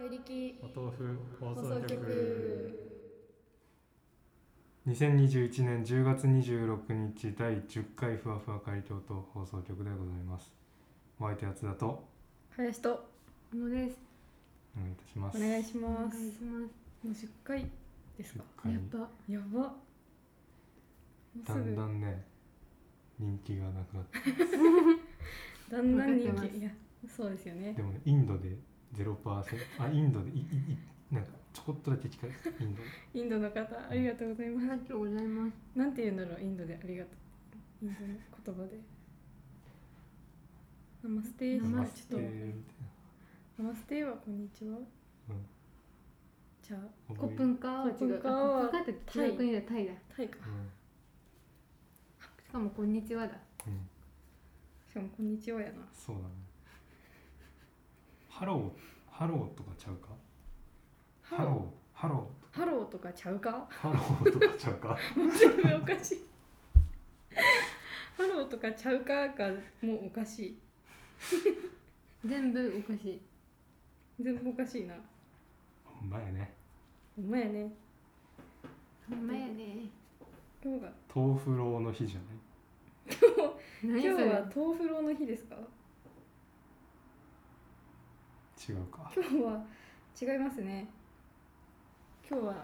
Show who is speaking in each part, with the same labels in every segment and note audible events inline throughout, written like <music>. Speaker 1: デリキ
Speaker 2: お豆腐放
Speaker 1: 放
Speaker 2: 送
Speaker 1: 送
Speaker 2: 局
Speaker 1: 局
Speaker 2: 2021年10月26日第10回ふわふわ回答と放送局でございますお相手は津田とお
Speaker 1: 林と
Speaker 3: ものです。
Speaker 2: 願いいたします
Speaker 1: お願いし
Speaker 3: お願
Speaker 1: ま
Speaker 3: い
Speaker 1: す
Speaker 3: しま
Speaker 1: もう10回ですか
Speaker 2: 10回
Speaker 3: やっぱ
Speaker 1: やばもうす
Speaker 2: だん
Speaker 1: ぐ
Speaker 2: だんね人気がなくなって
Speaker 1: だんだん人
Speaker 3: わかってます
Speaker 1: 気いやそうですよね
Speaker 2: でもねインドで0%あインドでいいいなんかちょこっとだけ近いインド
Speaker 1: インドの方ありがとうござい
Speaker 3: あり
Speaker 1: ま
Speaker 3: がとうございます。
Speaker 1: すなんて言うんだろうインドでありがとうインドの言葉でナマステー
Speaker 3: ナマス
Speaker 1: ち
Speaker 3: テ
Speaker 1: ょっ
Speaker 2: ナ
Speaker 1: と
Speaker 2: マステ
Speaker 1: ナマステーはこんにちは
Speaker 2: うん
Speaker 1: じゃあ
Speaker 2: 覚
Speaker 3: コ
Speaker 2: え
Speaker 3: ップンカーは違う。
Speaker 1: コ
Speaker 3: コップ
Speaker 1: ッ
Speaker 3: ンカーって違う国でタイだ。
Speaker 1: タイか
Speaker 2: うん
Speaker 3: しかもこんにちはだ。
Speaker 2: うん、
Speaker 1: しかもこんにちはやな
Speaker 2: そうだねハローハローとかちゃうかハローハロ
Speaker 1: ハローとかちゃうか <laughs>
Speaker 2: ーハローとかちゃうか
Speaker 1: 全部おかしいハローとかちゃうかがもうおかしい
Speaker 3: 全部おかしい。
Speaker 1: 全部おかしいな
Speaker 2: ほんまやね
Speaker 1: ほんまやね
Speaker 3: ほんまやね。
Speaker 1: 今日が
Speaker 2: 豆腐ローの日じゃない
Speaker 1: 今
Speaker 3: 何
Speaker 1: 日
Speaker 3: それ
Speaker 1: は。豆腐ローの日ですか
Speaker 2: 違うか
Speaker 1: 今日は違いますね今日は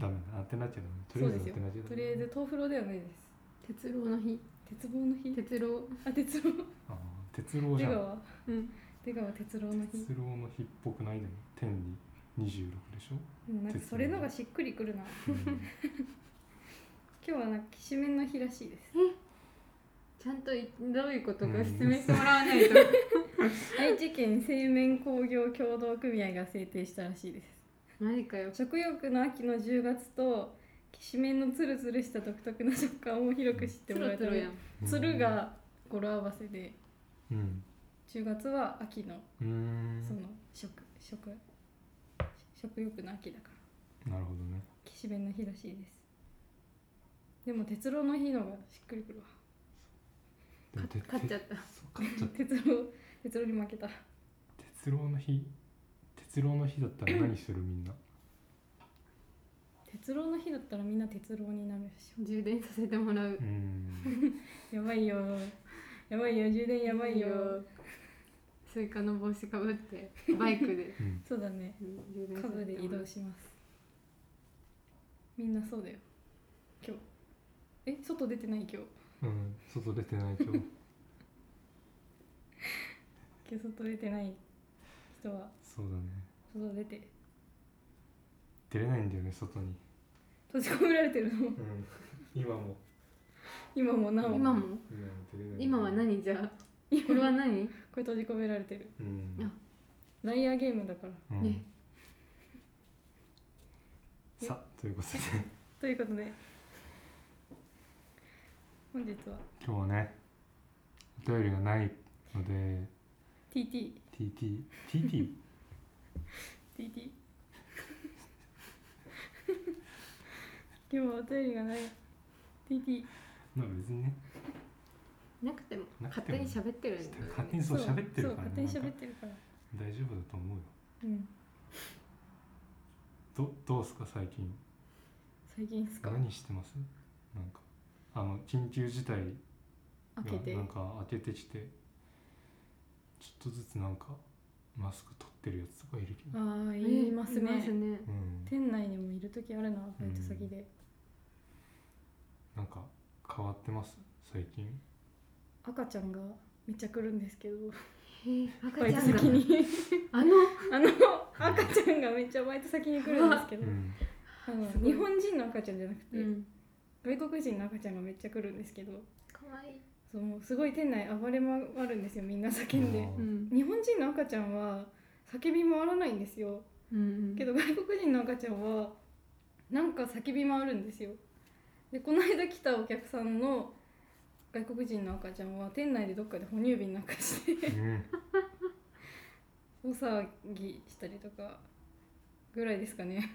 Speaker 2: ダメだ当てなきゃダメ
Speaker 1: そ
Speaker 2: と
Speaker 1: う
Speaker 2: りあえ
Speaker 1: で
Speaker 2: ず当
Speaker 1: すよ
Speaker 2: てなきゃ
Speaker 1: と
Speaker 2: ダメ
Speaker 1: りあえず豆腐ローではないです
Speaker 3: 鉄郎の日。
Speaker 1: 鉄棒の日
Speaker 3: 鉄郎。
Speaker 1: あ鉄郎
Speaker 2: あー鉄郎じ
Speaker 1: 出
Speaker 2: ゃん
Speaker 1: 川
Speaker 3: うん。
Speaker 1: 出川鉄郎の日
Speaker 2: 鉄郎の日っぽくないでも天に26で
Speaker 1: <laughs>
Speaker 2: しょ、
Speaker 1: うんなんかそれのがしっくりくるな
Speaker 2: うん、
Speaker 1: 今日はなんかきしめんの日ら
Speaker 3: <laughs>
Speaker 1: しいです
Speaker 3: ちゃんといどういうこと
Speaker 2: う
Speaker 3: か
Speaker 2: ん
Speaker 3: 説明してもらわないと。
Speaker 1: 愛知県製麺工業協同組合が制定したらしいです
Speaker 3: <laughs> 何かよ。
Speaker 1: 食欲の秋の10月ときしめんのつるつるした独特な食感を広く知って
Speaker 3: つ
Speaker 1: も
Speaker 3: ろ
Speaker 1: らえた
Speaker 3: つ
Speaker 1: ら
Speaker 3: ろやん。
Speaker 1: つるが語呂合わせで
Speaker 2: うん
Speaker 1: 10月は秋の
Speaker 2: うーん
Speaker 1: その食食食欲の秋だから
Speaker 2: なるほどね
Speaker 1: きしめんの日らしいですでも鉄郎の日のがしっくりくるわ
Speaker 2: でも
Speaker 3: か
Speaker 2: て
Speaker 3: 勝っちゃった。
Speaker 2: そう勝っちゃっ
Speaker 1: 鉄郎鉄郎に負けた
Speaker 2: た鉄郎の日鉄郎の日だったら何するみん
Speaker 1: <laughs>
Speaker 2: な
Speaker 1: 鉄郎の日だったらみんな鉄郎になるでし
Speaker 3: 充電させてもらう
Speaker 2: う。ん
Speaker 1: ょやばいよやばいよ充電やばいよ
Speaker 3: スイカの帽子かぶってバイクで
Speaker 2: うん
Speaker 1: そうだね
Speaker 3: うん充電
Speaker 1: カ
Speaker 3: さ
Speaker 1: ブ
Speaker 3: せ
Speaker 1: で
Speaker 3: て
Speaker 1: 移
Speaker 3: もら
Speaker 1: 動
Speaker 3: う。
Speaker 1: しますみんなそうだよ今日え外出てない今日
Speaker 2: うん、外出てない今日
Speaker 1: 今日外出てない人は
Speaker 2: そうだね
Speaker 1: 外出て
Speaker 2: 出れないんだよね外に、
Speaker 1: 閉じ込められてるの
Speaker 2: うん、今も
Speaker 1: 今もなおこ
Speaker 3: 今も。
Speaker 2: 今も出れない
Speaker 3: 今は何じゃあ。これは何？
Speaker 1: れ閉じ込められてる
Speaker 2: うん
Speaker 3: あ
Speaker 1: ライアーゲームだから
Speaker 2: うん
Speaker 3: ね
Speaker 2: さということで <laughs>
Speaker 1: ということで本日は
Speaker 2: 今日はねお便りがないので
Speaker 1: TTTT
Speaker 2: TT TT
Speaker 1: 今日はお便りがない TT
Speaker 2: まあ別にね
Speaker 3: なくても
Speaker 2: なく
Speaker 3: 勝
Speaker 2: ても
Speaker 3: 手に喋ってるんだよね
Speaker 2: 勝手にそう喋ってるからね
Speaker 1: そう勝手
Speaker 2: な
Speaker 1: に
Speaker 2: ん
Speaker 1: 喋っ
Speaker 2: か
Speaker 1: てるから
Speaker 2: 大丈夫だと思うよ
Speaker 1: うん
Speaker 2: どどうすか最近
Speaker 1: 最近ですか
Speaker 2: 何してますなんかあの緊急事態
Speaker 1: 開けて
Speaker 2: がなんか開けてきてちょっとずつなんかマスク取ってるやつとかいるけど、
Speaker 1: ああ
Speaker 3: え
Speaker 1: 言いますね
Speaker 3: いますね
Speaker 2: うん、
Speaker 1: 店内にもいる時あるなバイト先で、
Speaker 2: なんか変わってます最近
Speaker 1: 赤ちゃんがめっちゃ来るんですけど
Speaker 3: へえ
Speaker 1: バ
Speaker 3: 赤
Speaker 1: イ
Speaker 3: ち
Speaker 1: ト
Speaker 3: ゃんが
Speaker 1: 先に
Speaker 3: あの
Speaker 1: <laughs> あの赤ちゃんがめっちゃバイト先に来るんですけ
Speaker 2: う
Speaker 1: ど、
Speaker 2: ん
Speaker 1: あの
Speaker 3: すごい
Speaker 1: 日本人の赤ちゃんじゃなくて、
Speaker 3: うん
Speaker 1: 外国人の赤ちゃんがめっちゃ来るんですけど
Speaker 3: 可愛い
Speaker 1: そのすごい店内暴れ回るんですよみんな叫んで
Speaker 2: あー
Speaker 3: うん
Speaker 1: 日本人の赤ちゃんは叫び回らないんですよ
Speaker 3: うん
Speaker 1: けど外国人の赤ちゃんはなんか叫び回るんですよでこの間来たお客さんの外国人の赤ちゃんは店内でどっかで哺乳瓶なんかして
Speaker 2: うん
Speaker 1: 大騒ぎしたりとかぐらいですかね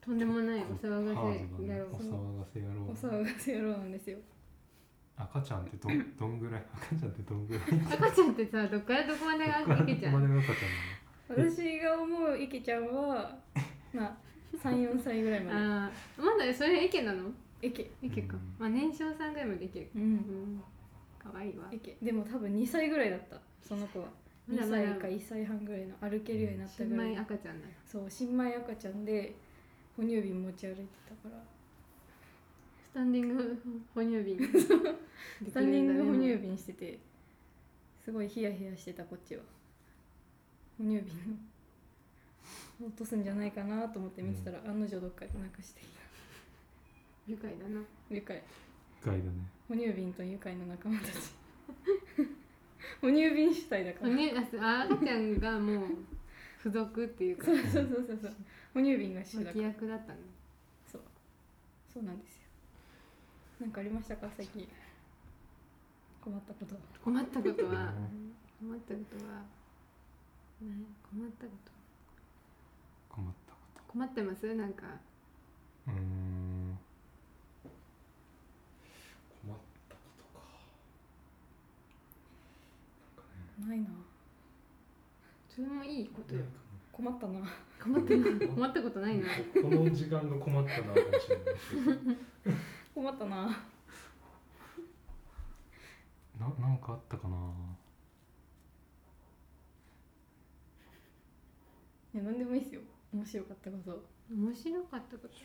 Speaker 3: とんでもないお騒
Speaker 2: ハ
Speaker 3: が
Speaker 2: ード
Speaker 3: せ
Speaker 2: だ
Speaker 3: や
Speaker 2: ね
Speaker 3: ろ
Speaker 2: お
Speaker 3: う
Speaker 2: 騒がせ野
Speaker 1: お
Speaker 2: 郎
Speaker 1: 騒がせ野郎なんですよ
Speaker 2: 赤ちゃんってどどんぐらい赤ちゃんってどんぐらい
Speaker 3: 赤ちゃんってさどっからどこまでがいけちゃ
Speaker 2: 生まれ
Speaker 3: う
Speaker 2: の赤ち
Speaker 1: 私が思ういけちゃんはまあ34歳ぐらいまで
Speaker 3: あーまだそれ池なの
Speaker 1: いけ
Speaker 3: 池か、ま
Speaker 2: うん
Speaker 3: あ年少さんぐらいまで池か
Speaker 1: う
Speaker 3: うんん可愛いわ
Speaker 1: いけでも多分2歳ぐらいだったその子は
Speaker 3: ま
Speaker 1: 2
Speaker 3: だまだ
Speaker 1: 歳か1歳半ぐらいの歩けるようになった
Speaker 3: 新
Speaker 1: ぐら
Speaker 3: 米
Speaker 1: い
Speaker 3: 赤ちゃんなの
Speaker 1: そう新米赤ちゃんで哺乳瓶持ち歩いてたから
Speaker 3: スタンディング哺乳 <laughs> 瓶
Speaker 1: スタンディング哺乳
Speaker 3: 瓶
Speaker 1: 瓶しててすごいヒヤヒヤしてたこっちは哺乳瓶を落とすんじゃないかなと思って見てたら、案の定どっかでなくしてい
Speaker 3: 愉快だな
Speaker 1: た愉快
Speaker 2: ガイドね
Speaker 1: 哺乳瓶と愉快の仲間たち <laughs> 哺乳瓶主体だか
Speaker 3: 哺
Speaker 1: ら
Speaker 3: 乳あ赤ちゃんがもう付属っていうか
Speaker 1: そうそうそうそうそう哺乳瓶が主だ
Speaker 3: 脇
Speaker 1: から
Speaker 3: 役だったの
Speaker 1: そうそうなんですよなんかありましたか最近困ったことは
Speaker 3: 困ったことは
Speaker 2: うん
Speaker 3: 困ったことはね困ったこと
Speaker 2: 困ったこ
Speaker 3: 困ってますなんか
Speaker 2: とうーん困ったことか
Speaker 1: ないな
Speaker 3: それもいいことよ
Speaker 1: 困ったな
Speaker 3: 困ってない
Speaker 2: <laughs>
Speaker 3: 困ったことないな
Speaker 2: この時間が困ったなかもしれない
Speaker 1: 困ったな
Speaker 2: ななんかあったかない
Speaker 1: や何でもいいですよ面白かったこと
Speaker 3: 面白かったこと
Speaker 1: そ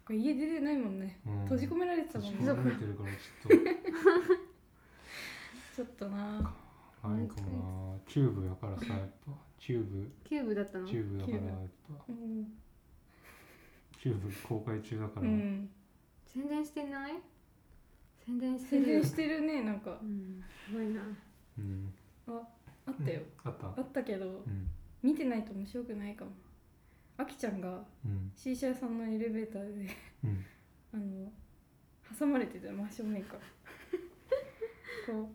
Speaker 1: っか家出てないもんね、
Speaker 2: うん
Speaker 1: 閉じ込められてた
Speaker 2: 閉
Speaker 1: も
Speaker 2: じ
Speaker 1: ん
Speaker 2: 込
Speaker 1: ね
Speaker 2: められてるからちょっ
Speaker 1: ちょっとな
Speaker 2: とな
Speaker 3: <laughs>
Speaker 2: いかもなチューブやからさやっぱチューブ
Speaker 3: キューブだったの
Speaker 2: チューブだからやっぱ
Speaker 1: うん、
Speaker 2: チューブ公開中だか
Speaker 1: う
Speaker 2: ら、
Speaker 1: ん、
Speaker 3: 宣伝してない宣伝して
Speaker 1: 宣
Speaker 3: る
Speaker 1: 伝してるねなんか
Speaker 3: うんすごいな
Speaker 2: うん
Speaker 1: あったよ、
Speaker 2: あった
Speaker 1: あったけど
Speaker 2: うん
Speaker 1: 見てないと面白くないかもあきちゃんが
Speaker 2: うん
Speaker 1: シーシャさんのエレベーターで
Speaker 2: うん
Speaker 1: あの挟まれてた真正面 <laughs> からこ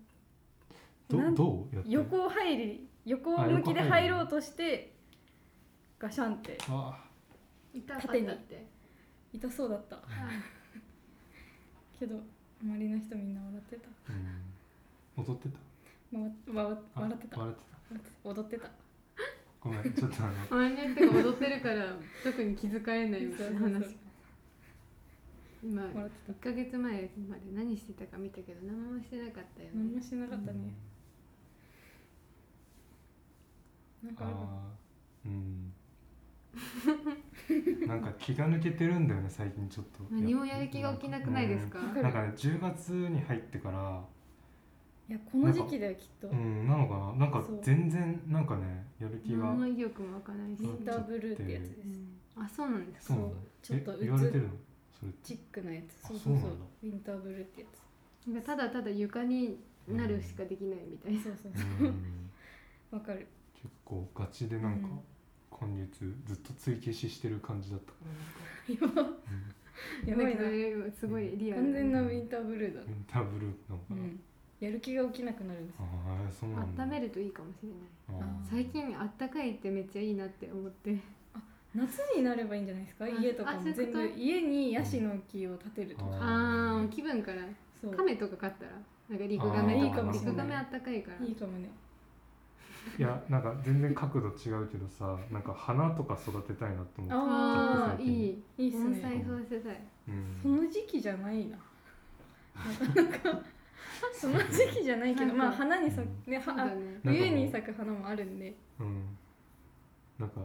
Speaker 1: うな
Speaker 2: ど
Speaker 1: ん
Speaker 2: どうやって
Speaker 1: 横入り横向きで入ろうとしてガシャンって
Speaker 2: あ
Speaker 3: 痛かったっ
Speaker 1: 縦に
Speaker 3: て
Speaker 1: 痛そうだったけど周りの人みんな笑ってた
Speaker 2: あ、うん、踊ってた
Speaker 1: まわわ
Speaker 2: あ
Speaker 1: 笑ってた
Speaker 2: 笑ってた
Speaker 1: 踊ってた
Speaker 2: ごめんちょっとあの
Speaker 3: マネってか踊ってるから特に気づかれないみたいな
Speaker 1: そうそうそ
Speaker 3: 話
Speaker 1: う
Speaker 3: 今
Speaker 1: 笑って
Speaker 3: 1ヶ月前まで何してたか見たけど何もしてなかったよ
Speaker 1: た何も
Speaker 3: ね
Speaker 1: してなかったねなんかある
Speaker 2: あーうんなんか気が抜けてるんだよね最近ちょっと
Speaker 3: 何もやる気が起きなくないですか
Speaker 2: うんなんかね10月に入ってから
Speaker 1: いやこの時期だよきっと
Speaker 2: うんなのかななんか
Speaker 1: そう
Speaker 2: 全然なんかねやる気が
Speaker 3: 何の意欲も湧かないし、
Speaker 1: ウィ
Speaker 2: う
Speaker 1: ン
Speaker 2: ん
Speaker 1: ターブルーってやつです
Speaker 3: あそうなんです
Speaker 2: そうなの
Speaker 1: ちょっと
Speaker 2: え言われ
Speaker 1: う
Speaker 2: てる
Speaker 1: つ
Speaker 2: のそれ
Speaker 1: チックなやつ
Speaker 2: あ
Speaker 1: そうそうそ
Speaker 2: そうな
Speaker 1: う
Speaker 2: んだ
Speaker 1: ウィンターブルーってや
Speaker 3: なんかただただ床になるしかできないみたいな
Speaker 1: つ、そうそう
Speaker 2: う
Speaker 1: そ
Speaker 2: ん
Speaker 1: うわかる
Speaker 2: 結構ガチでなんか、
Speaker 1: うん
Speaker 2: 今月ずっと追消ししてる感じだったから
Speaker 1: やばやばい
Speaker 3: だ
Speaker 1: な
Speaker 3: けどすごいリアル
Speaker 1: 完全なウィンターブルーだ
Speaker 2: ウィンターブルーなのか
Speaker 1: う
Speaker 2: な、
Speaker 1: んやる気が起きなくなるんですよ
Speaker 2: ああそうなんだ
Speaker 3: 温めるといいかもしれない
Speaker 2: あー
Speaker 1: あ
Speaker 3: 最近あったかいってめっちゃいいなって思って
Speaker 1: 夏になればいいんじゃないですか
Speaker 3: あ
Speaker 1: 家とか
Speaker 3: あ
Speaker 1: も
Speaker 3: そういう
Speaker 1: 全
Speaker 3: こと
Speaker 1: 部家にヤシの木を建てると
Speaker 2: あ
Speaker 1: か
Speaker 3: あー気分から
Speaker 1: そう
Speaker 3: 亀とか買ったらなんかリクガ
Speaker 1: あーい
Speaker 3: メ
Speaker 1: い
Speaker 3: と
Speaker 1: か
Speaker 3: か
Speaker 1: もし
Speaker 3: リ
Speaker 1: れない
Speaker 3: クガメあったかいから
Speaker 1: いいかもね
Speaker 2: いやなんか全然角度違うけどさなんか花とか育てたいなと思って、
Speaker 1: あ
Speaker 3: ああいい
Speaker 1: あいいっす
Speaker 3: 盆
Speaker 1: ね
Speaker 3: 栽育てたい
Speaker 2: うん
Speaker 1: その時期じゃない
Speaker 3: <laughs>
Speaker 1: な。なかなかその時期じゃないけど、まあ花に咲くね、
Speaker 3: そう
Speaker 1: は
Speaker 3: だ
Speaker 1: あ
Speaker 3: ね
Speaker 2: なんかもう
Speaker 1: 冬に咲く花もあるんで、
Speaker 2: うん、なんか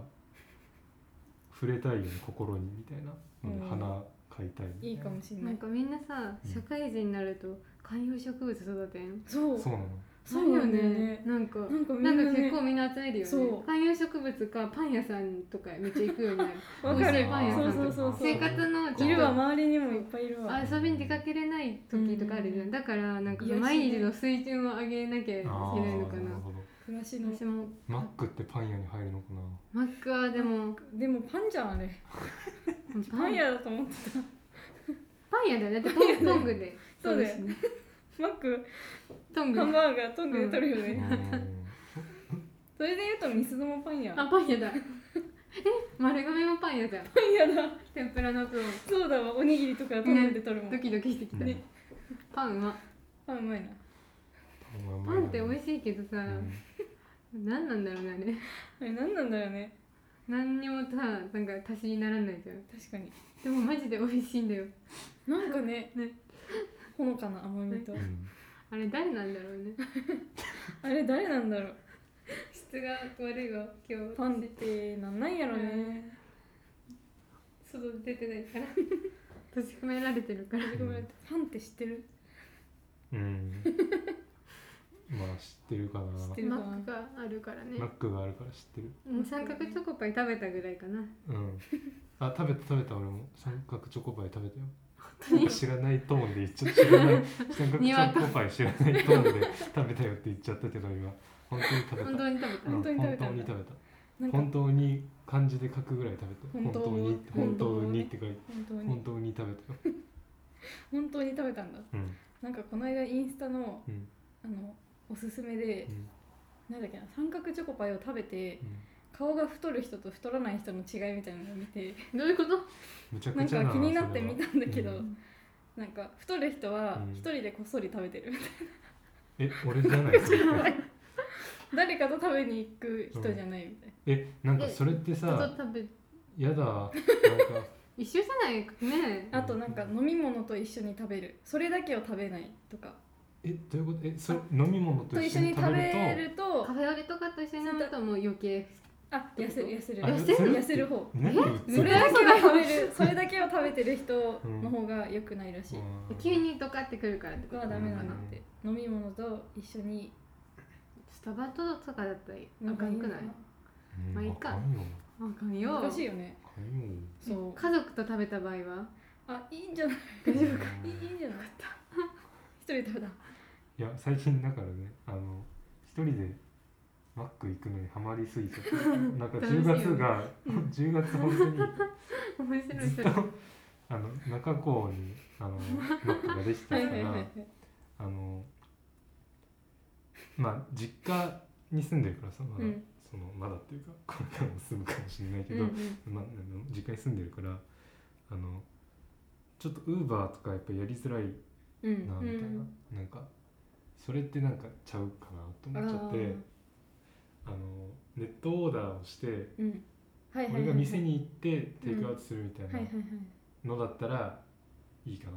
Speaker 2: 触れたいよね心にみたいな、
Speaker 1: うん
Speaker 2: 花買いたいみたいない
Speaker 1: いかもしれな
Speaker 3: ないん。かみんなさ社会人になると観葉植物育てん
Speaker 1: そう、
Speaker 2: そうなの
Speaker 1: そうなんだよ
Speaker 3: な
Speaker 1: ね。
Speaker 3: なんか
Speaker 1: なんかみん
Speaker 3: な
Speaker 1: なん
Speaker 3: か
Speaker 1: ね
Speaker 3: 結構みんな集めるよ
Speaker 1: そ
Speaker 3: ね
Speaker 1: う
Speaker 3: 観葉植物かパン屋さんとかめっちゃ行くよう
Speaker 1: <laughs>
Speaker 3: になる
Speaker 1: わか
Speaker 3: 美味
Speaker 1: る
Speaker 3: しいパン屋さんと
Speaker 1: そ
Speaker 3: か
Speaker 1: うそうそうそう
Speaker 3: 生活の
Speaker 1: い
Speaker 3: ち
Speaker 1: る
Speaker 3: ょ
Speaker 1: わ、
Speaker 3: っ
Speaker 1: 周りにもいっぱいいるわ。
Speaker 3: と遊びに出かけれない時とかあるじゃ
Speaker 1: うん
Speaker 3: んだからなんか
Speaker 1: 癒しね
Speaker 3: 毎日の水準を上げなきゃいけない
Speaker 2: あー
Speaker 3: のか
Speaker 2: なる
Speaker 3: な
Speaker 2: ほど
Speaker 1: 暮らしの。
Speaker 3: 私も
Speaker 2: マックってパン屋に入るのかな
Speaker 3: マックはでも
Speaker 1: でもパンじゃんあれ。
Speaker 3: パ
Speaker 1: パ
Speaker 3: ン
Speaker 1: ン
Speaker 3: 屋
Speaker 1: 屋だと思ってた。
Speaker 3: パン屋だよねだってトントングで
Speaker 1: そうだよ
Speaker 3: しね
Speaker 1: マック、
Speaker 3: トング
Speaker 1: ハンバーガー、トングで取るよ
Speaker 2: う
Speaker 1: ね。
Speaker 2: ん
Speaker 1: それで言うとミスドもパン屋。
Speaker 3: あパン屋だえ丸亀もパン屋じゃん
Speaker 1: パン屋だ。
Speaker 3: 天ぷらのプロ
Speaker 1: そうだわ、おにぎりとかトングで取るも
Speaker 3: ド
Speaker 1: ん。
Speaker 3: キドキしてきた
Speaker 2: ね
Speaker 3: パンは
Speaker 1: パンうまいな。
Speaker 2: お前
Speaker 3: パンっって美味しいけどさ、
Speaker 2: うん
Speaker 3: 何なんだろうねあれ <laughs>
Speaker 1: あれ何なんだよね
Speaker 3: 何にもさなんか足しにならないじゃん
Speaker 1: 確かに
Speaker 3: でもマジで美味しいんだよ
Speaker 1: なんかね
Speaker 3: ね
Speaker 1: ほのかな甘みと
Speaker 2: うん
Speaker 3: あれ誰なんだろうね <laughs>
Speaker 1: あれ誰なんだろう
Speaker 3: 質が悪いわ今日
Speaker 1: パンってなんなんやろね
Speaker 3: 外出てないから閉じ込められてるから
Speaker 1: ごめんパンって知ってる
Speaker 2: うん、まあ知ってるかな
Speaker 1: 知ってる
Speaker 3: マックがあるからね
Speaker 2: マックがあるから知ってる
Speaker 3: もう三角チョコパイ食べたぐらいかな
Speaker 2: うんあ食べた食べた俺も三角チョコパイ食べたよ
Speaker 3: 当に
Speaker 2: なん
Speaker 1: <laughs>
Speaker 2: か知らないトーンで言っちゃ知らない三角チョコパイ知らないトーンで食べたよって言っちゃったけど今本当に食べた
Speaker 3: 本当に食べた
Speaker 2: うん
Speaker 1: 本当に食べ
Speaker 2: 本当
Speaker 1: たん
Speaker 2: に
Speaker 1: だ
Speaker 2: 食べた
Speaker 1: なんか
Speaker 2: 本当に漢字で書くぐらい食べた
Speaker 1: 本当
Speaker 2: に本
Speaker 1: 本
Speaker 2: 当
Speaker 1: 当
Speaker 2: にって書いて
Speaker 1: 本当
Speaker 2: 本
Speaker 1: に
Speaker 2: 当に食べたよ
Speaker 1: 本当に食べたんだ
Speaker 2: うん
Speaker 1: なんかこの間インスタの
Speaker 2: うん
Speaker 1: あのおすすめで
Speaker 2: うん
Speaker 1: なんだっけな三角チョコパイを食べて
Speaker 2: うん
Speaker 1: 顔が太る人と太らない人の違いみたいなのを見て
Speaker 3: どういうこと
Speaker 2: むちゃ
Speaker 1: な
Speaker 2: く
Speaker 1: ん
Speaker 2: ちゃ
Speaker 1: か気になって
Speaker 2: それ
Speaker 1: 見
Speaker 2: は
Speaker 1: たんだけ
Speaker 2: う
Speaker 1: ど
Speaker 3: ん
Speaker 1: なんか太る人は
Speaker 2: うん
Speaker 1: 一人でこっそり食べてる
Speaker 2: え俺じゃないそれ
Speaker 1: 誰かと食べに行く人じゃないみたいな
Speaker 2: えなんかそれって
Speaker 3: 人と
Speaker 2: さ
Speaker 3: 食べ
Speaker 2: やだなんか
Speaker 3: 一緒じゃないかね
Speaker 1: あとなんか飲み物と一緒に食べるそれだけを食べないとか
Speaker 2: えどういうことえそれ飲み物と
Speaker 1: と
Speaker 2: 一
Speaker 1: 一
Speaker 2: 緒
Speaker 1: 緒
Speaker 2: に
Speaker 1: に
Speaker 2: 食
Speaker 1: 食
Speaker 2: べると
Speaker 1: べると
Speaker 3: カフェオレとかと一緒に飲むともう余計
Speaker 1: あ痩せる痩せる
Speaker 2: あ
Speaker 3: 痩せる
Speaker 2: それって
Speaker 1: 痩せる方
Speaker 2: 何言ってんの
Speaker 1: それだけを食べるそれだけを食べてる人の方が良くないらしい、
Speaker 2: うん
Speaker 3: 急にドカってくるからって
Speaker 1: 僕
Speaker 3: こ
Speaker 1: は
Speaker 3: と
Speaker 1: ダメなんだって、飲み物と一緒に
Speaker 3: スタバととかだったらあ
Speaker 1: なんか
Speaker 3: か
Speaker 1: いい
Speaker 3: ん
Speaker 1: の
Speaker 3: く
Speaker 1: か
Speaker 3: ない
Speaker 2: うん
Speaker 3: まあいいか
Speaker 2: あんよ
Speaker 3: あかん
Speaker 1: な
Speaker 3: よ
Speaker 1: 難しいよね
Speaker 2: あんよ
Speaker 1: そう
Speaker 3: 家族と食べた場合は
Speaker 1: あいいんじゃない
Speaker 3: 大丈夫
Speaker 2: か
Speaker 1: いいいいんじゃない <laughs> 一人食べた
Speaker 2: いや最近だからねあの一人でマック行くのにハマりすぎちゃったなんか
Speaker 3: 楽しいよ
Speaker 2: 10月が10月本当に
Speaker 3: 面白い
Speaker 2: ず
Speaker 3: そ
Speaker 2: っ
Speaker 3: れ
Speaker 2: とあの中高にあのマックができて
Speaker 1: は
Speaker 2: た
Speaker 1: い
Speaker 2: か
Speaker 1: はいはいは
Speaker 2: ら
Speaker 1: い
Speaker 2: あのまあ実家に住んでるからさまだ、
Speaker 1: うん
Speaker 2: そのまだっていうかこれからも住むかもしれないけ
Speaker 3: うん
Speaker 2: ど、
Speaker 3: うん
Speaker 2: まあ、あの実家に住んでるからあのちょっとウーバーとかやっぱやりづらい
Speaker 1: うん
Speaker 2: なみたいな、なんかそれってなんかちゃうかなと思っちゃってあのネットオーダーをして
Speaker 1: うんうんはいはいはい
Speaker 2: 俺が店
Speaker 1: はい
Speaker 2: に行ってテイクアウトするみた
Speaker 1: はいい
Speaker 2: な
Speaker 1: はい
Speaker 2: のだったらいいかなと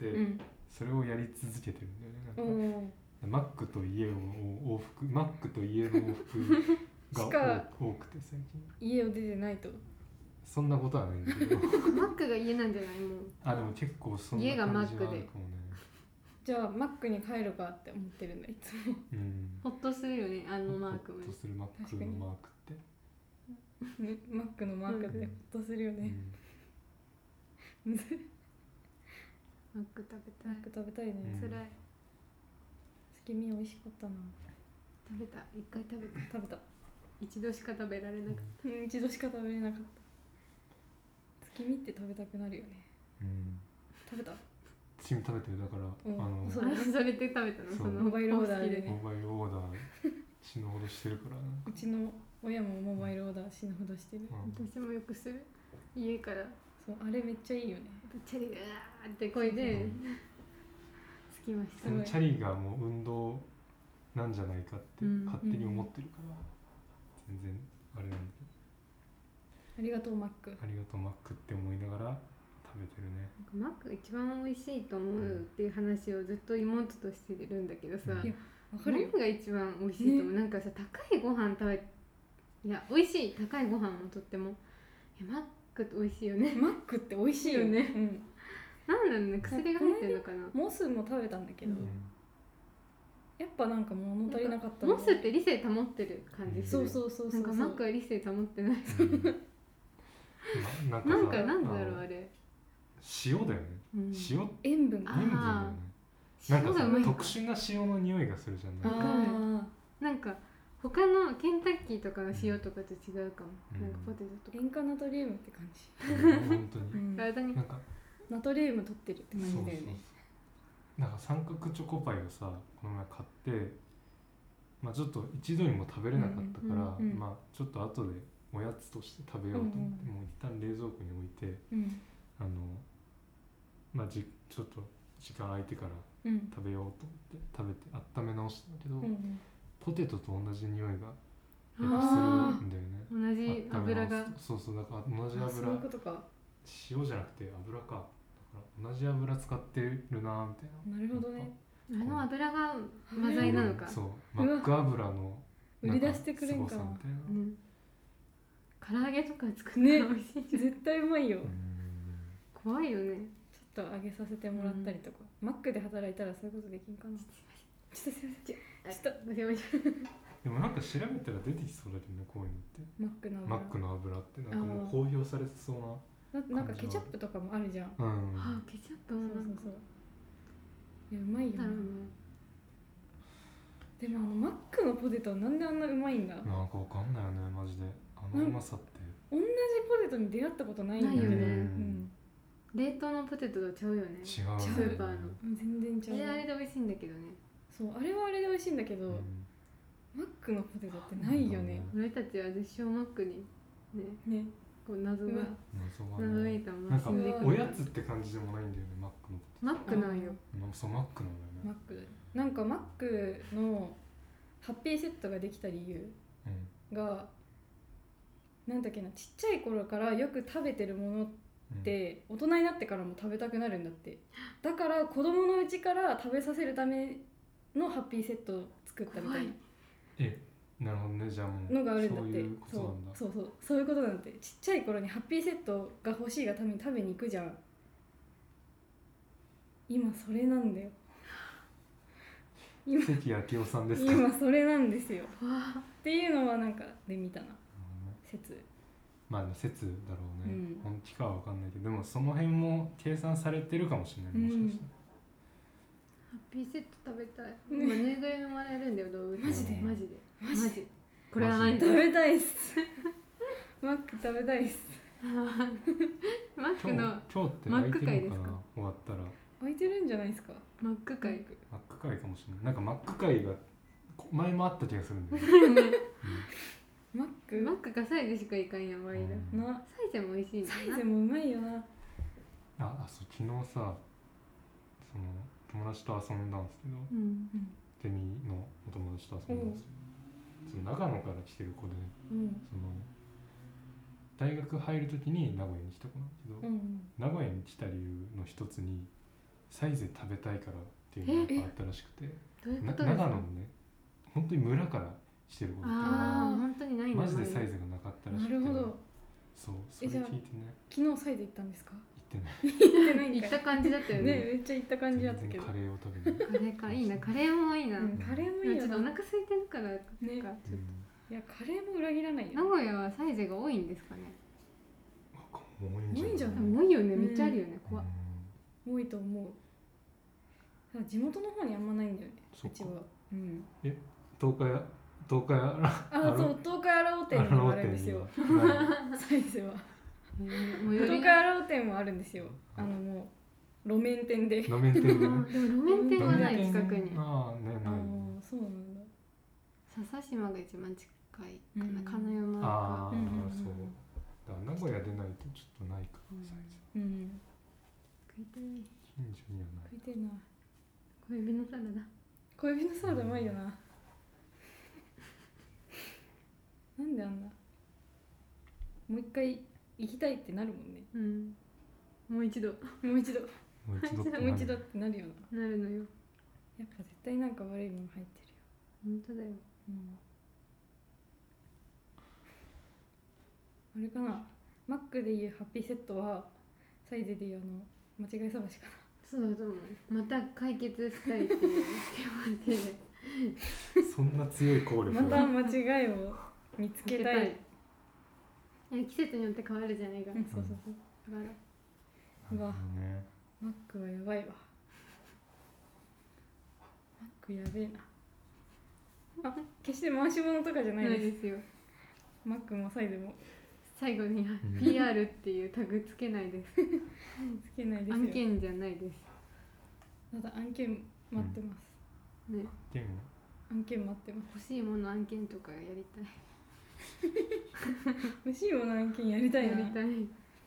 Speaker 2: 思って、
Speaker 1: うん
Speaker 2: それをやり続けてるんだよねなんか
Speaker 1: おー
Speaker 2: マックと家を往復マックと家の往復が
Speaker 1: しか
Speaker 2: 多多くて最近
Speaker 1: 家を出てないと
Speaker 2: そんなことはないんだ
Speaker 3: <laughs>
Speaker 2: けど
Speaker 3: マックが家なんじゃないもう
Speaker 2: あでも結構そんな
Speaker 3: 家がマ
Speaker 2: 感
Speaker 3: ッ
Speaker 2: じ
Speaker 3: ク
Speaker 2: は
Speaker 3: で
Speaker 2: あるかもね
Speaker 1: じゃあマックに帰るかって思ってるんだいつも
Speaker 2: うん
Speaker 3: ほっとするよねあのマークも
Speaker 2: ホッとするマック
Speaker 1: 確か
Speaker 2: の
Speaker 1: に
Speaker 2: マークって、
Speaker 1: ねマックのマークってホッとするよ
Speaker 2: う
Speaker 1: ね、
Speaker 2: ん
Speaker 1: むず
Speaker 3: マック食べた
Speaker 1: マ
Speaker 3: い
Speaker 1: ック食べたいね、
Speaker 2: うん
Speaker 1: 月
Speaker 3: 辛い
Speaker 1: 見美味しかったな
Speaker 3: 食べた一回食べた
Speaker 1: 食べた
Speaker 3: 一度しか食べられなかっ
Speaker 1: うん一度しか食べれなかった月見って食べたくなるよね
Speaker 2: うん、
Speaker 1: 食べた
Speaker 2: チーム食べてるだから、
Speaker 1: うん
Speaker 2: あの
Speaker 1: そ
Speaker 3: た
Speaker 1: うだ
Speaker 3: あそれで食べた
Speaker 2: そう
Speaker 3: のその
Speaker 1: モバイルオーダーで
Speaker 2: モ
Speaker 1: ね
Speaker 2: バイルオーダー死ぬほどしてるからな
Speaker 1: うちの親もモバイルオーダー死ぬほどしてる
Speaker 2: うん
Speaker 3: 私もよくする家から
Speaker 1: そうあれめっちゃいいよね
Speaker 3: チャリでうわーって声で着きまし
Speaker 2: そ
Speaker 3: た
Speaker 1: すご
Speaker 2: の
Speaker 1: い
Speaker 2: チャリがもう運動なんじゃないかっ
Speaker 3: う
Speaker 2: て
Speaker 3: ん
Speaker 2: 勝手に思ってるから、全然あれなんだけ
Speaker 1: ありがとうマック
Speaker 2: どありがとうマックって思いながら食べてるね
Speaker 3: マックが一番美味しいと思うっていう話をずっと妹としてるんだけどさ
Speaker 2: うん
Speaker 1: いやわかるよ
Speaker 3: 何が一番美味しいと思う、なんかさ高いご飯食べいや美味しい高いご飯もとってもいやマックって美味しいよね <laughs>
Speaker 1: マックって美味しいよねうん
Speaker 3: なんだろうね薬が入ってるのかな
Speaker 1: モスも食べたんだけど、
Speaker 3: うん
Speaker 1: やっぱなんか物足りなかった
Speaker 3: モスって理性保ってる感じす
Speaker 1: そ
Speaker 3: る
Speaker 1: うそうそう
Speaker 3: な
Speaker 1: そ
Speaker 3: ん
Speaker 1: う
Speaker 3: かマックは理性保ってない
Speaker 2: うん <laughs> ななんかさ
Speaker 3: なんかなんだろう
Speaker 2: あ
Speaker 3: あ
Speaker 2: の
Speaker 3: れ、
Speaker 2: 塩だよね
Speaker 3: うん、
Speaker 2: 塩って
Speaker 1: 塩分が
Speaker 3: あー
Speaker 2: 塩分だよねなんか
Speaker 3: 塩が
Speaker 2: さ
Speaker 3: うまい
Speaker 2: 特殊な塩の匂いがするじゃんない
Speaker 3: あなんか他のケンタッキーとかの塩とかと違うかも、
Speaker 2: うん
Speaker 3: なんかポテトとか、
Speaker 1: 塩化ナトリウムって感じ、
Speaker 2: 本当に
Speaker 1: うん
Speaker 3: 体に
Speaker 2: なんか
Speaker 1: ナトリウム取ってるって感じだよね
Speaker 2: そうなんか三角チョコパイをさこの前買ってまあちょっと一度にも食べれなかったから、
Speaker 1: うんうんうん
Speaker 2: まあちょっと後でおやつとして食べようと思って、
Speaker 1: うん
Speaker 2: もう一旦冷蔵庫に置いて
Speaker 1: うん
Speaker 2: あのまあじちょっと時間空いてから
Speaker 1: うん
Speaker 2: 食べようと思って食べて温め直したんだけど、
Speaker 1: うん
Speaker 2: ポテトと同じ匂いがやっ
Speaker 3: あ
Speaker 2: ぱす
Speaker 3: あ
Speaker 2: るんだよね
Speaker 3: 同じ油が
Speaker 2: 温め直すとそうそうだから同じ
Speaker 1: あそういう
Speaker 2: 油
Speaker 1: ことか
Speaker 2: 塩じゃなくて油かだから同じ油使ってるなーみたいな
Speaker 1: なるほどね
Speaker 3: あの油が混ざりなのか、
Speaker 2: そう
Speaker 1: う
Speaker 2: マ
Speaker 1: わ
Speaker 2: ック油の
Speaker 1: 売り出してくれんか
Speaker 2: な
Speaker 1: な
Speaker 2: 凄さ
Speaker 1: ん
Speaker 2: みたいな
Speaker 3: うん、唐揚げとか作ったら美味しいじゃん、
Speaker 1: 絶対うまいよ
Speaker 2: うん
Speaker 3: 怖いよね
Speaker 1: ちょっと揚げさせてもらったりとかマックで働いたらそういうことできんかなちょっとすいませんちょっと
Speaker 3: ごめんなさい
Speaker 2: でもなんか調べたら出てきそうだけどねこういうのって
Speaker 1: マックの
Speaker 2: マ
Speaker 1: 油
Speaker 2: ックの油ってなんかもう公表されてそう
Speaker 1: ななんかケチャップとかもあるじゃん
Speaker 2: なうん
Speaker 3: あケチャップ
Speaker 1: そう
Speaker 3: も
Speaker 1: そ
Speaker 3: な
Speaker 1: う
Speaker 3: か
Speaker 1: んそういやうまいよ
Speaker 3: な
Speaker 1: なん
Speaker 3: だろうな
Speaker 1: でもあのマックのポテトなんであんなうまいんだ
Speaker 2: なんかわかんないよねマジであのうまさって
Speaker 1: 同じポテトに出会ったことないんだ
Speaker 3: ないよね
Speaker 1: うん
Speaker 3: 冷凍のポテトとちゃうよね
Speaker 2: 違うよね
Speaker 1: ス
Speaker 3: ーパーの
Speaker 1: 全然ち
Speaker 3: あれあ
Speaker 1: ゃう
Speaker 3: れで美味しいんだけどね
Speaker 1: そうあれはあれで美味しいんだけど、
Speaker 2: うん
Speaker 1: マックのポテトってないよね
Speaker 3: 俺たちは絶唱マックにね
Speaker 1: ね
Speaker 3: こう謎が
Speaker 1: うわ
Speaker 2: 謎が
Speaker 3: 謎め
Speaker 2: ね
Speaker 3: いたも
Speaker 2: な
Speaker 3: の
Speaker 2: んか
Speaker 3: 進んでいく
Speaker 2: おやつって感じでもないんだよねマックの
Speaker 3: マックなんよ
Speaker 2: なそうマックなんだ
Speaker 1: マ
Speaker 2: よ
Speaker 1: ッ
Speaker 2: ね
Speaker 1: クなんかマックのハッピーセットができた理由
Speaker 2: うん
Speaker 1: がなんだっけなちっちゃい頃からよく食べてるものっ
Speaker 2: うん
Speaker 1: て大人になってからも食べたくなるんだってだから子供のうちから食べさせるためのハッピーセットを作ったみたいな
Speaker 2: なるほどねじゃあもう
Speaker 1: のがあるんだっ
Speaker 2: そう
Speaker 1: て
Speaker 2: いうこと
Speaker 1: そう
Speaker 2: なんだ
Speaker 1: そうそうそういうことなんだってちっちゃい頃にハッピーセットが欲しいがために食べに行くじゃん今それなんだよそう
Speaker 2: 関明夫さんですかなる
Speaker 1: 今それなんです <laughs> よ
Speaker 3: わあ
Speaker 1: っていうのはなんかで見たな
Speaker 2: ほどね
Speaker 1: 説
Speaker 2: まあね説だろうね、
Speaker 1: うん
Speaker 2: 本気かは分かんないけどでもその辺も計算されてるかもしれないもしかしたら、
Speaker 3: ハッピーセット食べたい今ぬいぐるみもらえるんだよ動物
Speaker 1: マジで
Speaker 3: マジで
Speaker 1: マジで
Speaker 3: これはない
Speaker 1: 食べたいっす <laughs> マック食べたいっす
Speaker 3: マックの
Speaker 2: 今日今日って
Speaker 3: マッ
Speaker 2: 泣
Speaker 3: ク
Speaker 2: いて
Speaker 3: 会
Speaker 2: る
Speaker 3: で
Speaker 2: の
Speaker 3: す
Speaker 2: か
Speaker 3: か
Speaker 2: な終わったら
Speaker 1: 空いてるんじゃないですか
Speaker 3: マック
Speaker 1: マ
Speaker 3: 会
Speaker 1: ック
Speaker 2: マック会かもしれないなんかマック会がこ前もあった気がするんだよね、
Speaker 1: マッ
Speaker 3: <laughs> マッ
Speaker 1: ク
Speaker 3: クがサイでしかいかんやん
Speaker 2: う
Speaker 3: 割だ
Speaker 2: ん
Speaker 1: な
Speaker 3: サイゼも美味しいんだ
Speaker 1: サ
Speaker 3: な
Speaker 1: イズもうまいよな
Speaker 2: ああそう昨日さその友達と遊んだんですけど
Speaker 3: うん
Speaker 2: ゼミのお友達と遊んだんですけど、その長野から来てる子で
Speaker 1: うん
Speaker 2: その大学入る時に名古屋に来た子なんだけど、
Speaker 1: うん
Speaker 2: 名古屋に来た理由の一つにサイゼ食べたいからっていうのがやっぱあったらしくて
Speaker 3: どういう
Speaker 2: な
Speaker 3: ことです
Speaker 2: 長野
Speaker 3: か
Speaker 2: のね本当に村から来てることだったか
Speaker 3: ああ本当にない
Speaker 2: ら
Speaker 3: んだ
Speaker 2: マジでサイ
Speaker 3: ズ
Speaker 2: ゼがなかったらし
Speaker 1: な
Speaker 2: くて
Speaker 1: るほど
Speaker 2: そうそ
Speaker 1: え
Speaker 2: れ
Speaker 1: じ
Speaker 2: 聞
Speaker 1: ゃ
Speaker 2: い
Speaker 1: あ
Speaker 2: てね
Speaker 1: 昨日サイズ行ったんですか
Speaker 2: 行ってない
Speaker 1: 行ってないん
Speaker 3: 行
Speaker 1: か
Speaker 3: っ
Speaker 1: い
Speaker 3: た感じだったよね
Speaker 1: ねめっちゃ行った感じだった
Speaker 2: 全
Speaker 1: け
Speaker 2: 然
Speaker 1: ど
Speaker 2: カレーを食
Speaker 3: <laughs>
Speaker 2: べに行っ
Speaker 3: カレーかいいなカレーもいいな、
Speaker 1: うん
Speaker 3: で
Speaker 1: カレーもい
Speaker 3: も
Speaker 1: い
Speaker 3: ちょ
Speaker 1: よ
Speaker 3: っとお
Speaker 1: な
Speaker 3: 腹空いてるからなんか、
Speaker 1: ね
Speaker 2: て、うん、
Speaker 1: いやカレーも裏切らない
Speaker 3: 名
Speaker 1: よ
Speaker 3: 古屋はサイゼが多いんですかね
Speaker 2: なんかもう多いんじゃな
Speaker 1: 多
Speaker 2: い
Speaker 1: ん
Speaker 3: で
Speaker 1: じゃ
Speaker 3: も多いよね
Speaker 1: うん
Speaker 3: めっちゃあるよね、怖
Speaker 2: う
Speaker 3: っ
Speaker 2: ん
Speaker 1: 多いと思うただ地元の方にあんまないんだよね
Speaker 2: そうっ
Speaker 1: ち
Speaker 2: か
Speaker 1: はうん
Speaker 2: 東海東海
Speaker 1: あ
Speaker 2: あ
Speaker 1: あ
Speaker 2: の
Speaker 1: そう東海荒尾店にもあるんですよ
Speaker 2: は
Speaker 1: サイズは
Speaker 3: えー最寄
Speaker 1: 東
Speaker 3: り
Speaker 1: 海荒尾店もあるんですよあのもう路面店で
Speaker 2: 路面店でね
Speaker 1: <laughs>
Speaker 3: でも路面店はない
Speaker 2: 路
Speaker 3: 近
Speaker 2: 面店
Speaker 3: くに
Speaker 2: ああね
Speaker 1: あ
Speaker 2: ないね
Speaker 1: あそうなんだ
Speaker 3: 笹島が一番近いかな、
Speaker 1: うん
Speaker 3: 金山
Speaker 2: あ
Speaker 3: か
Speaker 2: あ、
Speaker 1: うんうんうん
Speaker 2: そうだから名古屋でないとちょっとないか
Speaker 3: う
Speaker 2: ら
Speaker 3: ん
Speaker 2: サイズ
Speaker 1: うん
Speaker 3: 食いたい
Speaker 2: 近所にはない
Speaker 1: 食いてえな
Speaker 3: 小指のサラダ
Speaker 1: 小指のサラダうまいよななんであんなもう一回行きたいってなるもんね
Speaker 3: うんもう一度
Speaker 1: もう一度
Speaker 2: もう一度って
Speaker 1: <laughs> もう
Speaker 2: な
Speaker 1: 一
Speaker 2: る
Speaker 1: 度ってなるよな
Speaker 3: なるのよ
Speaker 1: やっぱ絶対なんか悪いもの入ってるよ
Speaker 3: 本当だよ
Speaker 1: うんあれかなマックでいうハッピーセットはサイゼでいうあの間違い探しかな
Speaker 3: そうだと思うまた解決したいっていう気持ちで
Speaker 2: そんな強い効力
Speaker 1: また間違いを見つけたい
Speaker 3: いや季節によって変わるじゃないか、
Speaker 1: うんそうそうそう
Speaker 3: だから
Speaker 1: うわ
Speaker 2: ね
Speaker 1: マックはやばいわマックやべえなあ決して回し物とかじゃない
Speaker 3: な
Speaker 1: で
Speaker 3: い
Speaker 1: す
Speaker 3: ですよ
Speaker 1: マックもサイズも
Speaker 3: 最後に
Speaker 2: ん
Speaker 3: PR っていうタグつけないです
Speaker 1: つけないですよ
Speaker 3: 案件じゃないです
Speaker 1: ただ案件待ってます、
Speaker 3: ね
Speaker 2: でも
Speaker 1: 案件待ってま
Speaker 3: 欲しいもの案件とかやりたい
Speaker 1: す欲しいもの案件やりたい
Speaker 3: や
Speaker 1: な
Speaker 3: りたい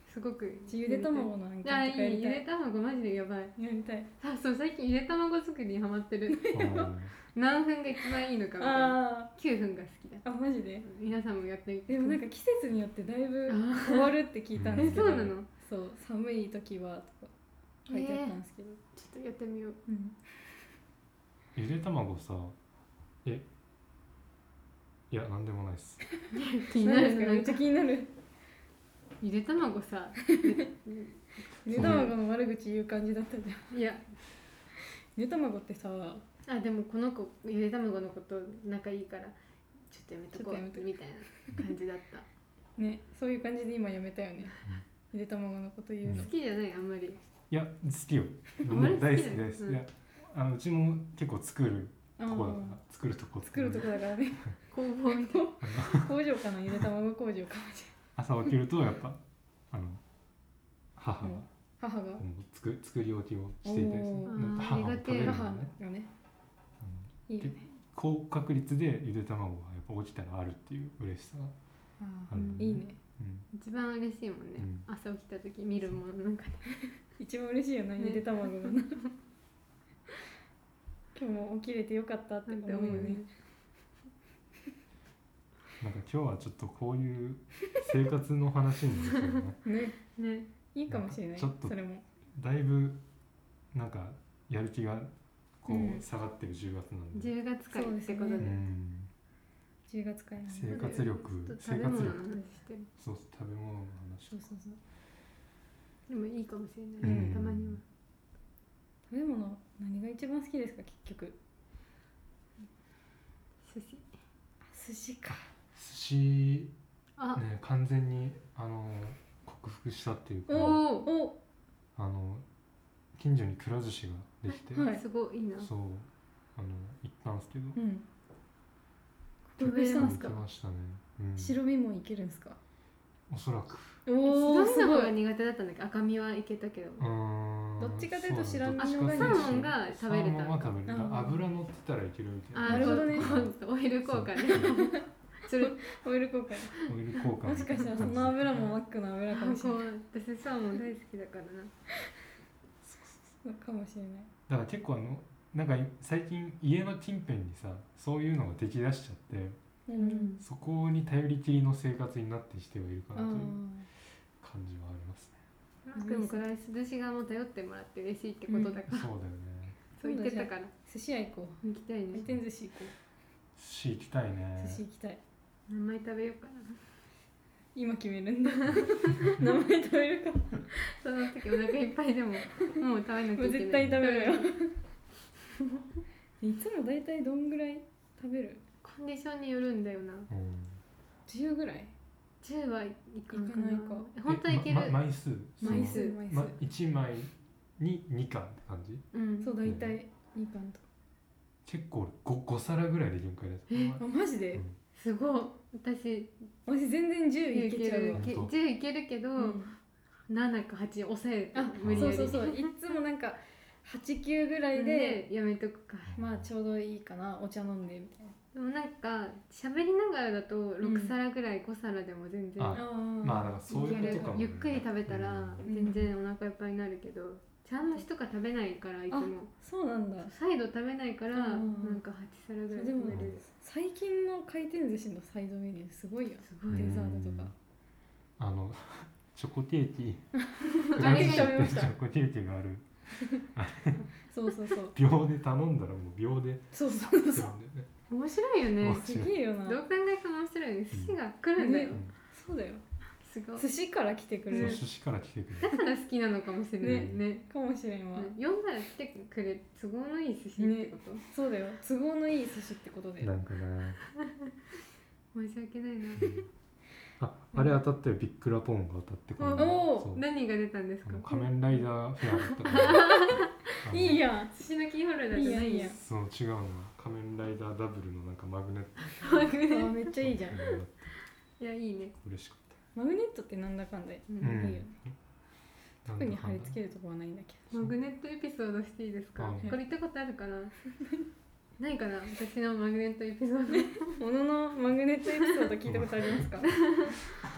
Speaker 3: すごく
Speaker 1: ちゆで卵の案件とか
Speaker 3: あい
Speaker 1: や
Speaker 3: い
Speaker 1: り
Speaker 3: ゆ
Speaker 1: た
Speaker 3: で
Speaker 1: い
Speaker 3: 卵マジでやばい
Speaker 1: やりたい
Speaker 3: あそう最近ゆで卵作りにハマって
Speaker 1: <laughs>
Speaker 3: る
Speaker 2: うん
Speaker 3: 何分が一番いいのかみたいな
Speaker 1: あ
Speaker 3: 9分が好きだ
Speaker 1: ーあマジで
Speaker 3: 皆さんもやってみて
Speaker 1: でもなんか季節によってだいぶ
Speaker 3: あ
Speaker 1: 変わるって聞いたんで
Speaker 3: え
Speaker 1: すけ
Speaker 3: そ
Speaker 1: ど
Speaker 3: うなのちょ
Speaker 1: そう寒い時はとか書いてあったんですけど、
Speaker 3: っとやってみよう
Speaker 1: うん
Speaker 2: ゆで卵さえいやなんでもないっす
Speaker 3: 気になるの
Speaker 1: んですか
Speaker 3: な
Speaker 1: めっ
Speaker 3: ん
Speaker 1: ち
Speaker 3: か
Speaker 1: ゃ気になる
Speaker 3: ゆで卵さ
Speaker 1: ゆで卵の悪口言う感じだったじゃん
Speaker 3: いや
Speaker 1: ゆで卵ってさ
Speaker 3: あでもこの子ゆで卵のこと仲いいからちょっとやめとこ
Speaker 1: ちょっとやめと
Speaker 3: う
Speaker 1: こう
Speaker 3: みたいな感じだ
Speaker 1: <laughs>
Speaker 3: った
Speaker 1: ねそういう感じで今やめたよねゆで卵のこと言うの
Speaker 3: 好きじゃないあんまり
Speaker 2: いや好きよ
Speaker 3: あまり好きだ
Speaker 2: 大
Speaker 3: よ
Speaker 2: 好きです、
Speaker 3: うん
Speaker 2: いやあのうちも結構作る
Speaker 1: あ
Speaker 2: とこだから
Speaker 1: ー
Speaker 2: 作るとこ
Speaker 1: 作るとこだからね
Speaker 3: 工房みたいな
Speaker 1: 工場かなゆで卵工場かもしれない
Speaker 2: 朝起きるとやっぱあの母が
Speaker 1: うん母が
Speaker 2: もう作作り置きをしていたりする
Speaker 1: お
Speaker 3: ー
Speaker 2: なんか母を食べるの
Speaker 1: 母
Speaker 2: が
Speaker 1: が
Speaker 2: ねあ
Speaker 1: ね
Speaker 2: の
Speaker 1: いいよね
Speaker 2: 高確率でゆで卵がやっぱ起きたらあるっていう嬉しさが、
Speaker 1: あ
Speaker 2: あの
Speaker 1: ーいいね
Speaker 2: うん、
Speaker 3: 一番嬉しいもんね、
Speaker 2: うん
Speaker 3: 朝起きた時見るものなんか
Speaker 1: 一番嬉しいよな、
Speaker 3: ね
Speaker 1: ゆで卵がな <laughs> 今日も起きれてよかったって
Speaker 3: な
Speaker 1: 思
Speaker 3: ん
Speaker 1: う
Speaker 3: て
Speaker 1: よ
Speaker 3: 思うよ
Speaker 1: ね
Speaker 3: ね
Speaker 2: なんか今日はちょっとこういう生活の話になったよね <laughs>
Speaker 1: ね
Speaker 3: ね
Speaker 1: いいかもしれない
Speaker 2: ちょっと
Speaker 1: それも
Speaker 2: だいぶなんかやる気がこ
Speaker 1: うん
Speaker 2: う下がってる10月なんで、
Speaker 3: 10月会ってことで
Speaker 1: そう
Speaker 2: う
Speaker 1: ですね
Speaker 2: ん、
Speaker 1: 10月からなんで
Speaker 2: 生活力
Speaker 3: ちょっと
Speaker 2: 生
Speaker 3: 食べ物
Speaker 2: 活
Speaker 3: の
Speaker 2: 力
Speaker 3: 話してる
Speaker 2: そう食べ物の話
Speaker 1: そうそうそう
Speaker 3: でもいいかもしれ
Speaker 2: う
Speaker 3: ない、
Speaker 2: ん
Speaker 3: たまには
Speaker 1: 食べ物何が一番好きですか結局
Speaker 3: 寿司
Speaker 1: あ寿司か
Speaker 2: 寿司
Speaker 3: あ、
Speaker 2: ね完全にあの克服したっていうか
Speaker 3: おお、
Speaker 1: お
Speaker 2: あの近所にくら寿司ができて、
Speaker 1: はい
Speaker 3: すごいいいな
Speaker 2: そうあの行ったんですけど
Speaker 1: うん克服したんす
Speaker 2: 行
Speaker 1: か
Speaker 2: きましたね、うん、
Speaker 1: 白身もいけるんすか
Speaker 2: おそらく
Speaker 1: お
Speaker 3: 白
Speaker 1: お
Speaker 3: 身
Speaker 1: す
Speaker 3: の
Speaker 1: ご
Speaker 3: 方が
Speaker 1: い
Speaker 3: 苦手だったんだけど赤身はいけたけど
Speaker 2: うーん
Speaker 1: どっちかというと
Speaker 2: そだね
Speaker 1: 白身の
Speaker 2: どっちかというと
Speaker 3: サーモンが食べれた
Speaker 2: サーモンは食べれ
Speaker 1: あー
Speaker 2: た油乗ってたらいけるみたいな
Speaker 3: あー
Speaker 1: なるほどね
Speaker 3: ちょっとオイル効果ね <laughs> それ
Speaker 1: オイル効果
Speaker 2: オイル交換
Speaker 1: もしかしたらその油もマックの油かもしれ
Speaker 3: こ
Speaker 1: ないう
Speaker 3: 私サーモン大好きだからな
Speaker 1: そうかもしれない
Speaker 2: だから結構あのなんか最近家の近辺にさそういうのが出来だしちゃって
Speaker 1: う
Speaker 2: そこに頼りきりの生活になってきてはいるか
Speaker 1: あ
Speaker 2: なという
Speaker 1: ー
Speaker 2: 感じはありますね
Speaker 3: あくんこれは涼しがもう頼ってもらって嬉しいってことだから、
Speaker 2: そうだよね
Speaker 3: そう言ってたから
Speaker 1: 寿司屋行こ
Speaker 3: 行きたいうね
Speaker 1: 回転寿司行こ
Speaker 2: 寿司行きたいうね
Speaker 1: 寿司行きたい
Speaker 3: 名前食べようかな
Speaker 1: 今決める <laughs> んだ名前食べ <laughs> るかも
Speaker 3: その時お腹いっぱいでももう食べなきゃ
Speaker 1: う
Speaker 3: いけない
Speaker 1: 絶対食べるよいつも大体どんぐらい食べる
Speaker 3: コンディションによるんだよな
Speaker 2: うん
Speaker 1: 10ぐらい
Speaker 3: 10はいかんかない
Speaker 1: かない
Speaker 3: 本当はいける、
Speaker 2: えま枚数
Speaker 3: 枚
Speaker 2: そ
Speaker 3: 数
Speaker 2: の
Speaker 1: 枚数、
Speaker 2: ま、1枚に2貫って感じ
Speaker 3: うん
Speaker 1: そう大体2貫とか
Speaker 2: 結構 5, 5皿ぐらいで限界だった
Speaker 3: え
Speaker 1: あマジで
Speaker 2: うん
Speaker 3: すごい私
Speaker 1: 私全然10
Speaker 3: 10
Speaker 1: い
Speaker 3: い
Speaker 1: け
Speaker 3: け
Speaker 1: ちゃうわ
Speaker 3: る、け
Speaker 2: 本当
Speaker 3: 10いけるけど、
Speaker 1: うん
Speaker 3: 7か8抑えて
Speaker 1: あ
Speaker 3: 無理や
Speaker 1: そう
Speaker 3: り
Speaker 1: そうそういつもなんか89ぐらいで
Speaker 3: でやめとくか
Speaker 1: まあちょうどいいかなお茶飲んでみたいな
Speaker 3: でもなんか喋りながらだと6皿ぐらい5皿でも全然、
Speaker 2: あ
Speaker 1: あ
Speaker 2: まあだからそういうことかもね
Speaker 3: ゆっくり食べた
Speaker 2: う
Speaker 3: ら
Speaker 2: ん
Speaker 3: 全然お腹いっぱいになるけど、ちゃんの日とか食べないからいつも
Speaker 1: そうなんだ
Speaker 3: サイド食べないから
Speaker 1: うんうん
Speaker 3: なんか8皿ぐらい
Speaker 1: でも
Speaker 3: 食べれる
Speaker 1: 最近の回転寿司のサイドメニューすごいよ
Speaker 3: すごい
Speaker 1: デザートとか
Speaker 2: あの <laughs> チョコテーキ
Speaker 3: あれ
Speaker 2: チ
Speaker 3: 食
Speaker 1: べました
Speaker 2: ョコテーキがある
Speaker 1: そうそうそう
Speaker 2: 秒で頼んだらもう秒で
Speaker 1: そ
Speaker 2: <laughs>
Speaker 1: うそう
Speaker 2: 来る
Speaker 1: そう
Speaker 2: んだよね
Speaker 3: 面白いよね
Speaker 2: 面
Speaker 1: すげえよな
Speaker 3: どう考えても面白いよね寿司が来るんだよ、
Speaker 1: ねそうだよ
Speaker 3: すごい
Speaker 1: 寿司から来てくれ
Speaker 2: そう
Speaker 1: る
Speaker 2: 寿司から来てく
Speaker 3: だ
Speaker 2: れる
Speaker 3: から好きなのかもしれないねね
Speaker 1: かもしれんわ、
Speaker 3: 4皿来てくれ都合のいい寿司ってこと、
Speaker 1: そうだよ都合のいい寿司ってことで
Speaker 2: なんかな
Speaker 3: 申し訳ないな
Speaker 2: ああれ当たったよビックラポンが当たってこの間
Speaker 1: おー
Speaker 2: そう
Speaker 3: 何が出たんです
Speaker 2: あ
Speaker 3: か
Speaker 2: の仮面ライダーフェアだったからあの
Speaker 1: いいやん
Speaker 3: 寿司のキーホルダーじゃない
Speaker 1: いいやいいや
Speaker 2: そう違うの仮面ライダーダブルのなんかマグネット
Speaker 3: マグネッ
Speaker 1: あーめっちゃいいじゃん
Speaker 2: そういうのがあって
Speaker 3: <laughs> トいやいいね、
Speaker 2: 嬉しかっ
Speaker 1: マグネットってなんだかんだ、
Speaker 3: うん
Speaker 2: た、
Speaker 1: いいよね
Speaker 2: なんだ
Speaker 1: 服に
Speaker 2: か
Speaker 1: 貼
Speaker 2: んだ
Speaker 1: り付けるとこはないんだけ
Speaker 3: マグネットエピソードしていいですか
Speaker 2: うん
Speaker 3: これ言ったことあるかな <laughs> ないかな私のマグネットエピソー
Speaker 1: <laughs>
Speaker 3: ド
Speaker 1: どもののマグネットエピソード聞いたことありますか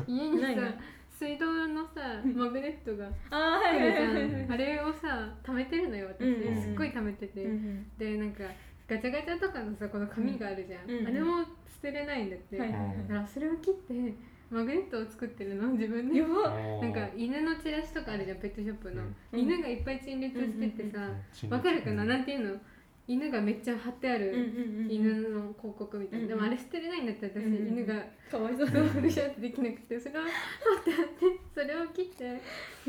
Speaker 3: 家にさ
Speaker 1: ないな
Speaker 3: 水道のさマグネットが
Speaker 1: ああ <laughs> は
Speaker 3: あ
Speaker 1: いは
Speaker 3: る
Speaker 1: い
Speaker 3: じゃ
Speaker 1: はい
Speaker 3: んあれをさ溜めてるのよ私、
Speaker 1: うん
Speaker 2: うん
Speaker 3: すっごい溜めてて、
Speaker 1: うん
Speaker 3: でなんかガチャガチャとかのさこの紙があるじゃん、
Speaker 1: うんうん
Speaker 3: あれも捨てれないんだって、
Speaker 1: うんはいはいは
Speaker 3: だからそれを切ってマグネットを作ってるの自分
Speaker 1: い
Speaker 3: で
Speaker 1: やば
Speaker 3: なんか犬のチラシとかあるじゃんペットショップの、
Speaker 1: うん
Speaker 3: 犬がいっぱい陳列しててさ、
Speaker 2: うん
Speaker 3: わかるかな、なんていうの犬がめっちゃ貼ってあ
Speaker 1: うんう
Speaker 3: る
Speaker 1: んうん
Speaker 3: 犬の広告みたいな、
Speaker 1: うん
Speaker 3: でもあれ捨てれないんだって私、
Speaker 1: うんうん
Speaker 3: 犬が
Speaker 1: かわいそう
Speaker 3: どうでしょってできなくてそれを貼ってあってそれを切って
Speaker 1: や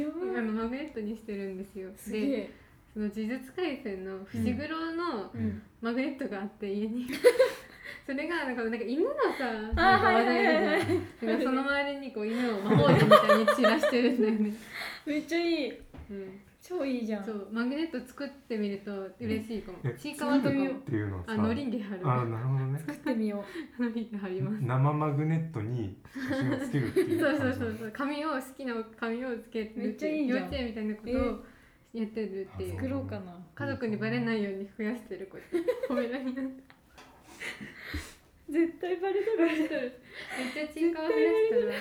Speaker 3: あ
Speaker 1: ば
Speaker 3: のマグネットにしてるんですよ
Speaker 1: すげ
Speaker 3: で
Speaker 1: え
Speaker 3: その呪術廻戦の伏黒の
Speaker 1: うん
Speaker 3: マグネットがあって家
Speaker 1: <laughs>
Speaker 3: にそれがなんかなんか犬のさなんか
Speaker 1: あーは
Speaker 3: 話
Speaker 1: いはい
Speaker 3: 題
Speaker 1: はいは
Speaker 3: あ
Speaker 1: い
Speaker 3: るじゃんだからその周りにこう犬を魔法でみたいに散らしてるんだよね、
Speaker 1: めっちゃいい
Speaker 3: うん、
Speaker 1: 超いいじゃん
Speaker 3: そうマグネット作ってみると嬉しいかも
Speaker 2: え
Speaker 3: ちいかわとかも
Speaker 2: っていうのをさ
Speaker 3: あのりで貼る
Speaker 2: あなるほどね
Speaker 1: 作ってみよ
Speaker 3: <laughs> のりで貼ります
Speaker 2: 生マグネットに写真をつけるって
Speaker 3: そ
Speaker 2: いうう
Speaker 3: そうそうそう髪を好きな髪をつける
Speaker 1: めっちゃいいじゃん
Speaker 3: 幼稚園みたいなことをやってるって
Speaker 2: え
Speaker 3: い
Speaker 1: うん作
Speaker 3: う
Speaker 1: ろうかな
Speaker 3: 家族にバレないように増やしてるこうやって褒められない
Speaker 1: 絶対バレたら
Speaker 3: めっちゃちいかわ増やしたら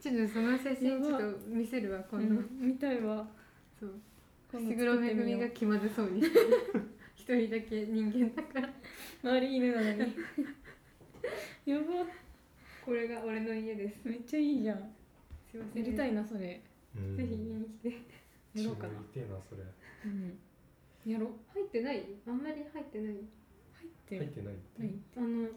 Speaker 3: ちょっとその写真ちょっと見せるわ今度、
Speaker 1: みたいわ
Speaker 3: そう
Speaker 1: 今
Speaker 3: 伏
Speaker 1: 度
Speaker 3: 黒
Speaker 1: 作って
Speaker 3: めぐ
Speaker 1: み
Speaker 3: み
Speaker 1: よ
Speaker 3: が
Speaker 1: う
Speaker 3: 気まずそうにしてる一人だけ人間だから
Speaker 1: 周り犬な
Speaker 3: <laughs>
Speaker 1: のにやば
Speaker 3: これが俺の家です
Speaker 1: めっちゃいいじゃん
Speaker 3: すいませ
Speaker 1: や
Speaker 3: ん
Speaker 1: りたいなそれ
Speaker 2: うん
Speaker 3: ぜひ家に来て
Speaker 1: やろうかな
Speaker 2: ちょっと見てえなそれ
Speaker 1: うんやろう
Speaker 3: 入ってないあんまり入ってない
Speaker 1: 入って
Speaker 2: 入っ
Speaker 1: る
Speaker 2: てないって
Speaker 1: はい
Speaker 3: あの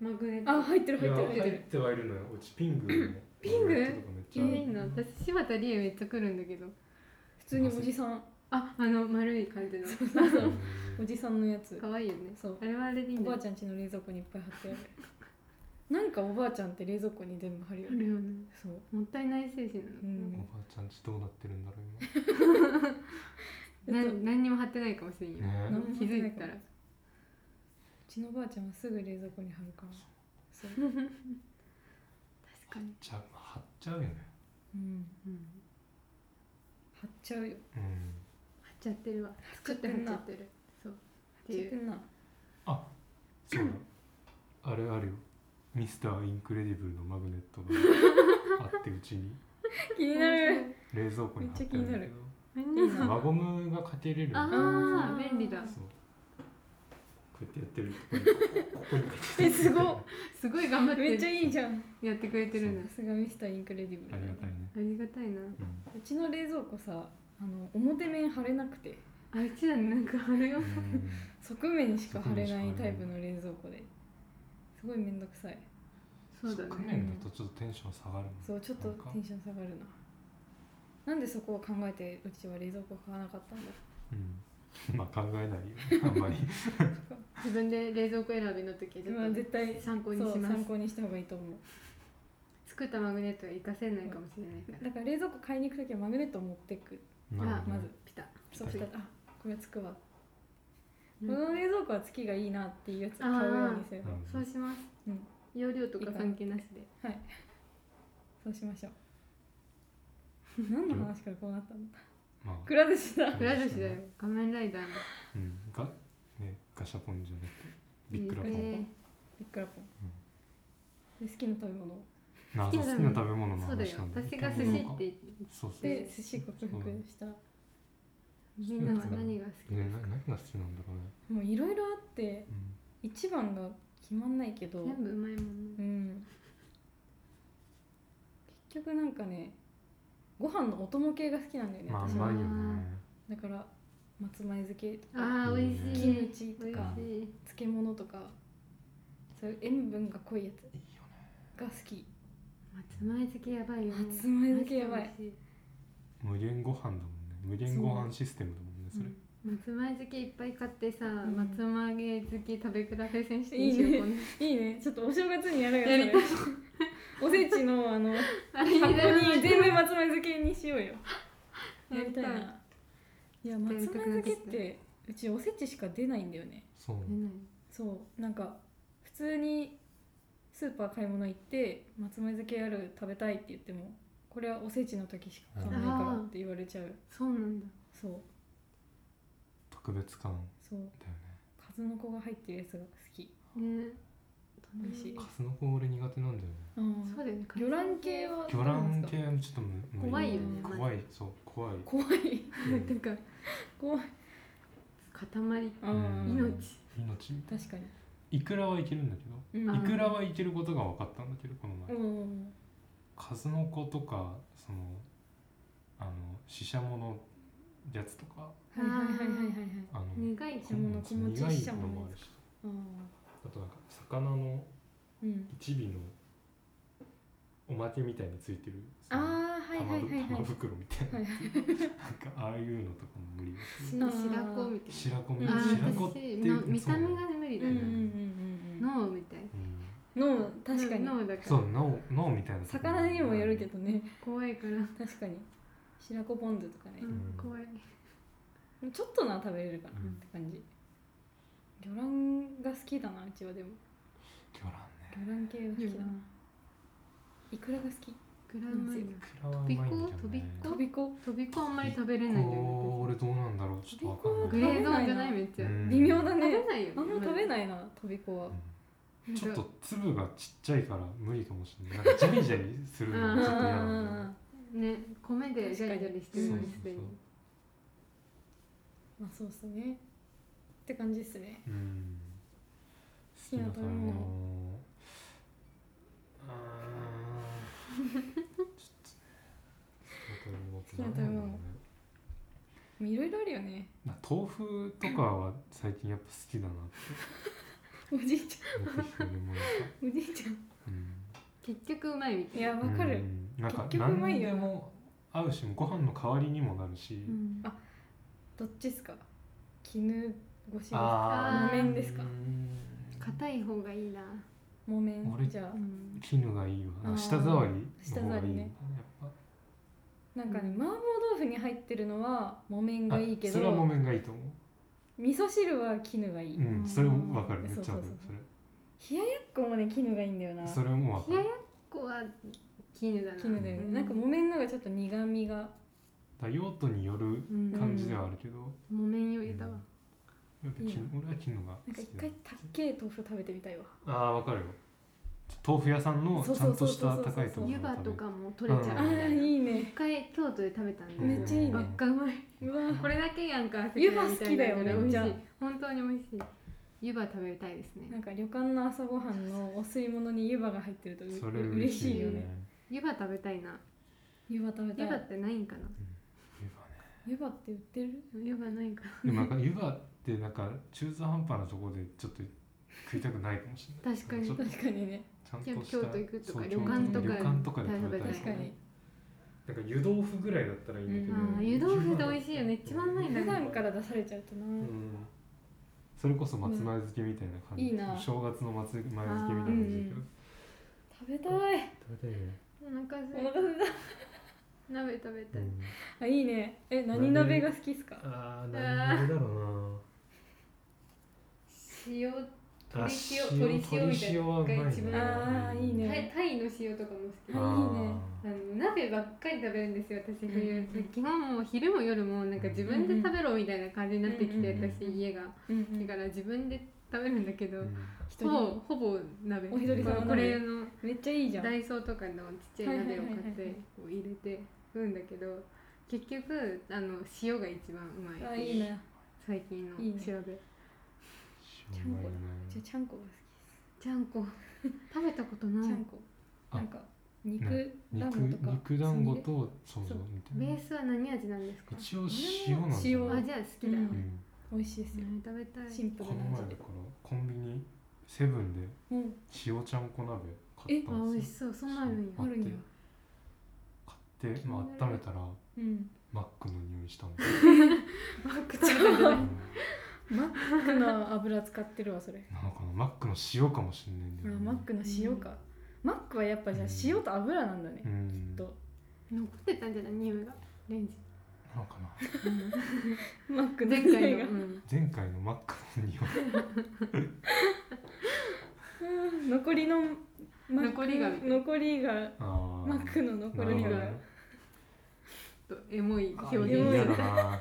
Speaker 3: マグネット
Speaker 1: あ入ってる
Speaker 2: いや
Speaker 1: 入ってる入
Speaker 2: 入
Speaker 1: っ
Speaker 2: っててはいるのようちピングの
Speaker 3: <coughs> ピング
Speaker 2: マグネットとかめっちゃある
Speaker 3: えいいな私柴田理恵めっちゃ来るんだけど
Speaker 1: 普通におじさん
Speaker 3: ああの丸い感じの
Speaker 1: <laughs> おじさんのやつ
Speaker 3: 可愛いよね
Speaker 1: そう
Speaker 3: あれはあれでいい
Speaker 1: お
Speaker 3: んだ
Speaker 1: ば
Speaker 3: よ
Speaker 1: あちゃん家の冷蔵庫にいっぱい貼ってあるなんかおばあちゃんって冷蔵庫に全部貼るよ
Speaker 3: あ
Speaker 1: ね
Speaker 3: るよね
Speaker 1: そう
Speaker 3: もったいない精神なのか
Speaker 1: う
Speaker 3: な、
Speaker 2: お
Speaker 1: ん
Speaker 2: ばあちゃんちどうなってるんだろう
Speaker 3: な
Speaker 1: えっと
Speaker 3: 何にも貼ってないかもしれんよ、<laughs>
Speaker 2: 今ね
Speaker 1: なんも貼
Speaker 3: 気
Speaker 1: って
Speaker 3: づ
Speaker 1: ないい
Speaker 3: た
Speaker 1: かも
Speaker 3: ら
Speaker 1: うちのおばあちゃんはすぐ冷蔵庫に貼るからそう、
Speaker 3: 確かに、
Speaker 2: じゃあ貼っちゃうよね
Speaker 1: うん、
Speaker 3: うん、
Speaker 1: 貼っちゃうよ
Speaker 2: うん
Speaker 3: 貼っちゃってるわ
Speaker 1: 貼
Speaker 3: 作
Speaker 1: っ
Speaker 3: っ
Speaker 1: ち
Speaker 3: て
Speaker 1: ゃっ
Speaker 3: 貼
Speaker 1: てん
Speaker 3: っ
Speaker 1: な
Speaker 3: ちゃってるそうって
Speaker 1: 貼っちゃ
Speaker 3: い
Speaker 1: って
Speaker 3: うん
Speaker 1: な
Speaker 2: あそう <clears throat> だあれあるよミスターインクレディブルのマグネットがあってうちに
Speaker 1: 気になる
Speaker 2: 冷蔵庫に貼ってあるんだ
Speaker 1: めっちゃ気にな
Speaker 2: け
Speaker 1: る
Speaker 2: ど
Speaker 3: 便利
Speaker 1: いい
Speaker 3: な
Speaker 1: な
Speaker 2: 輪ゴムがかけれるんだよ
Speaker 3: あー便利だ
Speaker 2: そうこうやってやってるとこにここにかけて
Speaker 1: えすごっ
Speaker 3: すごい頑張って
Speaker 1: めっちゃいいじゃん
Speaker 3: やってくれてるんだ
Speaker 1: さすがミスターインクレディブル
Speaker 2: あ
Speaker 1: だね
Speaker 2: りがたいね
Speaker 3: ありがたいな
Speaker 2: うん
Speaker 1: うちの冷蔵庫さあの表面貼れなくて
Speaker 3: あうちらなんか貼るよ
Speaker 2: うん
Speaker 1: 側面にしか貼れないタイプの冷蔵庫ですごいめんどくさい
Speaker 3: そうだ
Speaker 2: 側
Speaker 3: ね
Speaker 2: 面だとちょっとテンション下がるもん
Speaker 1: そうちょっとテンション下がるななんでそこを考えてうちは冷蔵庫買わなかったんだ
Speaker 2: うんまあ考えないよあんまり
Speaker 3: 自分で冷蔵庫選びの時はちょっと
Speaker 1: まあ絶対
Speaker 3: 参考に
Speaker 1: そう
Speaker 3: します
Speaker 1: 参考にした方がいいと思う
Speaker 3: 作ったマグネットは活かせないかもしれないから
Speaker 1: だから冷蔵庫買いに行く時はマグネットを持ってく
Speaker 2: なる
Speaker 3: あ
Speaker 2: ほど
Speaker 1: ま
Speaker 2: ね
Speaker 1: ず
Speaker 3: ピタ
Speaker 1: そうしたらあこれはつくわ、
Speaker 3: うん
Speaker 1: この冷蔵庫は月がいいなっていうやつを買うようにすれば
Speaker 2: なるほ
Speaker 3: そ
Speaker 2: ど
Speaker 3: うします、
Speaker 1: うん
Speaker 3: 容量とか関係なしで
Speaker 1: はいそうしましょう何の話からこうなったの
Speaker 2: まあ
Speaker 1: くら寿司だ
Speaker 3: くら寿司だよ仮面ライダーの
Speaker 2: うんがねガシャポンじゃなくてビックラポ
Speaker 3: え
Speaker 2: ン
Speaker 3: ー
Speaker 1: ビッくらポン、で好きな食べ物
Speaker 2: なあ
Speaker 3: 好き
Speaker 2: 好き
Speaker 3: な
Speaker 2: な食べ物の
Speaker 3: そうだ
Speaker 2: 話
Speaker 3: よ
Speaker 2: なんだ
Speaker 3: 私が寿司って言って
Speaker 2: そうそう
Speaker 1: で寿司克服した
Speaker 3: みんなは何が好きで
Speaker 2: ね
Speaker 3: す
Speaker 2: な
Speaker 3: か、
Speaker 2: 何が好きなんだろうね
Speaker 1: もういろいろあって一番が決まんないけど
Speaker 3: 全部うまいもん
Speaker 1: う
Speaker 3: ね
Speaker 1: ん結局なんかねご飯のお供系が好きなんだ
Speaker 2: う
Speaker 1: よね
Speaker 2: んまあう
Speaker 1: 私
Speaker 2: ま
Speaker 1: はい
Speaker 2: よね
Speaker 1: だから松前漬けとか
Speaker 3: ああ美味しい
Speaker 1: キムチと
Speaker 3: 美味
Speaker 1: か
Speaker 3: しい
Speaker 1: 漬物とかそういう塩分が濃いやつ
Speaker 2: いいよね
Speaker 1: が好き
Speaker 3: 松前漬けやばいよね
Speaker 1: 松前漬けやばい
Speaker 3: マジで美味し
Speaker 2: 無限ご飯だもんね無限ご飯システムだもんねそれ
Speaker 3: 松前漬けいっぱい買ってさ、
Speaker 1: ん
Speaker 3: 松前漬け食べ比べ選手権しよう
Speaker 1: いいね
Speaker 3: 今度
Speaker 1: いいねちょっとお正月にやるよ
Speaker 3: やりたい
Speaker 1: それおせち <laughs> のあの
Speaker 3: あれいい
Speaker 1: 箱
Speaker 3: ね
Speaker 1: に全部松前漬けにしようよ
Speaker 3: <laughs> やりたい
Speaker 1: いや松前漬けってうちおせちしか出ないんだよね
Speaker 2: そう
Speaker 3: 出ない
Speaker 1: そうなんか普通にスーパー買い物行って松前漬けある食べたいって言ってもこれはおせちの時しか買わないからって言われちゃう
Speaker 3: そうなんだ
Speaker 1: そう
Speaker 2: 特別感
Speaker 1: そう
Speaker 2: だよね
Speaker 1: 数の子が入ってるやつが好き
Speaker 3: ね
Speaker 1: 美味しい
Speaker 2: カスノコ俺苦手なんだよね
Speaker 1: うん
Speaker 3: そうだよね
Speaker 1: 魚卵系は
Speaker 2: 魚卵系
Speaker 1: どうなんですか
Speaker 2: もちょっとむ無理
Speaker 3: 怖い
Speaker 1: よね
Speaker 2: 怖いそう怖い
Speaker 3: <laughs>
Speaker 1: 怖い
Speaker 2: うん
Speaker 1: なんか怖い
Speaker 3: 塊
Speaker 1: ああ
Speaker 2: うん
Speaker 3: 命
Speaker 2: <laughs> 命
Speaker 1: 確かに
Speaker 2: いくらはいけるんだけど
Speaker 1: うん
Speaker 3: あ
Speaker 2: いくらはいけることが分かったんだけどこの前
Speaker 1: うん
Speaker 2: 数の子とかそのあのシシャモのやつとか
Speaker 1: はいはいはいはいはいはい
Speaker 2: あの
Speaker 3: 苦い
Speaker 1: シャモの子持ち
Speaker 2: 苦い
Speaker 1: シャ
Speaker 2: の
Speaker 1: モの
Speaker 2: も
Speaker 1: やつ
Speaker 2: あるし
Speaker 1: ああ
Speaker 2: あとなんか魚の
Speaker 1: うん
Speaker 2: 一尾のおまけみたいについてるそ
Speaker 1: あ
Speaker 2: の
Speaker 1: あはいはいはい
Speaker 2: 玉
Speaker 1: はい
Speaker 2: 袋みたいな
Speaker 1: はい
Speaker 2: なんかああいうのとかも無理だし
Speaker 3: し白
Speaker 1: あー
Speaker 3: 子みたい
Speaker 2: 白子み
Speaker 1: うん
Speaker 2: たい
Speaker 3: なあ
Speaker 2: な白
Speaker 3: ー
Speaker 2: 子っ
Speaker 3: 私の
Speaker 2: て
Speaker 3: 見た目が無理
Speaker 1: う
Speaker 3: だ
Speaker 1: んうん
Speaker 3: ね
Speaker 1: うん
Speaker 3: 脳みたい
Speaker 2: うん
Speaker 1: うんの確かに
Speaker 3: 脳だか
Speaker 2: そ
Speaker 3: ら
Speaker 2: う脳脳みたいなとこ
Speaker 1: 魚にもよるけどね
Speaker 3: 怖いから
Speaker 1: 確かに白子ポン酢とかね
Speaker 3: う、ん怖い
Speaker 1: ちょっとなら食べれるかなっ
Speaker 2: うん
Speaker 1: て感じ魚卵が好きだなうちはでも
Speaker 2: 魚卵ね
Speaker 1: 魚卵系が好きだなイクラが好き
Speaker 3: グラム
Speaker 2: いくらはうまいんだよね
Speaker 3: 飛びっ子
Speaker 1: 飛び子
Speaker 3: 飛び子あんまり食べれないんだよ
Speaker 2: こう
Speaker 3: ね
Speaker 2: 俺どうなんだろうちょっとわかん
Speaker 3: グ
Speaker 2: ない
Speaker 3: レーゾーンじゃないめっちゃ
Speaker 2: うん
Speaker 1: 微妙だ
Speaker 3: 食
Speaker 1: ね
Speaker 3: べないよ
Speaker 1: あんま食べ
Speaker 3: い
Speaker 1: ないな飛び子は
Speaker 2: うんちょっと粒がちっちゃいから無理かもしれないなんかジャリジャリするのがちょっと嫌なんだよね
Speaker 1: あ
Speaker 3: ね米でジャリジャリして
Speaker 2: そ
Speaker 3: るの
Speaker 2: うそう
Speaker 3: にすでに
Speaker 1: まあそうっすねって感じっすね
Speaker 2: そううん
Speaker 1: 好きな食べ物
Speaker 2: 好きな食べ物あーちょっとね好きな食べ物って何なんだろうね
Speaker 1: いろいろあるよね
Speaker 2: まあ豆腐とかは最近やっぱ好きだな
Speaker 1: おじいち
Speaker 2: って思ってきてるもんなんか
Speaker 1: ゃんおじいちゃ
Speaker 2: うん
Speaker 3: 結局うまいみた
Speaker 1: んい
Speaker 3: いな
Speaker 1: やわかる、
Speaker 2: うんなんか
Speaker 1: 結局うま
Speaker 2: 何
Speaker 1: いよ
Speaker 2: でも合うしご飯の代わりにもなるし、
Speaker 3: うん
Speaker 1: あどっちっすか絹ごしですか
Speaker 2: あー
Speaker 1: 木綿ですか
Speaker 2: うん
Speaker 3: 硬い方がいいな
Speaker 1: 木綿
Speaker 2: 俺
Speaker 1: じゃ
Speaker 3: うん
Speaker 2: 絹がいい
Speaker 1: あー
Speaker 2: わ舌触りの方がいい
Speaker 1: 舌触りね
Speaker 2: やっぱ
Speaker 1: あなんかね麻婆豆腐に入ってるのは木綿がいいけ
Speaker 2: あそれは木
Speaker 1: ど
Speaker 2: 綿がいいと思
Speaker 1: 味噌汁は絹がいい、
Speaker 2: うう
Speaker 3: あー
Speaker 2: んそれわかるめっちゃわか
Speaker 1: そう
Speaker 2: る
Speaker 1: そうここもね絹がいいんだよな
Speaker 2: それそれもわか
Speaker 3: 冷や
Speaker 2: る
Speaker 3: やっこは絹だな
Speaker 1: 絹だよね、
Speaker 3: うん
Speaker 1: なんか木綿のがちょっと苦みが
Speaker 2: だ用途による
Speaker 3: うん
Speaker 2: 感じではあるけど、
Speaker 3: 木綿よりだわ
Speaker 2: やっぱ
Speaker 1: いい
Speaker 2: 絹
Speaker 1: よ
Speaker 2: 俺は絹が
Speaker 1: な
Speaker 2: 好
Speaker 1: んか一
Speaker 2: きだ
Speaker 1: 回たっけえ豆腐食べてみたいわ
Speaker 2: ああわかるよ豆腐屋さんの
Speaker 1: そう
Speaker 2: ち
Speaker 1: そ
Speaker 2: ゃ
Speaker 1: うんそ
Speaker 2: と
Speaker 1: う
Speaker 2: し
Speaker 1: そう
Speaker 2: た高いところ
Speaker 3: 湯葉とかも取れちゃう
Speaker 1: あ
Speaker 3: みたい
Speaker 1: ー
Speaker 3: ない
Speaker 1: い
Speaker 3: 一
Speaker 1: ね
Speaker 3: 回京都で食べたんだ
Speaker 1: めっちゃいいね
Speaker 3: ばっかうまいう
Speaker 1: わ
Speaker 3: これだけやんか
Speaker 1: 湯葉好きだよ
Speaker 3: 世界みたいな
Speaker 2: めっ
Speaker 3: ぐ
Speaker 2: ち
Speaker 3: ら
Speaker 2: ゃ
Speaker 3: い美味しい本当に美味しい湯葉食べたいです
Speaker 1: な
Speaker 3: ね
Speaker 1: んか旅館の朝ごはんのお吸い物に湯葉が入ってるとう
Speaker 2: それ
Speaker 1: う
Speaker 2: 嬉
Speaker 1: 嬉
Speaker 2: し
Speaker 1: し
Speaker 2: い
Speaker 1: い
Speaker 2: よ
Speaker 1: よ
Speaker 2: ね
Speaker 1: ね
Speaker 3: 湯葉食べたいな
Speaker 1: 湯葉食べた
Speaker 3: 湯葉
Speaker 1: い
Speaker 3: ってないんかな
Speaker 2: 湯葉ね
Speaker 1: 湯葉って売ってる
Speaker 3: 湯葉ないんか
Speaker 2: でもなんか湯葉ってなんか中途半端なところでちょっと食いたくないかもしれない
Speaker 3: 確かに
Speaker 2: ちょっと
Speaker 1: 確かにね
Speaker 2: ちゃんとした
Speaker 3: 京都行くとか
Speaker 2: そう
Speaker 3: 旅館とか
Speaker 2: 旅館とかで食べたい
Speaker 1: 確かに
Speaker 2: なんか湯豆腐ぐらいだったらいいんだけど、
Speaker 1: うんあ
Speaker 3: ー湯豆腐って美味しいよね一番うまいんだ
Speaker 1: 普
Speaker 3: よ
Speaker 1: 段から出されちゃうとな、
Speaker 2: うんそれこそ松前漬けみたいな感じ、
Speaker 1: うんいいな
Speaker 2: 正月の松前漬けみたいな感じだけど、
Speaker 1: あ食べたい
Speaker 2: 食べたいよね、
Speaker 3: お腹
Speaker 1: お
Speaker 3: すい
Speaker 1: 腹すい
Speaker 3: 鍋食べ
Speaker 2: う
Speaker 3: たい
Speaker 2: ん、
Speaker 1: たあいいねえ何鍋が好きっすか
Speaker 2: あ
Speaker 3: あ
Speaker 2: ー
Speaker 3: ー
Speaker 2: 何鍋だろ
Speaker 3: 塩
Speaker 2: うな
Speaker 3: 鶏塩
Speaker 2: 鶏塩はうまいね
Speaker 3: が一番
Speaker 1: あーいいね
Speaker 3: タイタイの塩とかも好き
Speaker 1: あ
Speaker 3: あ
Speaker 1: ーいいね
Speaker 3: の鍋ばっかり食べるんですよ私
Speaker 1: う
Speaker 3: 冬
Speaker 1: んうんうん
Speaker 3: 基本もう昼も夜もなんか自分で食べろみたいな感じになってきて
Speaker 2: うんうん
Speaker 3: 私家が
Speaker 1: うんう
Speaker 3: だ
Speaker 1: ん
Speaker 3: から自分で食べるんだけど
Speaker 2: あーうん
Speaker 1: 一
Speaker 3: ほぼ
Speaker 1: 人
Speaker 3: ほぼ鍋
Speaker 1: お一人
Speaker 2: 様鍋
Speaker 3: これの
Speaker 1: めっちゃいいじゃん
Speaker 3: ダイソーとかのちっちゃい鍋を買
Speaker 1: はい
Speaker 3: っ
Speaker 1: はいはいはい
Speaker 3: てこう入れて食うんだけど結局あの塩が一番うま
Speaker 1: あ
Speaker 3: いって
Speaker 1: い
Speaker 3: い
Speaker 1: いうな
Speaker 3: 最近の
Speaker 1: いいね
Speaker 3: 調べ
Speaker 2: 塩うまいよね
Speaker 1: じゃあちゃんこが好
Speaker 3: ちゃんこ <laughs> 食べたこと
Speaker 1: き
Speaker 3: な
Speaker 1: ちゃ
Speaker 3: い
Speaker 1: んこ
Speaker 2: あ
Speaker 1: なんか
Speaker 2: な
Speaker 1: 肉団
Speaker 2: 肉
Speaker 1: 子とか
Speaker 2: 肉団子
Speaker 1: つみ
Speaker 2: とそう
Speaker 1: そ
Speaker 2: そううみた
Speaker 3: ベ
Speaker 2: いな
Speaker 3: ースは何味なんですか
Speaker 2: 一応塩なんだよ
Speaker 1: 塩
Speaker 2: ね
Speaker 3: あじゃあ好きだわ
Speaker 1: う
Speaker 2: うんん
Speaker 1: れ美味しいですよ
Speaker 3: うん食べた
Speaker 1: シ
Speaker 3: い
Speaker 1: ンプ
Speaker 2: こ
Speaker 1: ル
Speaker 2: の
Speaker 1: な
Speaker 2: 前だ
Speaker 1: 味
Speaker 2: から
Speaker 1: で
Speaker 2: コンビニセブンで
Speaker 1: うん
Speaker 2: 塩ちゃんこ鍋買った
Speaker 3: あ
Speaker 2: ん
Speaker 3: 美
Speaker 2: で
Speaker 3: 味
Speaker 2: す
Speaker 3: しそうそんなのあるんや
Speaker 1: あるんや
Speaker 2: よで、まあ、温めたら
Speaker 1: うん
Speaker 2: マックの匂いしたもん、
Speaker 3: マック食べたことない
Speaker 1: マックの油使ってるわそれ
Speaker 2: なのかなマックの塩かもしれないんだ
Speaker 1: あ
Speaker 2: よね
Speaker 1: マックの塩か、マックはやっぱじゃあ塩と油なんだね、
Speaker 2: うん
Speaker 1: きっと
Speaker 3: 残ってたんじゃない匂いがレンジ
Speaker 2: なのかな
Speaker 1: マック
Speaker 3: 前
Speaker 1: 全
Speaker 3: 回
Speaker 1: 体
Speaker 3: の
Speaker 1: が
Speaker 3: うん
Speaker 2: 前回のマックの匂い
Speaker 1: <laughs> うん残りのマック
Speaker 3: 残りがみたいな
Speaker 1: 残りが
Speaker 2: あー
Speaker 1: マックの残り
Speaker 2: な
Speaker 1: が
Speaker 2: る
Speaker 3: ちょっとエモい
Speaker 2: ほ
Speaker 3: 表
Speaker 2: ど
Speaker 3: 現
Speaker 2: ね
Speaker 1: エモい
Speaker 2: 嫌だな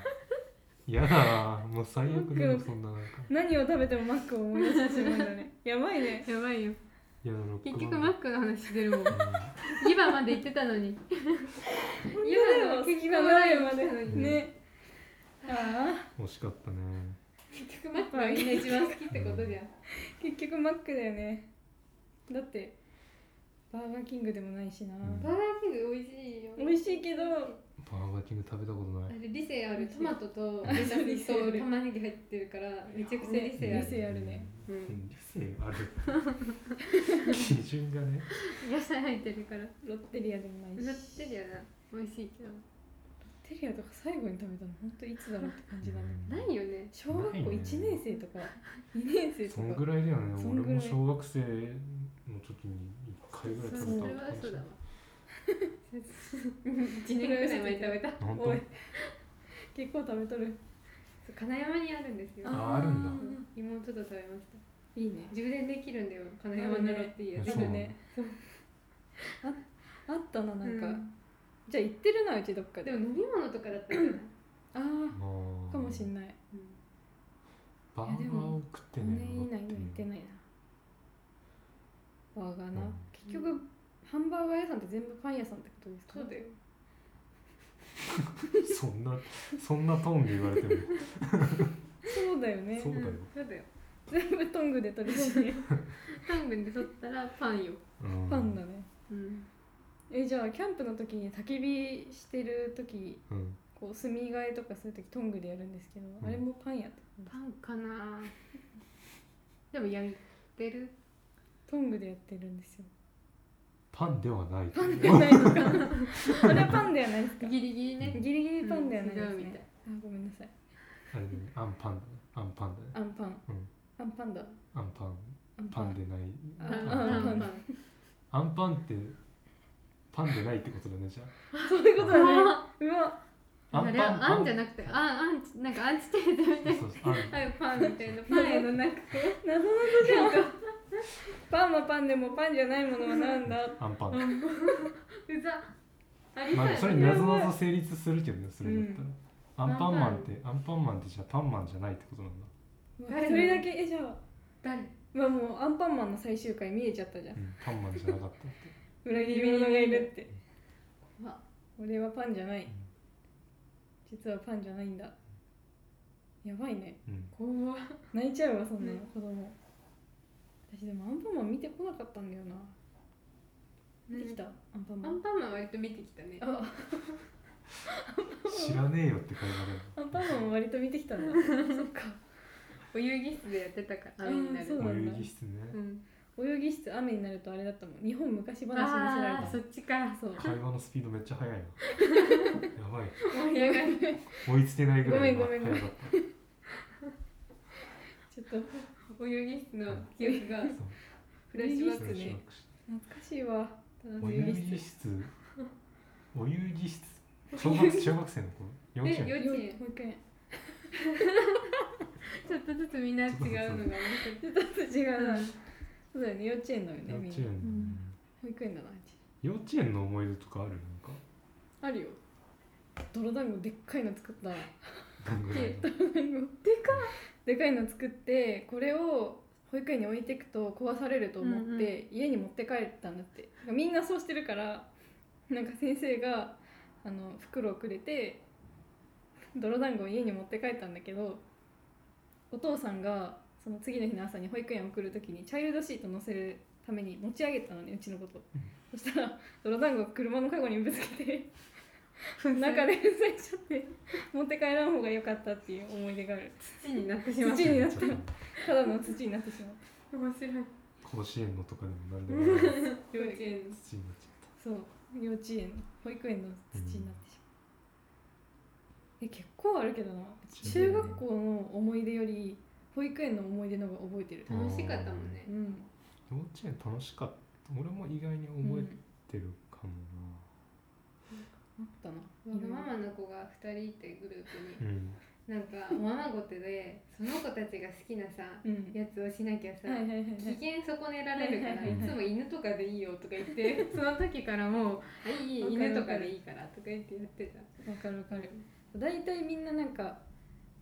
Speaker 2: 嫌だなもう最悪だ
Speaker 1: マッ
Speaker 2: よ
Speaker 1: ク
Speaker 2: そんななんか
Speaker 3: <laughs>
Speaker 1: 何を食べてもマックを思い出してしまうんだねやばいね
Speaker 3: やばいよ
Speaker 2: いやロッ
Speaker 3: 結
Speaker 2: クバンド
Speaker 3: 局マックの話してるもん
Speaker 2: う
Speaker 3: 湯葉まで行ってたのに湯葉の結
Speaker 1: 隙
Speaker 3: 局
Speaker 1: 間
Speaker 3: マ
Speaker 1: ぐらいまで
Speaker 2: ん
Speaker 1: ねあ
Speaker 2: ん惜しかったね
Speaker 3: 結局マックはみんな一番好きってことじゃん
Speaker 1: あ結局マックだよねだってバーガーキングでもないしな、
Speaker 2: うん
Speaker 3: バーガーキング美味しいよ
Speaker 1: 美味しいけど
Speaker 2: バーガーキング食べたことな
Speaker 3: あ
Speaker 2: い
Speaker 3: れ理性あるトマトと
Speaker 1: あ
Speaker 3: レタ
Speaker 1: 理
Speaker 3: ス
Speaker 1: 性あ
Speaker 3: と
Speaker 1: る
Speaker 3: 玉ねぎ入ってるからめちゃくちゃ理性ある
Speaker 1: ね理、性あるね
Speaker 3: う、
Speaker 2: うんん理性ある
Speaker 1: <laughs>
Speaker 2: 基準がね
Speaker 3: 野菜入ってるから
Speaker 1: ロッテリアでもないし
Speaker 3: 売
Speaker 1: ロ
Speaker 3: っ
Speaker 1: ッ
Speaker 3: てるよな美味しいけど
Speaker 1: テリアとか最後に食べたの本当いつだろうって感じだね
Speaker 2: うん
Speaker 3: ないよね
Speaker 1: 小学校
Speaker 2: ないね
Speaker 1: 1年生とか2年生と
Speaker 2: そん
Speaker 1: か
Speaker 2: ぐらいだよね
Speaker 1: そんぐら
Speaker 2: 俺
Speaker 1: い
Speaker 2: も小学生の時に一回ぐらい
Speaker 3: そ
Speaker 2: 食べ
Speaker 3: そ
Speaker 2: た
Speaker 3: れ
Speaker 2: の
Speaker 3: は
Speaker 2: かもし
Speaker 3: そう
Speaker 2: れ
Speaker 3: だ
Speaker 2: な
Speaker 3: わ
Speaker 2: い
Speaker 3: 1年ぐらい前に食べ
Speaker 1: <laughs>
Speaker 3: た
Speaker 2: 本当
Speaker 1: おい結構食べとる
Speaker 3: そう金山にあるんですよ
Speaker 2: ああるんだ
Speaker 3: 妹と食べました
Speaker 1: いいね
Speaker 3: 充電できるんだよ金山のロッテリア
Speaker 1: あ
Speaker 2: あ
Speaker 3: で
Speaker 2: そう
Speaker 1: る
Speaker 2: なの
Speaker 1: ねそうああったななんか、
Speaker 3: うん
Speaker 1: じゃあ行ってるなうちどっかで
Speaker 3: でも飲み物とかだったら、う
Speaker 1: ああ
Speaker 2: あー
Speaker 1: かもしんない
Speaker 3: ん
Speaker 2: バーガ
Speaker 1: いやで
Speaker 2: ー
Speaker 1: も
Speaker 2: を食って
Speaker 1: 5
Speaker 2: ね
Speaker 1: 年以内には行ってないなバーガーな、
Speaker 2: うん
Speaker 1: 結局、ハンバーガー屋さんって全部パン屋さんってことですか
Speaker 3: そうだよ
Speaker 2: そんなそんなトーンで言われても
Speaker 1: そうだよね
Speaker 2: そうだよ
Speaker 3: んそうだよ
Speaker 1: <laughs> 全部トングで取るしね
Speaker 3: タングで取ったらパンよ、
Speaker 2: うん
Speaker 1: パンだね
Speaker 3: うん、
Speaker 1: えじゃあキャンプの時に焚き火してる時
Speaker 2: うん
Speaker 1: こう炭替えとかする時トングでやるんですけど、
Speaker 2: ん
Speaker 1: あれもパンやって
Speaker 3: パンかな <laughs> でも焼いてる
Speaker 1: トングでやってるんです
Speaker 2: <laughs>
Speaker 1: よ
Speaker 2: パンではない
Speaker 1: パンではないのかあれはパンではないですか
Speaker 3: ギリギリね
Speaker 1: ギリギリパンではないです
Speaker 3: うん違うみたい
Speaker 1: ね、あごめんなさい
Speaker 2: あれだねアンパンだねアンパンだね
Speaker 1: アンパン、
Speaker 2: うん
Speaker 1: アンパンだ
Speaker 2: アンパン
Speaker 1: アン
Speaker 2: パンでない
Speaker 1: あ
Speaker 3: うん
Speaker 1: あ
Speaker 3: パ
Speaker 1: あ
Speaker 3: ンパン
Speaker 1: あ
Speaker 2: アンパンってパンでないってことだねじゃ
Speaker 1: そういうことだねうわ
Speaker 2: あ
Speaker 3: あれはあんじゃ
Speaker 2: い
Speaker 3: なくてあんあんちなんかアンチテーゼみたい
Speaker 2: そうそうあん
Speaker 3: なはいパンみたいなパンへのなんか
Speaker 1: 謎々じゃんパンはパンでもパンじゃないものはなんだ
Speaker 2: アンパン
Speaker 3: うざありそ
Speaker 2: ま
Speaker 3: う
Speaker 2: あ
Speaker 3: や
Speaker 2: それ
Speaker 3: ね
Speaker 2: なぞなぞ成立するけどねそれだったら、
Speaker 3: うん
Speaker 2: アンパンマンってアンパンマンってじゃあパンマンじゃないってことなんだ、
Speaker 1: それだけえじゃあ
Speaker 3: 誰
Speaker 1: まあもうアンパンマンの最終回見えちゃったじゃん
Speaker 2: うん、パンマンじゃなかったって
Speaker 1: 裏切り者がいるって
Speaker 3: 怖っ
Speaker 1: 俺はパンじゃない
Speaker 2: うん
Speaker 1: 実はパンじゃないんだやばいね
Speaker 2: うん
Speaker 3: 怖っ
Speaker 1: 泣いちゃうわそんな
Speaker 3: ね
Speaker 1: 子供私でもアンパンマン見てこなかったんだよな見てきたアンパン
Speaker 3: ア
Speaker 1: マン
Speaker 3: ンパンマン割と見てきたね
Speaker 1: あ
Speaker 2: 知らねえよって会話だよ
Speaker 1: アンパンマン割と見てきたんだそっか
Speaker 3: お遊戯室でやってたから雨にな
Speaker 1: あ
Speaker 3: る
Speaker 1: ーそうだ
Speaker 2: お遊戯室ね、
Speaker 3: うん
Speaker 1: 泳ぎ室雨になるとあれだったもん日本昔話にせられ
Speaker 3: あ
Speaker 1: た
Speaker 3: あそっちかそう
Speaker 2: 会話のスピードめっちゃ速いなやばい
Speaker 3: 盛り上がる
Speaker 2: 追いつけないぐらい今
Speaker 1: ごめんごめ
Speaker 2: 速
Speaker 1: んごめん
Speaker 2: かった
Speaker 1: ちょっと
Speaker 3: お遊戯室の記憶が
Speaker 2: そう
Speaker 3: フラッシュバック
Speaker 1: そうですね懐かしいわ
Speaker 2: お
Speaker 1: 泳
Speaker 2: 遊
Speaker 1: ぎ
Speaker 2: 戯
Speaker 1: 室
Speaker 2: 室お遊戯室小学小学生の頃幼稚
Speaker 3: え
Speaker 2: 園
Speaker 3: 幼稚
Speaker 1: 幼稚園
Speaker 3: 園
Speaker 1: 保育園
Speaker 3: ちょっとずつみんな違うのが面白い
Speaker 1: 違うな <laughs> そうだよね幼稚園だよね
Speaker 2: 幼
Speaker 1: み
Speaker 2: 稚
Speaker 1: んな
Speaker 2: 園、
Speaker 3: ん
Speaker 1: 保育園だなうち
Speaker 2: 幼稚園の思い出とかあるなんか
Speaker 1: あるよ泥団子でっかいの作った
Speaker 2: どんぐらいの
Speaker 1: 泥団子でかいでかいの作ってこれを保育園に置いていくと壊されると思って、
Speaker 3: うんうん
Speaker 1: 家に持って帰ったんだってなんかみんなそうしてるからなんか先生があの袋をくれて泥団子を家に持って帰ったんだけどお父さんがその次の日の朝に保育園送る時にチャイルドシート乗せるために持ち上げたのねうちのこと
Speaker 2: うん
Speaker 1: そしたら泥団子を車のカゴにぶつけて中で粉砕しちゃって持って帰らん方が良かったっていう思い出がある
Speaker 3: 土になってしまう
Speaker 1: 土になった
Speaker 2: ちょっと
Speaker 1: ただの土になってしまう
Speaker 3: 面白い
Speaker 2: <laughs> 甲子園のとかでも何でもない
Speaker 3: 幼稚園の
Speaker 2: 土になっちゃっ
Speaker 1: そう幼稚園保育園の土になってしまう、え結構あるけどな中学校の思い出より保育園の思い出の方が覚えてる
Speaker 2: うん
Speaker 3: 楽しかったもんね
Speaker 1: うん、
Speaker 2: た幼稚園楽しかった俺も意外に
Speaker 1: うん、
Speaker 2: 覚えてるかも
Speaker 1: あったな
Speaker 3: わがままの子が2人いてグループ
Speaker 2: なうん、
Speaker 3: になんかおままごとでその子たちが好きなさ
Speaker 1: うん
Speaker 3: やつをしなきゃさ
Speaker 1: はいはいはいはい
Speaker 3: 機嫌損ねられるか
Speaker 1: は
Speaker 3: ら
Speaker 1: い
Speaker 2: はい
Speaker 3: い
Speaker 2: はい
Speaker 3: つも犬とかでいいよとか言 <laughs> ってその時からもう「あいいいい
Speaker 1: わかる
Speaker 3: 犬とかでいいから」とか言ってやってた
Speaker 1: わかるわかる大体みんななんか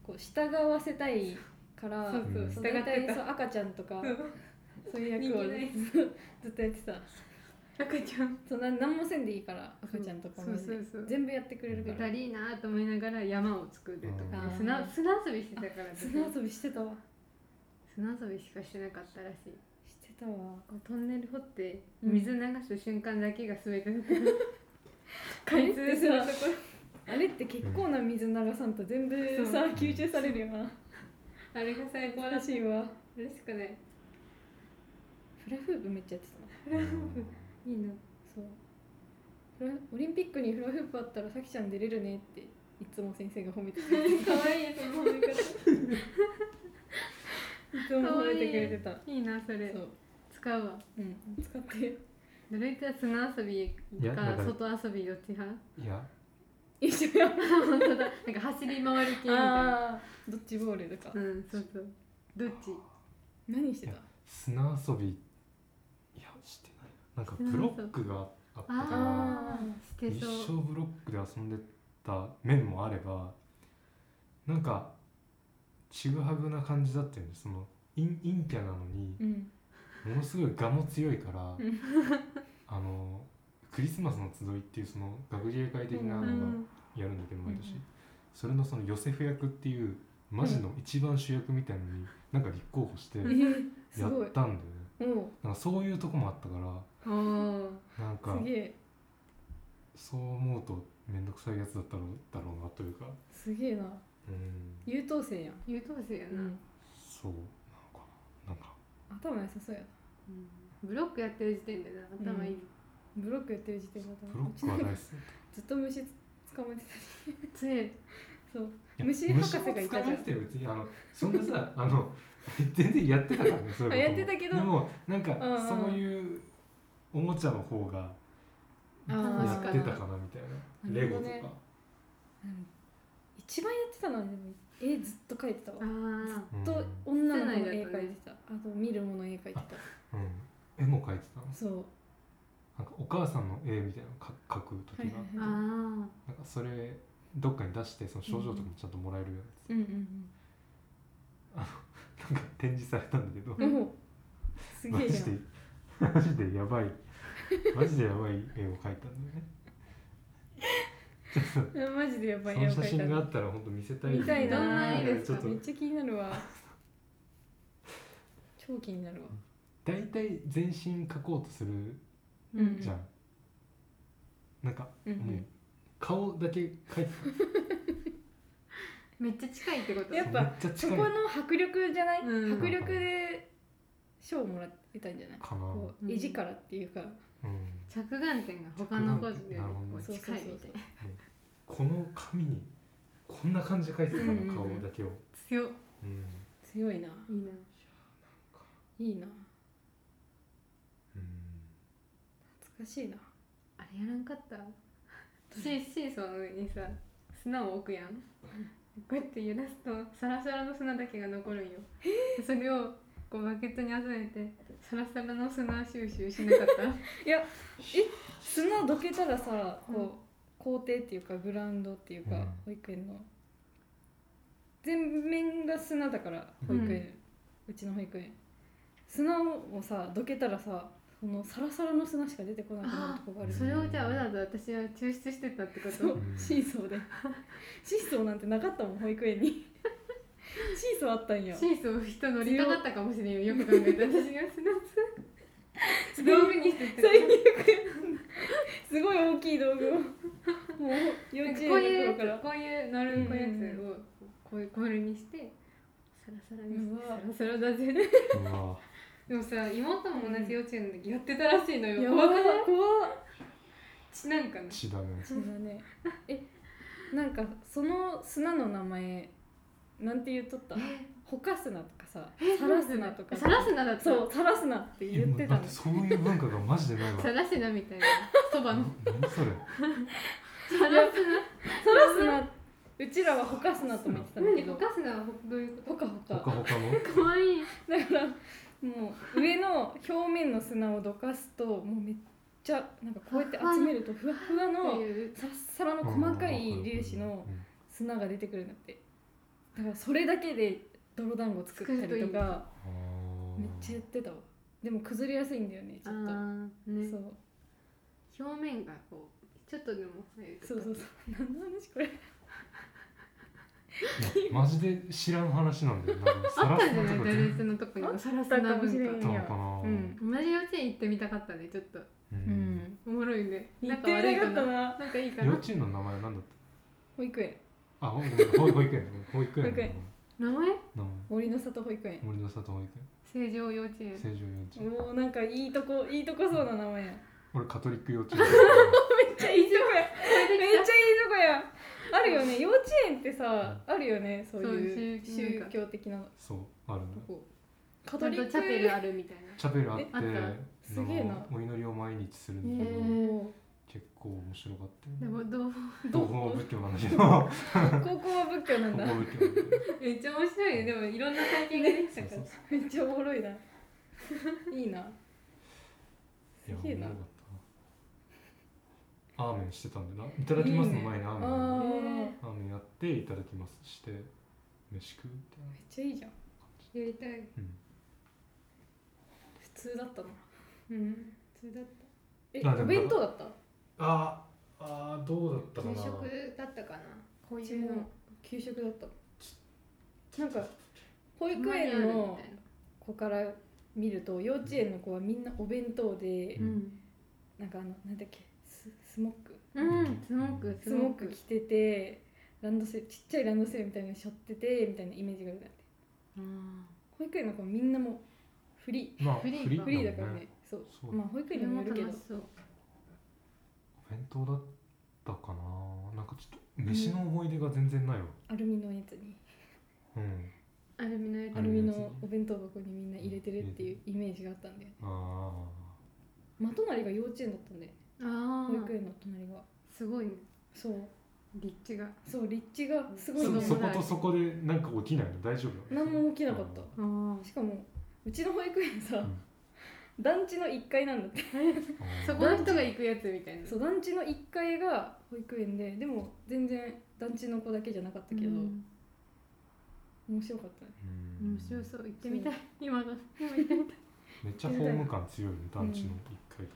Speaker 1: こう従わせたいから
Speaker 3: そう
Speaker 2: そう
Speaker 1: そう
Speaker 3: 従って
Speaker 1: 大体
Speaker 3: た
Speaker 1: そう赤ちゃんとか
Speaker 3: そう
Speaker 1: そういう役をねとやってた
Speaker 3: 赤ちゃん
Speaker 1: そうな何もせんでいいから赤ちゃんとか
Speaker 3: そ
Speaker 1: も
Speaker 3: うそうそう
Speaker 1: 全部やってくれる
Speaker 3: ベ
Speaker 1: か
Speaker 3: タ
Speaker 1: ら
Speaker 3: リーなーと思いながら山を作るとか
Speaker 1: あー
Speaker 3: 砂砂遊びしてたから私
Speaker 1: 砂遊びしてたわ
Speaker 3: 砂遊びしかしてなかったらしい
Speaker 1: してたわ
Speaker 3: こうトンネル掘って水流す瞬間だけが全てだから、開通するとこ
Speaker 1: あれって結構な水流さんと全部さ
Speaker 2: そう
Speaker 1: 吸収されるよな
Speaker 3: ろあれが最高ら
Speaker 1: ら
Speaker 3: しい
Speaker 1: しいわ
Speaker 3: 嬉しくない
Speaker 1: フラフープめっちゃやってた
Speaker 2: <laughs>
Speaker 3: いいの
Speaker 1: そうフラオリンピックにフラフープあったらさきちゃん出れるねっていつも先生が褒めてくれ
Speaker 3: <laughs>
Speaker 1: て
Speaker 3: 可愛いその褒め方
Speaker 1: いつも褒めてくれてた
Speaker 3: いいなそれ
Speaker 1: そう
Speaker 3: 使うわ
Speaker 1: うん使って
Speaker 3: どれくらい砂遊び
Speaker 2: いや
Speaker 3: か
Speaker 2: なんか
Speaker 3: 外遊びどっち派 <laughs>
Speaker 2: いや
Speaker 1: 一緒や
Speaker 3: 本当だなんか走り回る系みたいな
Speaker 1: ドッジボールとか
Speaker 3: うんそうそうどっち
Speaker 1: 何してた
Speaker 2: いや砂遊びいやしてないななんかブロックがあったか
Speaker 3: あ
Speaker 2: ら
Speaker 3: して
Speaker 2: 一
Speaker 3: そう
Speaker 2: 生ブロックで遊んでた面もあればなんかちぐはぐな感じだったよねその陰陰キャなのに
Speaker 1: うん
Speaker 2: ものすごい我も強いから
Speaker 1: うん
Speaker 2: あのクリスマスの集いっていうその学芸会的なの
Speaker 3: う
Speaker 2: が
Speaker 3: ん
Speaker 2: やるんだけど毎
Speaker 1: う
Speaker 2: 年
Speaker 1: んうん
Speaker 2: それのそのヨセフ役っていうマジの一番主役みたいのになんか立候補してや
Speaker 1: え
Speaker 2: っ
Speaker 1: ー <laughs> す
Speaker 2: たんだ
Speaker 1: ご
Speaker 2: よね
Speaker 1: いも
Speaker 2: なんかそういうとこもあったから
Speaker 3: おー
Speaker 2: なんか
Speaker 1: うすげえ
Speaker 2: そう思うと面倒くさいやつだったろうだろうなというか
Speaker 1: すげえな
Speaker 2: うん
Speaker 1: 優等生やん、
Speaker 3: 優等生やな、
Speaker 2: そうなのか
Speaker 1: 頭良さそうやな
Speaker 3: うんブロックやってる時点でな頭いい、
Speaker 1: ブロックやってる時点だと
Speaker 2: ななんかブロックは大好き
Speaker 1: <laughs> ずっと虫捕まえてたし
Speaker 3: 強い
Speaker 1: そう
Speaker 2: いや
Speaker 1: 虫博士がいたじ
Speaker 2: 虫も捕
Speaker 1: ゃん
Speaker 2: まえてたよ別にあのそんなさあの <laughs> 全然やってたからねそういうことも
Speaker 1: やってたけど
Speaker 2: でもなんか
Speaker 1: うんうん
Speaker 2: そういうおもちゃの方が
Speaker 1: あ
Speaker 3: ー
Speaker 2: やってたかなみたいな
Speaker 1: なる
Speaker 2: レ
Speaker 1: ほ
Speaker 2: ゴ
Speaker 1: ど
Speaker 2: と
Speaker 1: ね
Speaker 2: か
Speaker 1: うん一番やってたのはでも絵ずっと描いてたわ
Speaker 3: ああ
Speaker 1: ずっと女の子の絵
Speaker 3: うん
Speaker 1: 描いてた、あと見るもの絵描いてた
Speaker 2: うん絵も描いてたの
Speaker 1: そう
Speaker 2: なんかお母さんの絵みたいなのか描く時が、
Speaker 1: はいはいはい
Speaker 3: ああ
Speaker 2: なんかそれどっかに出してその賞状とかもちゃんともらえるや
Speaker 1: うんうん
Speaker 2: つ、なんか展示されたんだけど
Speaker 1: うんもうすげ
Speaker 2: マ
Speaker 1: えじ
Speaker 2: ジで
Speaker 1: ゃん
Speaker 2: マジでやばいマジでやばい絵を描いたんだよね
Speaker 1: うんマジでやばい
Speaker 2: そ
Speaker 1: 絵を
Speaker 2: の
Speaker 1: 描
Speaker 2: 写
Speaker 1: いた
Speaker 2: 真があ
Speaker 1: の
Speaker 2: ったら本当見せたい
Speaker 1: 見たいな
Speaker 3: どんな絵
Speaker 1: です
Speaker 2: ちょっ
Speaker 1: か
Speaker 2: と
Speaker 1: めっちゃ気になるわ超気になるわ
Speaker 2: 大体全身描こうとする
Speaker 1: うん
Speaker 2: じゃん、なんか
Speaker 1: うん
Speaker 2: もう顔だけ描いて
Speaker 3: めっちゃ近いってこと
Speaker 1: や
Speaker 2: た
Speaker 1: っぱ
Speaker 2: めっちゃ
Speaker 1: そ
Speaker 2: 近い
Speaker 1: こ
Speaker 2: か
Speaker 1: の迫力じゃない、
Speaker 3: うん
Speaker 1: 迫力で賞をもらってたんじゃない
Speaker 2: な、
Speaker 1: こ
Speaker 3: う
Speaker 1: うん絵力っていうか、
Speaker 2: うん、
Speaker 3: 着眼点が他の子より
Speaker 2: なるほ
Speaker 3: も
Speaker 2: どね
Speaker 1: そうそ
Speaker 3: 近
Speaker 1: うそ
Speaker 3: い
Speaker 1: う
Speaker 3: みたいな
Speaker 2: この紙にこんな感じで描いてた
Speaker 1: うんうんう
Speaker 2: の
Speaker 1: ん
Speaker 2: 顔だけを、
Speaker 3: 強い
Speaker 2: うん
Speaker 1: 強いない
Speaker 3: な。
Speaker 1: いいな
Speaker 2: うん
Speaker 1: <laughs> 懐かしいな
Speaker 3: あれやらんかったシシーソーの上にさ砂を置くやんこうやって揺らすとサラサラの砂だけが残るんよそれをこうバケットに集めてサラサラの砂収集しなかった
Speaker 1: <laughs> いやえ砂どけたらさ
Speaker 3: う
Speaker 1: こう校庭っていうかグラウンドっていうか、
Speaker 2: うん
Speaker 1: 保育園の全面が砂だから保育園、うちの保育園砂をさどけたらさこのサラサラの砂しか出てこなくなるとこがある
Speaker 3: それをじゃあわざわざ私は抽出してたってこ
Speaker 1: そう
Speaker 3: と
Speaker 1: シーソーでシーソーなんてなかったもん保育園にシーソーあったんよ
Speaker 3: シーソー人乗りたかったかもしれんよよく考えたら私
Speaker 1: <laughs>
Speaker 3: が
Speaker 1: そ
Speaker 3: 砂
Speaker 1: う
Speaker 3: 道具にしてて
Speaker 1: 最悪すごい大きい道具をもう幼
Speaker 3: なんか
Speaker 1: 稚
Speaker 3: こう
Speaker 1: 園
Speaker 3: いう
Speaker 1: の頃から
Speaker 3: こういうなるこういうやつをこういうコールにしてサラサラです
Speaker 1: うわ
Speaker 3: サラサラだぜ
Speaker 2: うわ
Speaker 3: でもさ妹も同じ幼稚園の時やってたらしいのよ
Speaker 1: や
Speaker 3: 怖
Speaker 1: ば
Speaker 3: くない
Speaker 1: 怖っ
Speaker 3: ちなんかね
Speaker 2: 血だね
Speaker 1: そうだねえなんかその砂の名前なんて言っとったほか砂とかささら砂とか
Speaker 3: サラスナだった
Speaker 1: そうさら砂って言ってた
Speaker 2: だっ
Speaker 1: の
Speaker 2: てそういう文化がマジでないわ
Speaker 3: サラスナみたいなそばの
Speaker 2: 何それ
Speaker 3: サラス
Speaker 1: さら砂うちらはほか砂とも言ってたんだ
Speaker 3: 何
Speaker 1: けど
Speaker 3: おかすなどういうこ
Speaker 1: ほかほ
Speaker 2: ほか
Speaker 1: か
Speaker 2: ほかの
Speaker 3: とかわいい
Speaker 1: だからもう上の表面の砂をどかすともうめっちゃなんかこうやって集めるとふわふわ
Speaker 3: っ
Speaker 1: の
Speaker 3: ていう
Speaker 1: さっさらの細かい粒子の砂が出てくるんだってだからそれだけで泥団子作ったりとか
Speaker 2: うん
Speaker 1: めっちゃやってたわでも崩れやすいんだよねちょっと
Speaker 3: あー表面がこうちょっとでも入ると
Speaker 1: そうそうそう何の話これ
Speaker 2: マジで知らん話なんだよなんか
Speaker 3: あったんじゃない
Speaker 2: サラスのとこ
Speaker 3: ダル
Speaker 2: 全
Speaker 3: ス
Speaker 2: 然
Speaker 3: のとこに
Speaker 1: あっ
Speaker 3: もサラス
Speaker 1: た
Speaker 3: な
Speaker 1: かもしれ
Speaker 3: 文化
Speaker 2: あっ
Speaker 1: ん
Speaker 2: たのかな
Speaker 1: うん
Speaker 3: 同じ幼稚園行ってみたかったねちょっと
Speaker 2: う、
Speaker 1: うんん
Speaker 3: おもろいね
Speaker 1: 行
Speaker 3: な
Speaker 1: っ
Speaker 3: んか
Speaker 1: てみ
Speaker 3: 悪いか
Speaker 1: たかった
Speaker 3: な
Speaker 1: な
Speaker 3: なんかいいか
Speaker 2: 幼
Speaker 3: な
Speaker 2: 稚園の名前なんだっ
Speaker 1: 保育園
Speaker 2: たあほんごめん保育園保育園
Speaker 1: 保育園
Speaker 3: 名前
Speaker 2: の名前
Speaker 1: 森の里保育園
Speaker 2: 森の里保育
Speaker 3: 成城幼稚
Speaker 2: 園
Speaker 3: 園
Speaker 2: 成城幼稚園
Speaker 1: おーなんかいいとこいいとこそうな名前や
Speaker 2: 俺カトリック幼稚園
Speaker 1: めっちゃいいとこやめっちゃいいとこやあるよね幼稚園ってさあるよねそういう
Speaker 3: そう宗
Speaker 1: 宗教的な
Speaker 2: そうあるの
Speaker 1: とこカ
Speaker 3: ちゃ
Speaker 1: ト
Speaker 3: ん
Speaker 1: リ
Speaker 3: と
Speaker 1: ック
Speaker 3: チャペルあるみたいな
Speaker 2: チャペルあって
Speaker 1: え
Speaker 3: あった
Speaker 1: すげえな
Speaker 2: あのお祈りを毎日するんだけど、
Speaker 3: へえ
Speaker 2: 結構面白かった
Speaker 3: でも
Speaker 2: よ、ね、
Speaker 3: どう
Speaker 2: 同胞仏教なんだけど同
Speaker 1: 高校は仏教なんだ
Speaker 2: 胞仏教なんだけど
Speaker 3: めっちゃ面白いねでもいろんな体験ができたから
Speaker 2: そう
Speaker 1: めっちゃおもろ <laughs> いないいな
Speaker 2: そういや
Speaker 1: すげえな
Speaker 2: 面白かったアーメンしてたんだよないただきますの前にアーメン
Speaker 1: あー
Speaker 3: ね
Speaker 2: アーメンやっていただきますして飯食うみたいな
Speaker 1: めっちゃいいじゃん
Speaker 3: やりたい
Speaker 1: 普通だったな
Speaker 3: うん普通だっ
Speaker 1: え
Speaker 2: あでも
Speaker 1: お弁当だった
Speaker 2: あーあーどうだった
Speaker 3: た
Speaker 2: か
Speaker 3: 給
Speaker 2: な
Speaker 3: 食だったかなこう
Speaker 1: うち
Speaker 3: いう
Speaker 1: も
Speaker 3: の
Speaker 1: 給食だったなんか保育園の子から見ると幼稚園の子はみんなお弁当で
Speaker 3: う
Speaker 2: うんん
Speaker 1: なんかあのなんだっけススモック
Speaker 3: うんすごく
Speaker 1: スモック着ててランドセルちっちゃいランドセルみたいなの背負っててみたいなイメージがあるんだって
Speaker 3: うん
Speaker 1: 保育園の子はみんなもうフリ
Speaker 2: まあ
Speaker 3: フリー
Speaker 1: ーフリーだからねそう
Speaker 2: そう
Speaker 1: まあ保育
Speaker 3: で
Speaker 1: 園にも
Speaker 3: も
Speaker 1: よるけど
Speaker 3: 楽しそう
Speaker 2: お弁当だったかななんかちょっと飯の思い出が全然ないわ
Speaker 1: アルミのやつに
Speaker 2: うん、
Speaker 3: アルミのやつ
Speaker 1: アルミのお弁当箱にみんな入れてるっていうイメージがあったんだよね
Speaker 2: あ
Speaker 1: まあ隣が幼稚園だったんだよね
Speaker 3: あ
Speaker 1: 保育園の隣が
Speaker 3: あすごいね
Speaker 1: そう
Speaker 3: 立地が
Speaker 1: そう立地がすごい
Speaker 2: あ
Speaker 1: の
Speaker 2: そそ
Speaker 3: こ
Speaker 2: こ
Speaker 3: だ
Speaker 2: とそこでなんか起きないの大丈夫な
Speaker 1: 何
Speaker 2: の
Speaker 1: も起きなかった
Speaker 2: あ
Speaker 3: ああ
Speaker 1: しかもうちの保育園さ、
Speaker 2: ん
Speaker 1: 団地の1階なんだって
Speaker 2: ー
Speaker 3: そこの人が行くやつみたいな
Speaker 1: そう団地の1階が保育園ででも全然団地の子だけじゃなかったけど、
Speaker 3: うん
Speaker 1: 面白かったね
Speaker 2: うん
Speaker 3: 面白そう行ってみたい今が今行ってみたい
Speaker 2: めっちゃホーム感強いね団地の一階だっ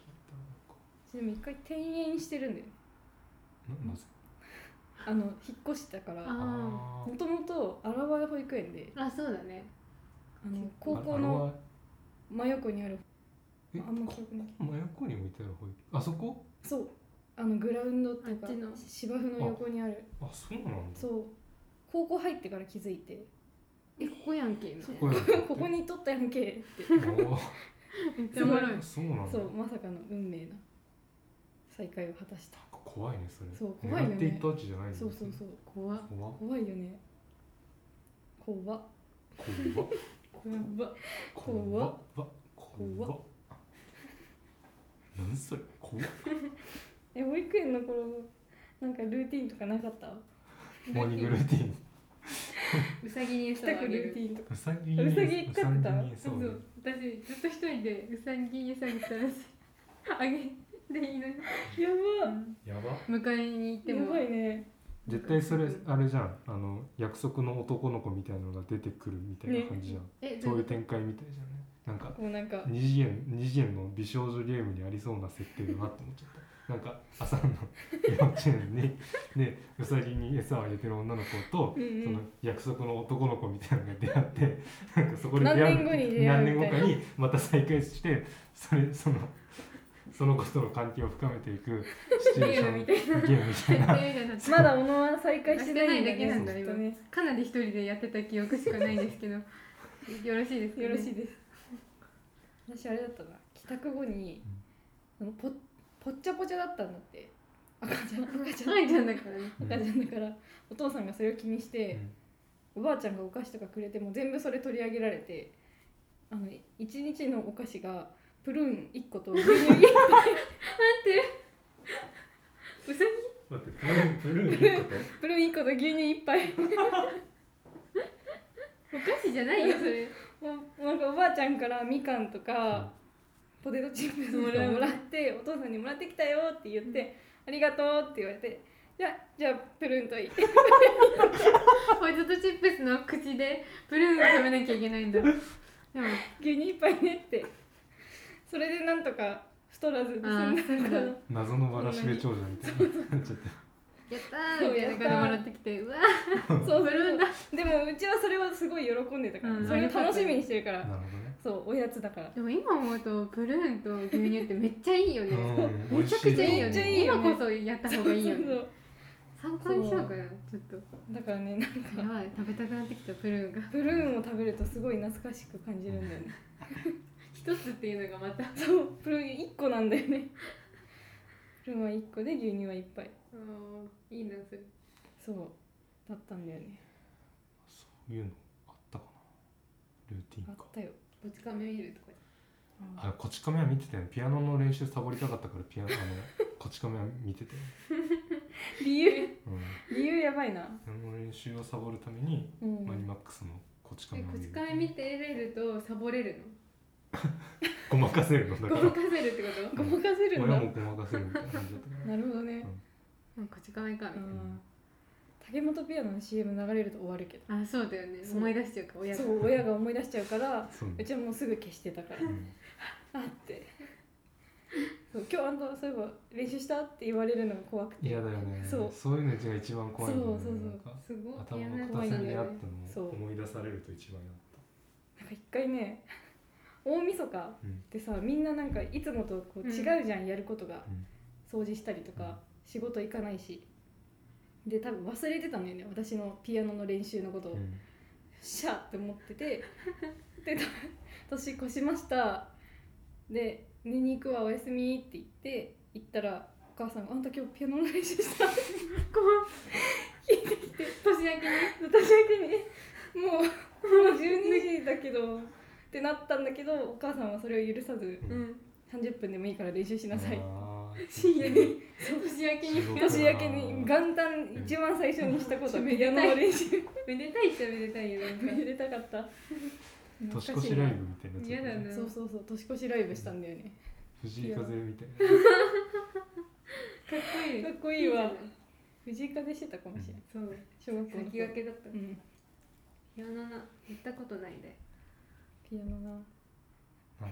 Speaker 2: た
Speaker 1: ちなみに1回転園してるんだよ
Speaker 2: らなんかななぜ
Speaker 1: あの引っ越してたか
Speaker 3: あ
Speaker 1: ら
Speaker 2: あ
Speaker 1: もともと荒川保育園で
Speaker 3: <laughs> あそうだね
Speaker 1: あの
Speaker 2: ー
Speaker 1: 高校
Speaker 2: ああれ
Speaker 1: の
Speaker 2: は
Speaker 1: 真横にある
Speaker 2: え
Speaker 1: あんま記憶ない
Speaker 2: 真横にもいたよ保育あそこ
Speaker 1: そうあのグラウンドっていうか
Speaker 3: あっちの
Speaker 1: 芝生の横にある
Speaker 2: あそうなんだ
Speaker 1: そう高校入ってから気づいて
Speaker 3: えここやんけみた
Speaker 1: そう
Speaker 3: いな
Speaker 2: こやって
Speaker 1: <laughs> ここに取ったやんけって <laughs>
Speaker 2: お
Speaker 3: めっちゃおもろい
Speaker 2: ーそうなんだ
Speaker 1: そうまさかの運命な再会を果たした
Speaker 2: 怖いねそれ
Speaker 1: そう怖いよね
Speaker 2: 狙っていったわけじゃないの
Speaker 1: そうそうそう
Speaker 3: 怖っ
Speaker 2: 怖っ
Speaker 1: 怖いよね怖っ
Speaker 2: 怖っ
Speaker 1: 怖っ
Speaker 2: 怖っ怖っ
Speaker 1: 怖っ
Speaker 2: 怖っ何それ怖っ
Speaker 1: え保育園の頃なんかルーティンとかなかった
Speaker 2: モーニングルーティ
Speaker 1: <laughs>
Speaker 2: ン
Speaker 3: うさぎに
Speaker 1: 帰
Speaker 3: 餌をあ
Speaker 1: 宅
Speaker 3: げ
Speaker 1: ルーテ
Speaker 3: る
Speaker 1: ィンとか
Speaker 2: うさぎ
Speaker 1: うさぎ飼ってた
Speaker 2: うさぎに
Speaker 3: そ
Speaker 2: そう
Speaker 3: う
Speaker 2: ね
Speaker 3: 私ずっと一人でうさぎに餌にさらしあげていいのに
Speaker 1: やば
Speaker 2: やば
Speaker 3: 迎えに行って
Speaker 1: や
Speaker 3: も
Speaker 1: ばいね
Speaker 2: 絶対それあれじゃんあの約束の男の子みたいなのが出てくるみたいな感じじゃん、
Speaker 3: え
Speaker 2: そういう
Speaker 3: どう
Speaker 2: 展開みたいじゃんねなんか
Speaker 1: もうなんか
Speaker 2: 二次元二次元の美少女ゲームにありそうな設定だなって思っちゃったなんか朝の幼稚園にでうさぎに餌をあげてる女の子と、
Speaker 1: うんうん
Speaker 2: その約束の男の子みたいなのが出会ってなんかそこで出
Speaker 1: 何
Speaker 2: 会う
Speaker 1: 年後に出会う
Speaker 2: 何年
Speaker 1: み
Speaker 2: 後
Speaker 1: た
Speaker 2: か
Speaker 1: いな
Speaker 2: にまた再会してそれそのその子との関係を深めていくシチュエーショ
Speaker 3: ゲ
Speaker 2: ンゲームみたいな
Speaker 3: 設定みたいな
Speaker 1: まだ小野は再会してないんだ
Speaker 3: してないだけなん
Speaker 1: ね
Speaker 3: だ
Speaker 1: きっ
Speaker 3: 今
Speaker 1: とね
Speaker 3: かなり一人でやってた記憶しかないんですけどよろしいですか、ね、
Speaker 1: よろしいです私あれだったな帰宅後にあのぽぽっちゃぽちゃだったんだって赤ちゃん赤ちゃん
Speaker 3: 愛ちゃんだからね
Speaker 2: うん
Speaker 1: 赤ちゃんだからお父さんがそれを気にして
Speaker 2: う、ん
Speaker 1: おばあちゃんがお菓子とかくれても全部それ取り上げられてあの一日のお菓子がプルーン1個と牛乳1個 <laughs>
Speaker 3: うさ
Speaker 2: 待ってブルーブルーのこと
Speaker 1: プルーン1個と牛乳1杯
Speaker 3: ぎお菓子じゃないよそれ
Speaker 1: もうなんかおばあちゃんからみかんとか、ポテトチップスもらもらってお父さんにもらってきたよって言って、ありがとうって言われてじゃあじゃあプルーンといって
Speaker 3: ホワイトチップスの口でプルーンを食べなきゃいけないんだでも
Speaker 1: 牛乳いっぱいねってそれでなんとか太らずで済ん
Speaker 3: あー
Speaker 1: だから
Speaker 3: そうだ
Speaker 2: <laughs> 謎のわらしべ長者みたいなちょっ
Speaker 3: やったーみたいな感じでもらってきてうわー
Speaker 1: そう
Speaker 3: ブルーだ
Speaker 1: でもうちはそれはすごい喜んでたから、
Speaker 3: うん
Speaker 1: それを楽しみにしてるか
Speaker 2: と
Speaker 1: ら
Speaker 2: なるほどね
Speaker 1: そうおやつだから
Speaker 3: でも今思うとブルーンと牛乳ってめっちゃいいよね
Speaker 2: うん
Speaker 3: めちゃくちゃいいよ
Speaker 1: めっちゃい
Speaker 3: ね
Speaker 1: いよね
Speaker 3: 今こそやった方がいいよ
Speaker 1: <laughs> そうそ
Speaker 3: ね
Speaker 1: う
Speaker 3: 参考にしようかなちょっと
Speaker 1: そうだからねなん
Speaker 3: や
Speaker 1: か
Speaker 3: ばい食べたくなってきたブルーンが
Speaker 1: プルーンを食べるとすごい懐かしく感じるんだよね
Speaker 3: <laughs> 一つっていうのがまた
Speaker 1: そうプルーン1個なんだよねプルーンは1個で牛乳は1杯
Speaker 3: うんいいなそれ
Speaker 1: そうだったんだよね
Speaker 2: そういうのあったかなルーティ
Speaker 1: あ
Speaker 2: ン
Speaker 1: っ
Speaker 2: か
Speaker 1: たよ
Speaker 3: こち亀見るとか
Speaker 1: あ
Speaker 2: あこち亀は見てたよピアノの練習サボりたかったからピアノあのこち亀は見てたよ、
Speaker 1: 理由
Speaker 2: うん、
Speaker 1: 理由やばいな
Speaker 2: ピアノの練習をサボるために、
Speaker 1: うん
Speaker 2: マニマックスのこち
Speaker 3: え
Speaker 2: 亀を
Speaker 3: こ
Speaker 2: 見
Speaker 3: ち
Speaker 2: る
Speaker 3: 亀見てれるとサボれる
Speaker 2: ごまかせるの
Speaker 3: のご
Speaker 2: だから
Speaker 3: まかせるってこと
Speaker 1: ごまかせるんだ
Speaker 2: 親もごまかせるみたいな感じだったから
Speaker 1: なるほどね
Speaker 3: うんこち亀かみたい
Speaker 1: う
Speaker 3: なん
Speaker 1: 竹本ピアノの CM 流れると終わるけど
Speaker 3: あそうだよね
Speaker 1: そう
Speaker 3: 思い出しちゃうか親が
Speaker 1: そう親が思い出しちゃうから
Speaker 2: そう
Speaker 1: う
Speaker 2: ね、
Speaker 1: ちはもうすぐ消してたから
Speaker 2: うん、
Speaker 1: あってそう今日あんたそういえば練習したって言われるのが怖くて
Speaker 2: 嫌だよね
Speaker 1: そう
Speaker 2: そういうのが一番怖いんだよね
Speaker 1: そうそうそう
Speaker 2: なんか
Speaker 3: すごい
Speaker 2: 頭
Speaker 3: 嫌な
Speaker 2: の
Speaker 3: こ
Speaker 2: 片
Speaker 3: とだ
Speaker 2: 隅にあ
Speaker 3: よ
Speaker 2: っ
Speaker 3: ね <laughs>
Speaker 2: た
Speaker 1: そ
Speaker 2: の
Speaker 1: う
Speaker 2: を思い出されると一番嫌だった
Speaker 1: なんか一回ね大晦日ってさみんななんかいつもとこう
Speaker 3: うん
Speaker 1: 違うじゃん、やることが
Speaker 2: うん
Speaker 1: 掃除したりとか仕事行かないしで多分忘れてたんだよね私のピアノの練習のことを、
Speaker 2: うん
Speaker 1: シャーって思っててでと年越しましたで「寝に行くわおやすみ」って言って行ったらお母さんが「あんた今日ピアノの練習した」って
Speaker 3: 年明けに
Speaker 1: 私だけにもうもう12時だけどってなったんだけどお母さんはそれを許さず
Speaker 2: う
Speaker 3: うん
Speaker 1: 30分でもいいから練習しなさい
Speaker 2: あー
Speaker 3: 深夜に年明けに
Speaker 2: そう
Speaker 1: 年明けに元旦一番最初にした <laughs> ことはピアノの練習
Speaker 3: めでたいっちゃめでたいよなんか
Speaker 1: 入れたかった
Speaker 2: 年
Speaker 1: 懐
Speaker 2: 越
Speaker 1: か
Speaker 2: し
Speaker 1: い
Speaker 2: ラ
Speaker 1: な
Speaker 2: イブみたいなやつ
Speaker 3: 嫌だな
Speaker 1: そうそうそう年越しライブしたんだよね
Speaker 2: 藤井風みたい
Speaker 3: かっこいい
Speaker 1: かっこいいわ
Speaker 3: じゃな
Speaker 1: 藤井風してたかもしれない
Speaker 3: そう
Speaker 1: 小学校の
Speaker 3: 先
Speaker 1: 頃
Speaker 3: 駆けだった
Speaker 1: うん
Speaker 3: ピアノな行ったことないで
Speaker 1: ピアノな
Speaker 2: な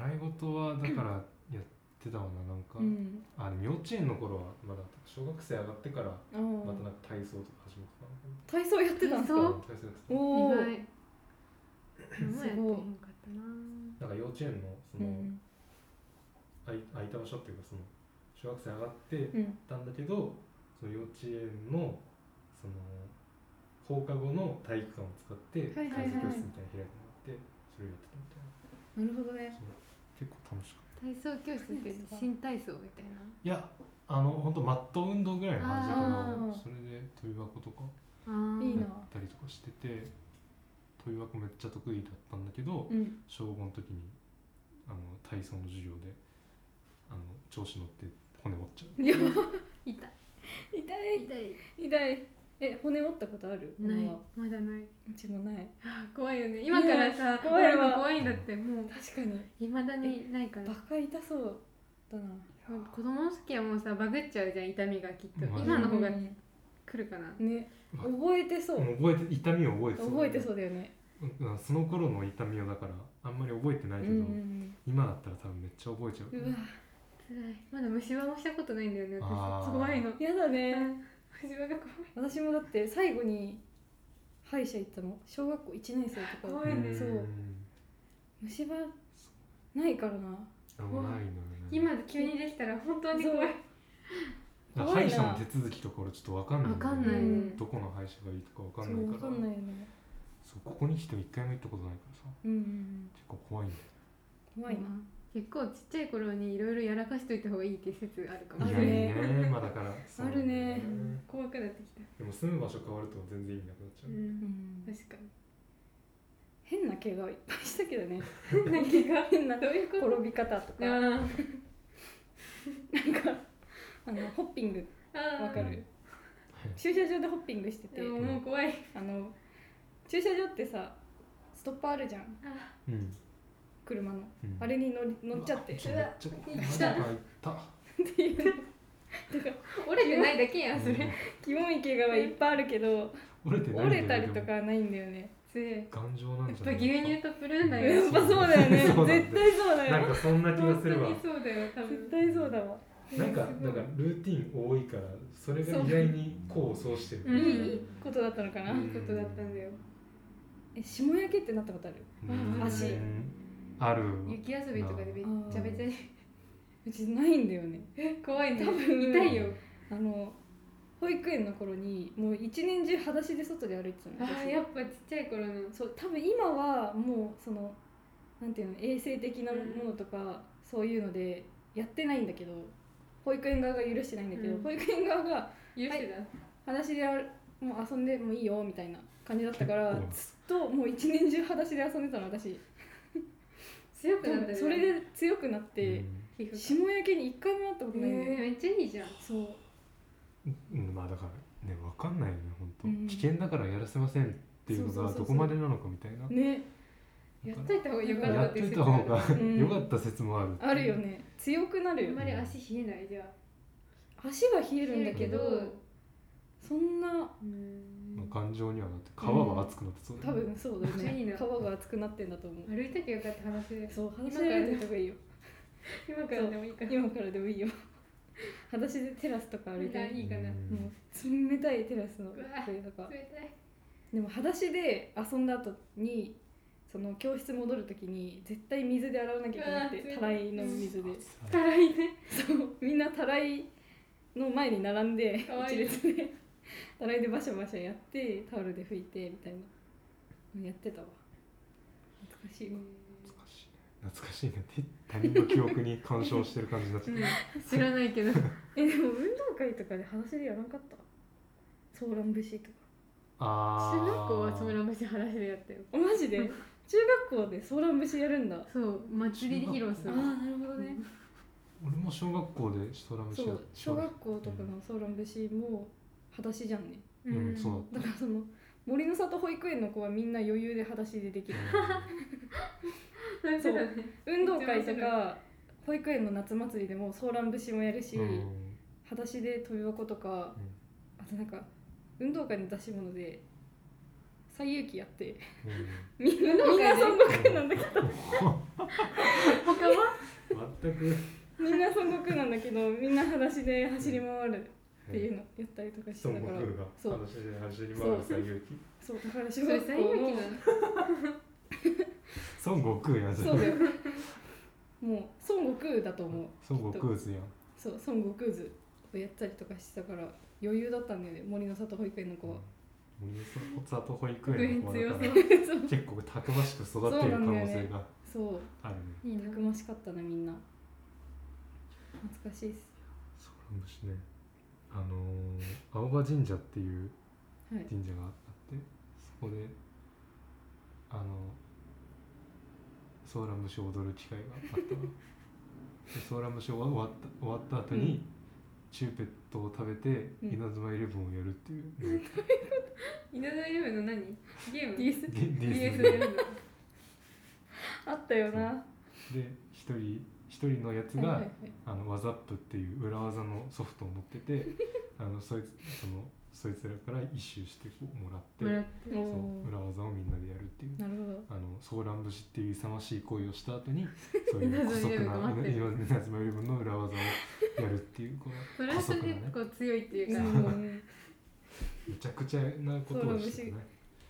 Speaker 2: 習い事はだからやってたわななんか、
Speaker 1: うん
Speaker 2: あでも幼稚園の頃はまだ小学生上がってから
Speaker 1: あ
Speaker 2: また
Speaker 1: ー
Speaker 2: なんか体操とか始めてたのかな
Speaker 1: 体操やってたんです
Speaker 3: 体操
Speaker 1: か
Speaker 2: うん体操やって
Speaker 3: 意
Speaker 1: おお
Speaker 3: 外今やってもよかったな
Speaker 2: たなんか幼稚園のその、空い空いた場所っていうかその小学生上がって
Speaker 1: うん
Speaker 2: たんだけどその幼稚園のその放課後の体育館を使って
Speaker 1: は
Speaker 2: 体
Speaker 1: い
Speaker 2: 操教
Speaker 1: はいはい
Speaker 2: 室みたいなの開いてもらってそれをやってたみたいな
Speaker 1: なるほどね
Speaker 2: 結構楽しかった
Speaker 3: 体操教室って新体操みたいない
Speaker 2: やあの本当マット運動ぐらいの感じだ
Speaker 1: あー
Speaker 2: からそれで跳び箱とか
Speaker 3: あー
Speaker 1: いい
Speaker 2: や
Speaker 1: な
Speaker 2: ったりとかしてて跳び箱めっちゃ得意だったんだけど
Speaker 1: うん
Speaker 2: 小5の時にあの体操の授業であの調子乗って骨折っちゃう
Speaker 1: いや
Speaker 3: 痛い
Speaker 1: 痛い
Speaker 3: 痛い
Speaker 1: 痛いえ骨折ったことある
Speaker 3: ない
Speaker 1: まだ
Speaker 3: まだないう
Speaker 1: ちもない
Speaker 3: あー怖いよね今からさ
Speaker 1: 怖いわ
Speaker 3: 俺も怖いんだってもう
Speaker 1: 確かに
Speaker 3: いまだにないから
Speaker 1: バカ痛そうだな
Speaker 3: 子供の時はもうさバグっちゃうじゃん痛みがきっと
Speaker 2: うん
Speaker 3: 今の方が
Speaker 1: うん
Speaker 3: 来るかな
Speaker 1: ね
Speaker 2: わ
Speaker 1: 覚えてそう
Speaker 2: もう覚えて痛みを覚えてた
Speaker 1: 覚えてそうだよね
Speaker 2: うんその頃の痛みをだからあんまり覚えてな
Speaker 1: う
Speaker 2: い
Speaker 1: ん
Speaker 2: け
Speaker 1: う
Speaker 2: ど、
Speaker 1: ん
Speaker 2: 今だったら多分めっちゃ覚えちゃ
Speaker 1: う
Speaker 2: うん
Speaker 1: うわ
Speaker 3: 辛いまだ虫歯もしたことないんだよね
Speaker 2: あ
Speaker 3: 私
Speaker 2: ー
Speaker 3: 怖いの
Speaker 1: やだ
Speaker 3: う
Speaker 1: ね
Speaker 3: ん虫歯が
Speaker 1: 私もだって最後に歯医者行ったの小学校1年生と
Speaker 3: 怖
Speaker 1: か
Speaker 3: いね
Speaker 1: そう虫歯ないからな
Speaker 2: あんまないのよね
Speaker 3: 怖い今急にできたら本当に怖い
Speaker 2: だから
Speaker 1: 怖い
Speaker 2: 歯
Speaker 1: な
Speaker 2: 医者の手続きとか俺ちょっとわかんない
Speaker 3: わ
Speaker 2: だ
Speaker 3: か
Speaker 2: よね
Speaker 3: んないね
Speaker 2: どこの歯医者がいいとかわか
Speaker 1: そ
Speaker 2: んな
Speaker 1: う
Speaker 2: い
Speaker 1: わ
Speaker 2: か
Speaker 1: からんないよね
Speaker 2: そうここに来ても一回も行ったことないからさ
Speaker 1: うんうん
Speaker 2: 結構怖いんだよ
Speaker 1: うん怖いな
Speaker 3: 結構ちっちゃい頃にいろいろやらかしといた方がいいって説あるかも
Speaker 1: あ
Speaker 2: 意
Speaker 1: る
Speaker 2: 外に
Speaker 1: ね
Speaker 2: ねまあだからそうなんだよ
Speaker 1: あるね
Speaker 3: 怖くなってきた
Speaker 2: でも住む場所変わると全然意味なくなっちゃ
Speaker 3: う
Speaker 2: う、
Speaker 1: うんん
Speaker 3: 確かに
Speaker 1: 変な怪我をいっぱいしたけどね
Speaker 3: 何が
Speaker 1: 変な
Speaker 3: どういうこと
Speaker 1: 転び方とかなんか
Speaker 3: あ
Speaker 1: あのホッピング
Speaker 3: ーあー
Speaker 1: わかる
Speaker 2: うん
Speaker 1: 駐車場でホッピングしてて
Speaker 3: でももう怖い
Speaker 1: あの駐車場ってさストッパーあるじゃん
Speaker 3: あ
Speaker 2: うん
Speaker 1: 車の
Speaker 2: うん
Speaker 1: あれに乗り乗っちゃって
Speaker 2: うわ
Speaker 1: うわ
Speaker 2: ちょっと
Speaker 3: 来た
Speaker 2: なんか痛っ
Speaker 1: っていうのだから
Speaker 3: 折れてないだけやんそれ
Speaker 2: うん
Speaker 1: キモい怪我はいっぱいあるけど
Speaker 2: 折れてないんだよ
Speaker 1: 折れたりと
Speaker 2: でも
Speaker 1: かはないんだよね
Speaker 3: 強いやっ
Speaker 2: 頑丈なんじゃ
Speaker 3: ぱ
Speaker 2: ない
Speaker 3: 牛乳とプルーンだ
Speaker 1: や
Speaker 3: よ
Speaker 1: っぱそうだよね
Speaker 2: そうなんだよ
Speaker 1: 絶対そうだ
Speaker 2: なん
Speaker 1: よ
Speaker 2: かそんな気が
Speaker 3: 本
Speaker 2: す
Speaker 3: 当
Speaker 2: るわ
Speaker 3: にそうだよ多分
Speaker 1: 絶対そうだわ
Speaker 2: なんかなんかルーティン多いからそれが意外に功を奏してる
Speaker 3: うん
Speaker 1: いいいいことだったのかな、
Speaker 2: うん
Speaker 3: ことだったんだよ
Speaker 1: え霜焼けってなったことある
Speaker 2: うん
Speaker 1: 足
Speaker 2: ある
Speaker 3: 雪遊びとかでべっちゃべちゃに
Speaker 1: うちないんだよね
Speaker 3: 怖いね
Speaker 1: 多分
Speaker 3: 痛いよ
Speaker 1: あの保育園の頃にもう一年中裸足で外で歩いて
Speaker 3: あ
Speaker 1: たの
Speaker 3: ーやっぱちっちゃい頃の
Speaker 1: そう多分今はもうそのなんていうの衛生的なものとか、そういうのでやってないんだけど保育園側が許してないんだけど、
Speaker 3: うん
Speaker 1: 保育園側が
Speaker 3: 許して
Speaker 1: 裸足であるもう遊んでもいいよみたいな感じだったから
Speaker 2: うん
Speaker 1: ずっともう一年中裸足で遊んでたの私
Speaker 3: た強くなったね
Speaker 1: それで強くなって、
Speaker 3: 皮膚が
Speaker 1: 霜焼けに一回もなったこと
Speaker 3: え
Speaker 1: ないんだよ、
Speaker 3: ーめっちゃいいじゃん
Speaker 1: そう
Speaker 2: うんうんまあだからねわかんないよね本当、
Speaker 1: うん
Speaker 2: 危険だからやらせませんっていう
Speaker 1: そう
Speaker 2: の
Speaker 1: そう
Speaker 2: が
Speaker 1: そうそう
Speaker 2: どこまでなのかみたいな
Speaker 1: ね
Speaker 3: やっといた方がよかった
Speaker 2: や
Speaker 3: っ
Speaker 2: ってと
Speaker 3: いう
Speaker 2: い
Speaker 3: 説
Speaker 2: た方が
Speaker 3: あ
Speaker 1: うん
Speaker 2: 良かった説もある
Speaker 1: あるよね強くなるよ
Speaker 3: んま
Speaker 1: ね
Speaker 3: り足冷えないじゃあ
Speaker 1: 足は冷えるんだけど
Speaker 3: 冷える
Speaker 1: そんな
Speaker 3: うん
Speaker 2: まあ感情にはなって皮は熱くなってそうだ
Speaker 1: 多
Speaker 2: よね
Speaker 1: 分そうだよ
Speaker 3: いい
Speaker 1: ね
Speaker 3: な
Speaker 1: 皮が厚くなってんだと思う
Speaker 3: 歩いときゃよかった話で
Speaker 1: そう話し合いた方がいいよ
Speaker 3: 今からでもいいから
Speaker 1: <laughs> 今からでもいいよ裸足でテラスとか歩いて
Speaker 3: いいかな
Speaker 2: うん
Speaker 1: もう冷たいテラスの
Speaker 3: うわ
Speaker 1: 上とか
Speaker 3: 冷たい
Speaker 1: でも裸足で遊んだ後にその教室戻る時に絶対水で洗わなきゃいけなく
Speaker 3: うわ
Speaker 1: て
Speaker 3: ー
Speaker 1: たらいの水で
Speaker 2: は
Speaker 3: 辛いね
Speaker 1: そうみんなたらいの前に並んで
Speaker 3: かわい
Speaker 1: 一
Speaker 3: い
Speaker 1: 列でたらいでバシャバシャやってタオルで拭いてみたいなのやってたわ懐かしいわ
Speaker 2: 懐かしい懐かしいねって他人の記憶に干渉してる感じになっちゃっ
Speaker 3: うん知らないけど
Speaker 1: えでも運動会とかで裸足でやらんかったソーラン節とか
Speaker 2: たあ
Speaker 3: 中
Speaker 2: ー
Speaker 3: 学校はその話話でやったよ
Speaker 1: あマジで中学校でソーラン節やるんだあ
Speaker 3: そう祭りで披露する
Speaker 1: あなるほどね
Speaker 2: 俺も小学校でシトラムシ
Speaker 1: そ
Speaker 2: や
Speaker 1: う小学校とかのソーラン節も裸足じゃんね
Speaker 2: うん、うんそうだっ
Speaker 1: だからその森の里保育園の子はみんな余裕で裸足でできる
Speaker 3: なんかね
Speaker 1: 運動会とか保育園の夏祭りでもソーラン節もやるし、
Speaker 2: た、うん
Speaker 1: 裸足で飛び箱とか、
Speaker 2: うん
Speaker 1: あとなんか運動会の出し物で最遊記やって
Speaker 2: う
Speaker 1: <laughs> みんなみん
Speaker 3: 動会で
Speaker 1: なそんごくんなんだけど
Speaker 3: 他は
Speaker 2: ん、全く
Speaker 1: みんなそんごくんなんだけどみんな裸足で走り回るっていうのやったりとかして
Speaker 2: 孫
Speaker 1: た
Speaker 2: 悟
Speaker 1: か
Speaker 2: 空
Speaker 1: ら
Speaker 2: が
Speaker 1: そう
Speaker 2: 話で走り回る最有機
Speaker 1: そうだから
Speaker 3: そ
Speaker 1: 小
Speaker 3: れ
Speaker 1: 学校
Speaker 3: 最悪な
Speaker 1: の
Speaker 3: の
Speaker 2: 孫悟空やん
Speaker 1: そうだよもう孫悟空だと思う
Speaker 2: 孫悟空図やん
Speaker 1: そう孫悟空図をやったりとかしてたから余裕だったんだよね森の里保育園の子は
Speaker 2: 森の里保育園の子
Speaker 3: 強
Speaker 2: だから
Speaker 3: そう
Speaker 1: そう
Speaker 2: 結構たくましく育っている可能性が
Speaker 1: そう
Speaker 2: ある
Speaker 3: い
Speaker 2: ね
Speaker 3: いな
Speaker 1: たくましかったなみんな懐かしいっす
Speaker 2: そうなんですねあのー、青葉神社っていう
Speaker 1: はい
Speaker 2: 神社があってそこであのソーラムショーを踊る機会があった <laughs> わでソーラムショーは終わった終わった後に、
Speaker 1: うん
Speaker 2: チューペットを食べて、
Speaker 1: うん
Speaker 2: 稲妻イレブンをやるっていう、 <laughs>
Speaker 3: 稲田イレブンの何ゲーム
Speaker 1: DS
Speaker 2: で DS
Speaker 3: DS
Speaker 2: で
Speaker 3: やるの
Speaker 1: あったよな
Speaker 2: で一人一人のやつが、
Speaker 1: はいはいはい
Speaker 2: あのワザップっていう裏技のソフトを持って
Speaker 3: <laughs>
Speaker 2: てあのそいつそのそいつらから一周してこうもらって
Speaker 3: もらって
Speaker 1: お
Speaker 2: そ
Speaker 1: ー
Speaker 2: う裏技をみんなでやるっていう
Speaker 1: なるほど
Speaker 2: あのソーラン節っていう勇ましい行為をした
Speaker 3: <laughs>
Speaker 2: 後にそういう
Speaker 3: 稲
Speaker 2: 姑
Speaker 3: 妻イレブ
Speaker 2: 息
Speaker 3: ンが
Speaker 2: な
Speaker 3: 待ってる
Speaker 2: 稲妻イレブンの裏技をやるっていうこう
Speaker 3: それはそれでこう強いっていうか、
Speaker 1: うん
Speaker 2: めちゃくちゃなことをしてね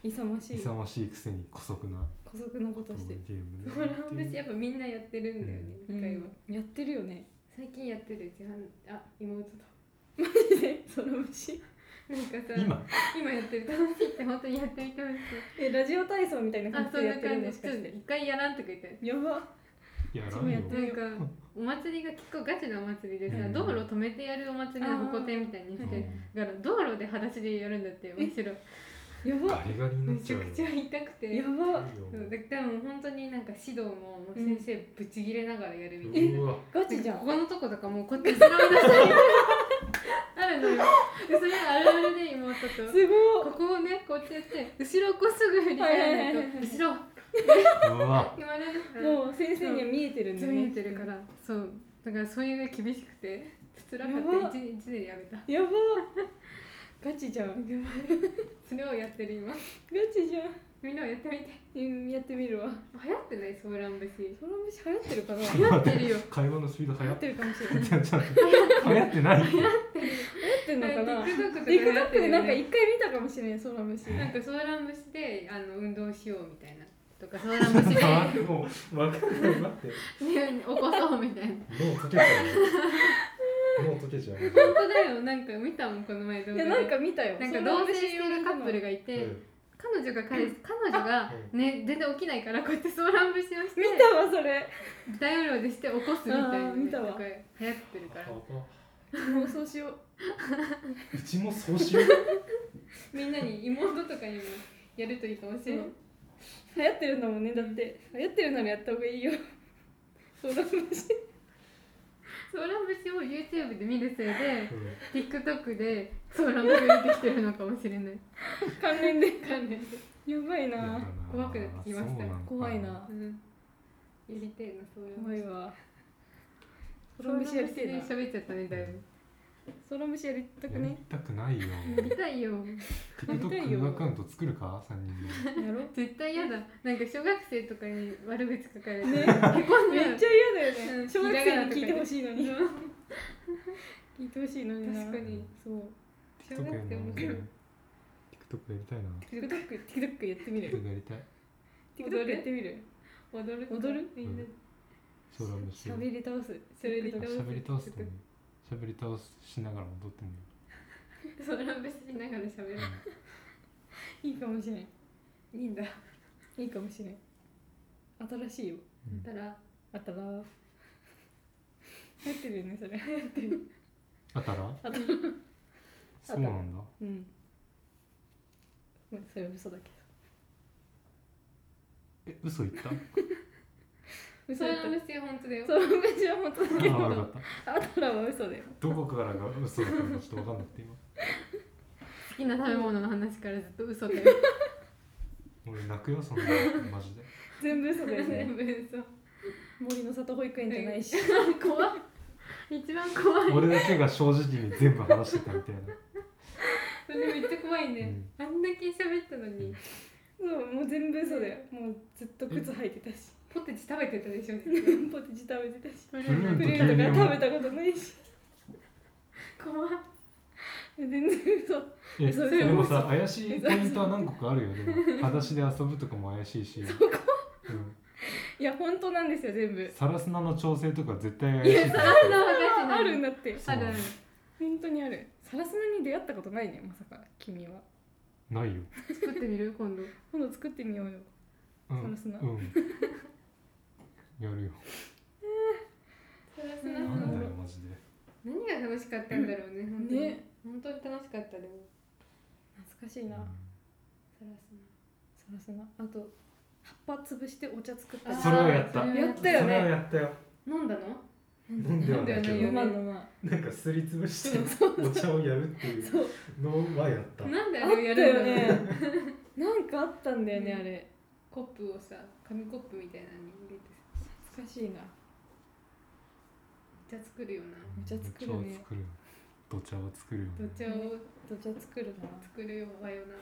Speaker 1: 勇ましい
Speaker 2: 勇ましいくせに姑息な
Speaker 1: 姑息なことして
Speaker 2: ゲーム
Speaker 3: それは私
Speaker 2: で
Speaker 3: やっぱみんなやってるんだよね一、
Speaker 1: うん
Speaker 3: 回は
Speaker 1: やってるよ
Speaker 3: <laughs>
Speaker 1: ね
Speaker 3: 最近やってるうちはあ妹と
Speaker 1: その虫
Speaker 3: なんかさ
Speaker 2: 今
Speaker 3: 今やってる楽しいって本当にやってみてほしい
Speaker 1: えラジオ体操みたいな
Speaker 3: <laughs> あ
Speaker 1: 感じ
Speaker 3: そ
Speaker 1: で
Speaker 3: ん
Speaker 1: や
Speaker 3: な感
Speaker 1: ってるの
Speaker 3: じち
Speaker 1: しか
Speaker 3: ょっ
Speaker 1: し
Speaker 3: と
Speaker 1: て
Speaker 3: 一回やらんとか言って
Speaker 1: やば
Speaker 2: や
Speaker 1: 私
Speaker 2: ら
Speaker 1: も
Speaker 2: ん
Speaker 1: や
Speaker 2: よ
Speaker 1: って
Speaker 3: なんかお祭りが結構ガチなお祭りでさ、
Speaker 2: うん
Speaker 3: 道路止めてやるお祭りのホコ天みたいにして
Speaker 2: うん
Speaker 3: だから道路で裸足でやるんだってむしろ
Speaker 1: やば
Speaker 2: ガリガリにな
Speaker 3: め
Speaker 2: っち
Speaker 3: ち
Speaker 2: ゃ
Speaker 3: ゃ
Speaker 2: うよ
Speaker 3: くちゃ痛くて
Speaker 1: やば
Speaker 3: そうだからもう本当になんか指導ももう先生ぶち切れながらやるみたいな、 <laughs>
Speaker 2: うわ
Speaker 1: ガチじゃ
Speaker 3: こ
Speaker 1: ん
Speaker 3: このとことかもうこうやって後ろを出したり <laughs> あるのよでそれあるあるで妹と
Speaker 1: すごい
Speaker 3: ここをねこうやってやって後ろこうすぐ振り返らないと
Speaker 1: はいはいはいはい
Speaker 3: 後ろ
Speaker 2: うわ
Speaker 3: 言われるから
Speaker 1: もう先生には見えてるんだ
Speaker 3: ず
Speaker 1: よ
Speaker 3: 見
Speaker 1: ね
Speaker 3: えてるからそうだからそういうの厳しくて辛か
Speaker 1: やば
Speaker 3: った一日でやめた <laughs>
Speaker 1: やばガチじゃん
Speaker 3: それをやってる今
Speaker 1: ガチじゃん
Speaker 3: みんなもやってみて
Speaker 1: うんやってみるわ
Speaker 3: 流行ってないソーラン節
Speaker 1: ソラムシ流行ってるかな
Speaker 3: 流行ってるよ
Speaker 2: 会話のスピード
Speaker 1: 流
Speaker 2: 速
Speaker 1: 行っ
Speaker 2: って
Speaker 1: てるかもしれない
Speaker 2: ちょっと流行ってない
Speaker 1: 流行ってんのかな
Speaker 3: TikTok とか流行ってるよ
Speaker 1: TikTok でなんか
Speaker 3: ね
Speaker 1: 一回見たかもしれないソラムシ
Speaker 3: なんかソーラン節であの運動しようみたいなとかソーラン節で
Speaker 2: もう分かんない待って
Speaker 3: 起こそうみたいな
Speaker 2: 脳溶けちゃう脳溶けちゃう
Speaker 3: 本当だよなんか見たもんこの前動
Speaker 1: い
Speaker 3: 画
Speaker 1: や
Speaker 3: で
Speaker 1: なんか見たよ
Speaker 3: なんか同棲して
Speaker 1: ソラムシ
Speaker 3: る
Speaker 1: 用
Speaker 3: カ
Speaker 1: の
Speaker 3: ップルがいて、
Speaker 2: うん
Speaker 3: 彼女が彼彼女が
Speaker 2: う
Speaker 3: ね全然起きないからこうやってソーラン節をして
Speaker 1: 見たわそれ
Speaker 3: 大量でして起こすみたい
Speaker 1: あ
Speaker 3: な
Speaker 1: ー見たわ
Speaker 3: なんか流行ってるから
Speaker 1: 妄想しよう
Speaker 2: うちもそうしよう
Speaker 3: みんなに妹とかにもやるといいかもしれない
Speaker 1: 流行ってるんだもんねだって流行ってるならやった方がいいよソラムシ
Speaker 3: ソーラン節を YouTube で見るせいで
Speaker 2: うん
Speaker 3: TikTok でソーラン節が出てきてるのかもしれない
Speaker 1: 関連で
Speaker 3: 関連で、
Speaker 1: やばい
Speaker 2: やだ
Speaker 1: な
Speaker 3: 怖くなってきました
Speaker 2: そうのか
Speaker 1: 怖いな
Speaker 3: うん、やりてえなソーラン
Speaker 1: 怖い
Speaker 3: 節
Speaker 1: わソ
Speaker 3: ソ
Speaker 1: ラ
Speaker 3: ーラン
Speaker 1: ムシ
Speaker 3: 節
Speaker 1: やりてえ
Speaker 3: で
Speaker 1: な
Speaker 3: 喋っちゃったねだいぶ
Speaker 1: ソラムシやりた
Speaker 2: や
Speaker 1: く
Speaker 2: り
Speaker 1: ね
Speaker 2: たくないよ
Speaker 3: やりたいよ
Speaker 2: TikTok アカウント作るか3人
Speaker 1: やろ
Speaker 3: <laughs> 絶対嫌だなんか小学生とかに悪口書かれて
Speaker 1: ね
Speaker 3: へこんで
Speaker 1: めっちゃ嫌だよ
Speaker 3: う
Speaker 1: ね
Speaker 3: ん
Speaker 1: 小学生に聞いてほしいのに
Speaker 3: うん
Speaker 1: <laughs> 聞いてほしいのにな
Speaker 3: 確かに
Speaker 1: そう
Speaker 3: 小学
Speaker 2: で TikTok や
Speaker 3: 生面白い
Speaker 2: りたいな
Speaker 1: TikTok TikTok やってみる
Speaker 2: TikTok やりたい
Speaker 1: TikTok やってみる
Speaker 3: 踊る
Speaker 1: 踊る
Speaker 3: みんな
Speaker 2: そうなんですよ
Speaker 1: 喋り倒す
Speaker 3: 喋り倒す
Speaker 2: 喋り倒すってもいい喋り倒しながら踊ってもいい
Speaker 3: <laughs> ソーラン節しながら喋る
Speaker 1: いいかもしれない
Speaker 3: いいんだ
Speaker 1: いいかもしれない新しいよ
Speaker 2: うん
Speaker 3: たら
Speaker 1: あったら流行ってるよねそれ流行ってる
Speaker 2: あ
Speaker 1: <laughs>
Speaker 2: ったら
Speaker 1: あったら
Speaker 2: そうなんだ
Speaker 1: うんごめんそれは嘘だけ
Speaker 2: え嘘言った
Speaker 1: <laughs> ど
Speaker 3: ソ
Speaker 1: 嘘だっ
Speaker 3: ーラン節は本当だよ
Speaker 1: たそう飯は本当だけ
Speaker 2: あ悪か
Speaker 1: ど
Speaker 2: った
Speaker 1: あったらは嘘だよ
Speaker 2: どこからが嘘だったのかちょっと分かんなくて今
Speaker 3: 好きな食べ物の話からずっと嘘だよ
Speaker 2: 俺泣くよそんなマジ
Speaker 1: <laughs>
Speaker 2: で
Speaker 1: 全部嘘だよね
Speaker 3: <laughs> 全部嘘
Speaker 1: 森の里保育園じゃないし
Speaker 3: 怖い一番怖い
Speaker 2: 俺だけが正直に全部話してたみたいな
Speaker 3: それめっちゃ怖いね、あんだけ喋ったのに
Speaker 1: そうもう全部嘘だよもうずっと靴履いてたし
Speaker 3: ポテチ食べてたでしょ
Speaker 1: ポテチ食べてたし
Speaker 3: ブ
Speaker 2: ルー
Speaker 1: プ
Speaker 2: の
Speaker 1: リン
Speaker 2: 時
Speaker 1: とか食べたことないし
Speaker 3: 怖い
Speaker 1: 全然嘘
Speaker 2: え
Speaker 1: そう
Speaker 2: でもさ怪しいポイントは何個かあるよね裸足で遊ぶとかも怪しいしう
Speaker 1: いや本当なんですよ全部
Speaker 2: ん、サラスナの調整とか絶対怪しいから
Speaker 3: そんなわけない
Speaker 1: あるんだって
Speaker 2: そう
Speaker 3: あるある
Speaker 1: 本当にあるサラスナに出会ったことないねまさか君は
Speaker 2: ないよ、
Speaker 3: 作ってみる今度
Speaker 1: 今度作ってみようよ
Speaker 2: うん、
Speaker 1: サラスナ
Speaker 2: うんやるよ
Speaker 3: そら
Speaker 1: な
Speaker 2: なんん
Speaker 1: だ
Speaker 2: だ
Speaker 1: ろ
Speaker 2: よ
Speaker 1: う
Speaker 2: マジで
Speaker 3: 何が楽しかったんだろうね本当に
Speaker 1: ね
Speaker 3: 本当に楽しかったでも
Speaker 1: 懐かしいな
Speaker 3: そら
Speaker 1: サラスナあと葉っぱ潰してお茶作った
Speaker 3: あー
Speaker 2: それはやった
Speaker 3: それは
Speaker 1: やったよね
Speaker 2: それはやったよ
Speaker 3: 飲んだの
Speaker 2: 飲んではないけ
Speaker 3: 飲んでは
Speaker 1: 飲
Speaker 2: ど
Speaker 1: まん飲まん
Speaker 2: なんかすりつぶしてお茶をやるっていう
Speaker 1: そう
Speaker 2: のはやった
Speaker 3: なんで
Speaker 1: あ
Speaker 3: あれ
Speaker 1: った
Speaker 3: をやるんだ
Speaker 1: よ
Speaker 3: ろう
Speaker 1: ね <laughs> なんかあったんだよね
Speaker 3: うん
Speaker 1: あれ
Speaker 3: コップをさ紙コップみたいなのに入れてさ
Speaker 1: 懐かしいな
Speaker 3: お茶作るよな
Speaker 1: お茶作るね
Speaker 2: お茶を作るよお茶を作るよ
Speaker 3: お茶を
Speaker 1: お茶作るな
Speaker 3: 作るよわよな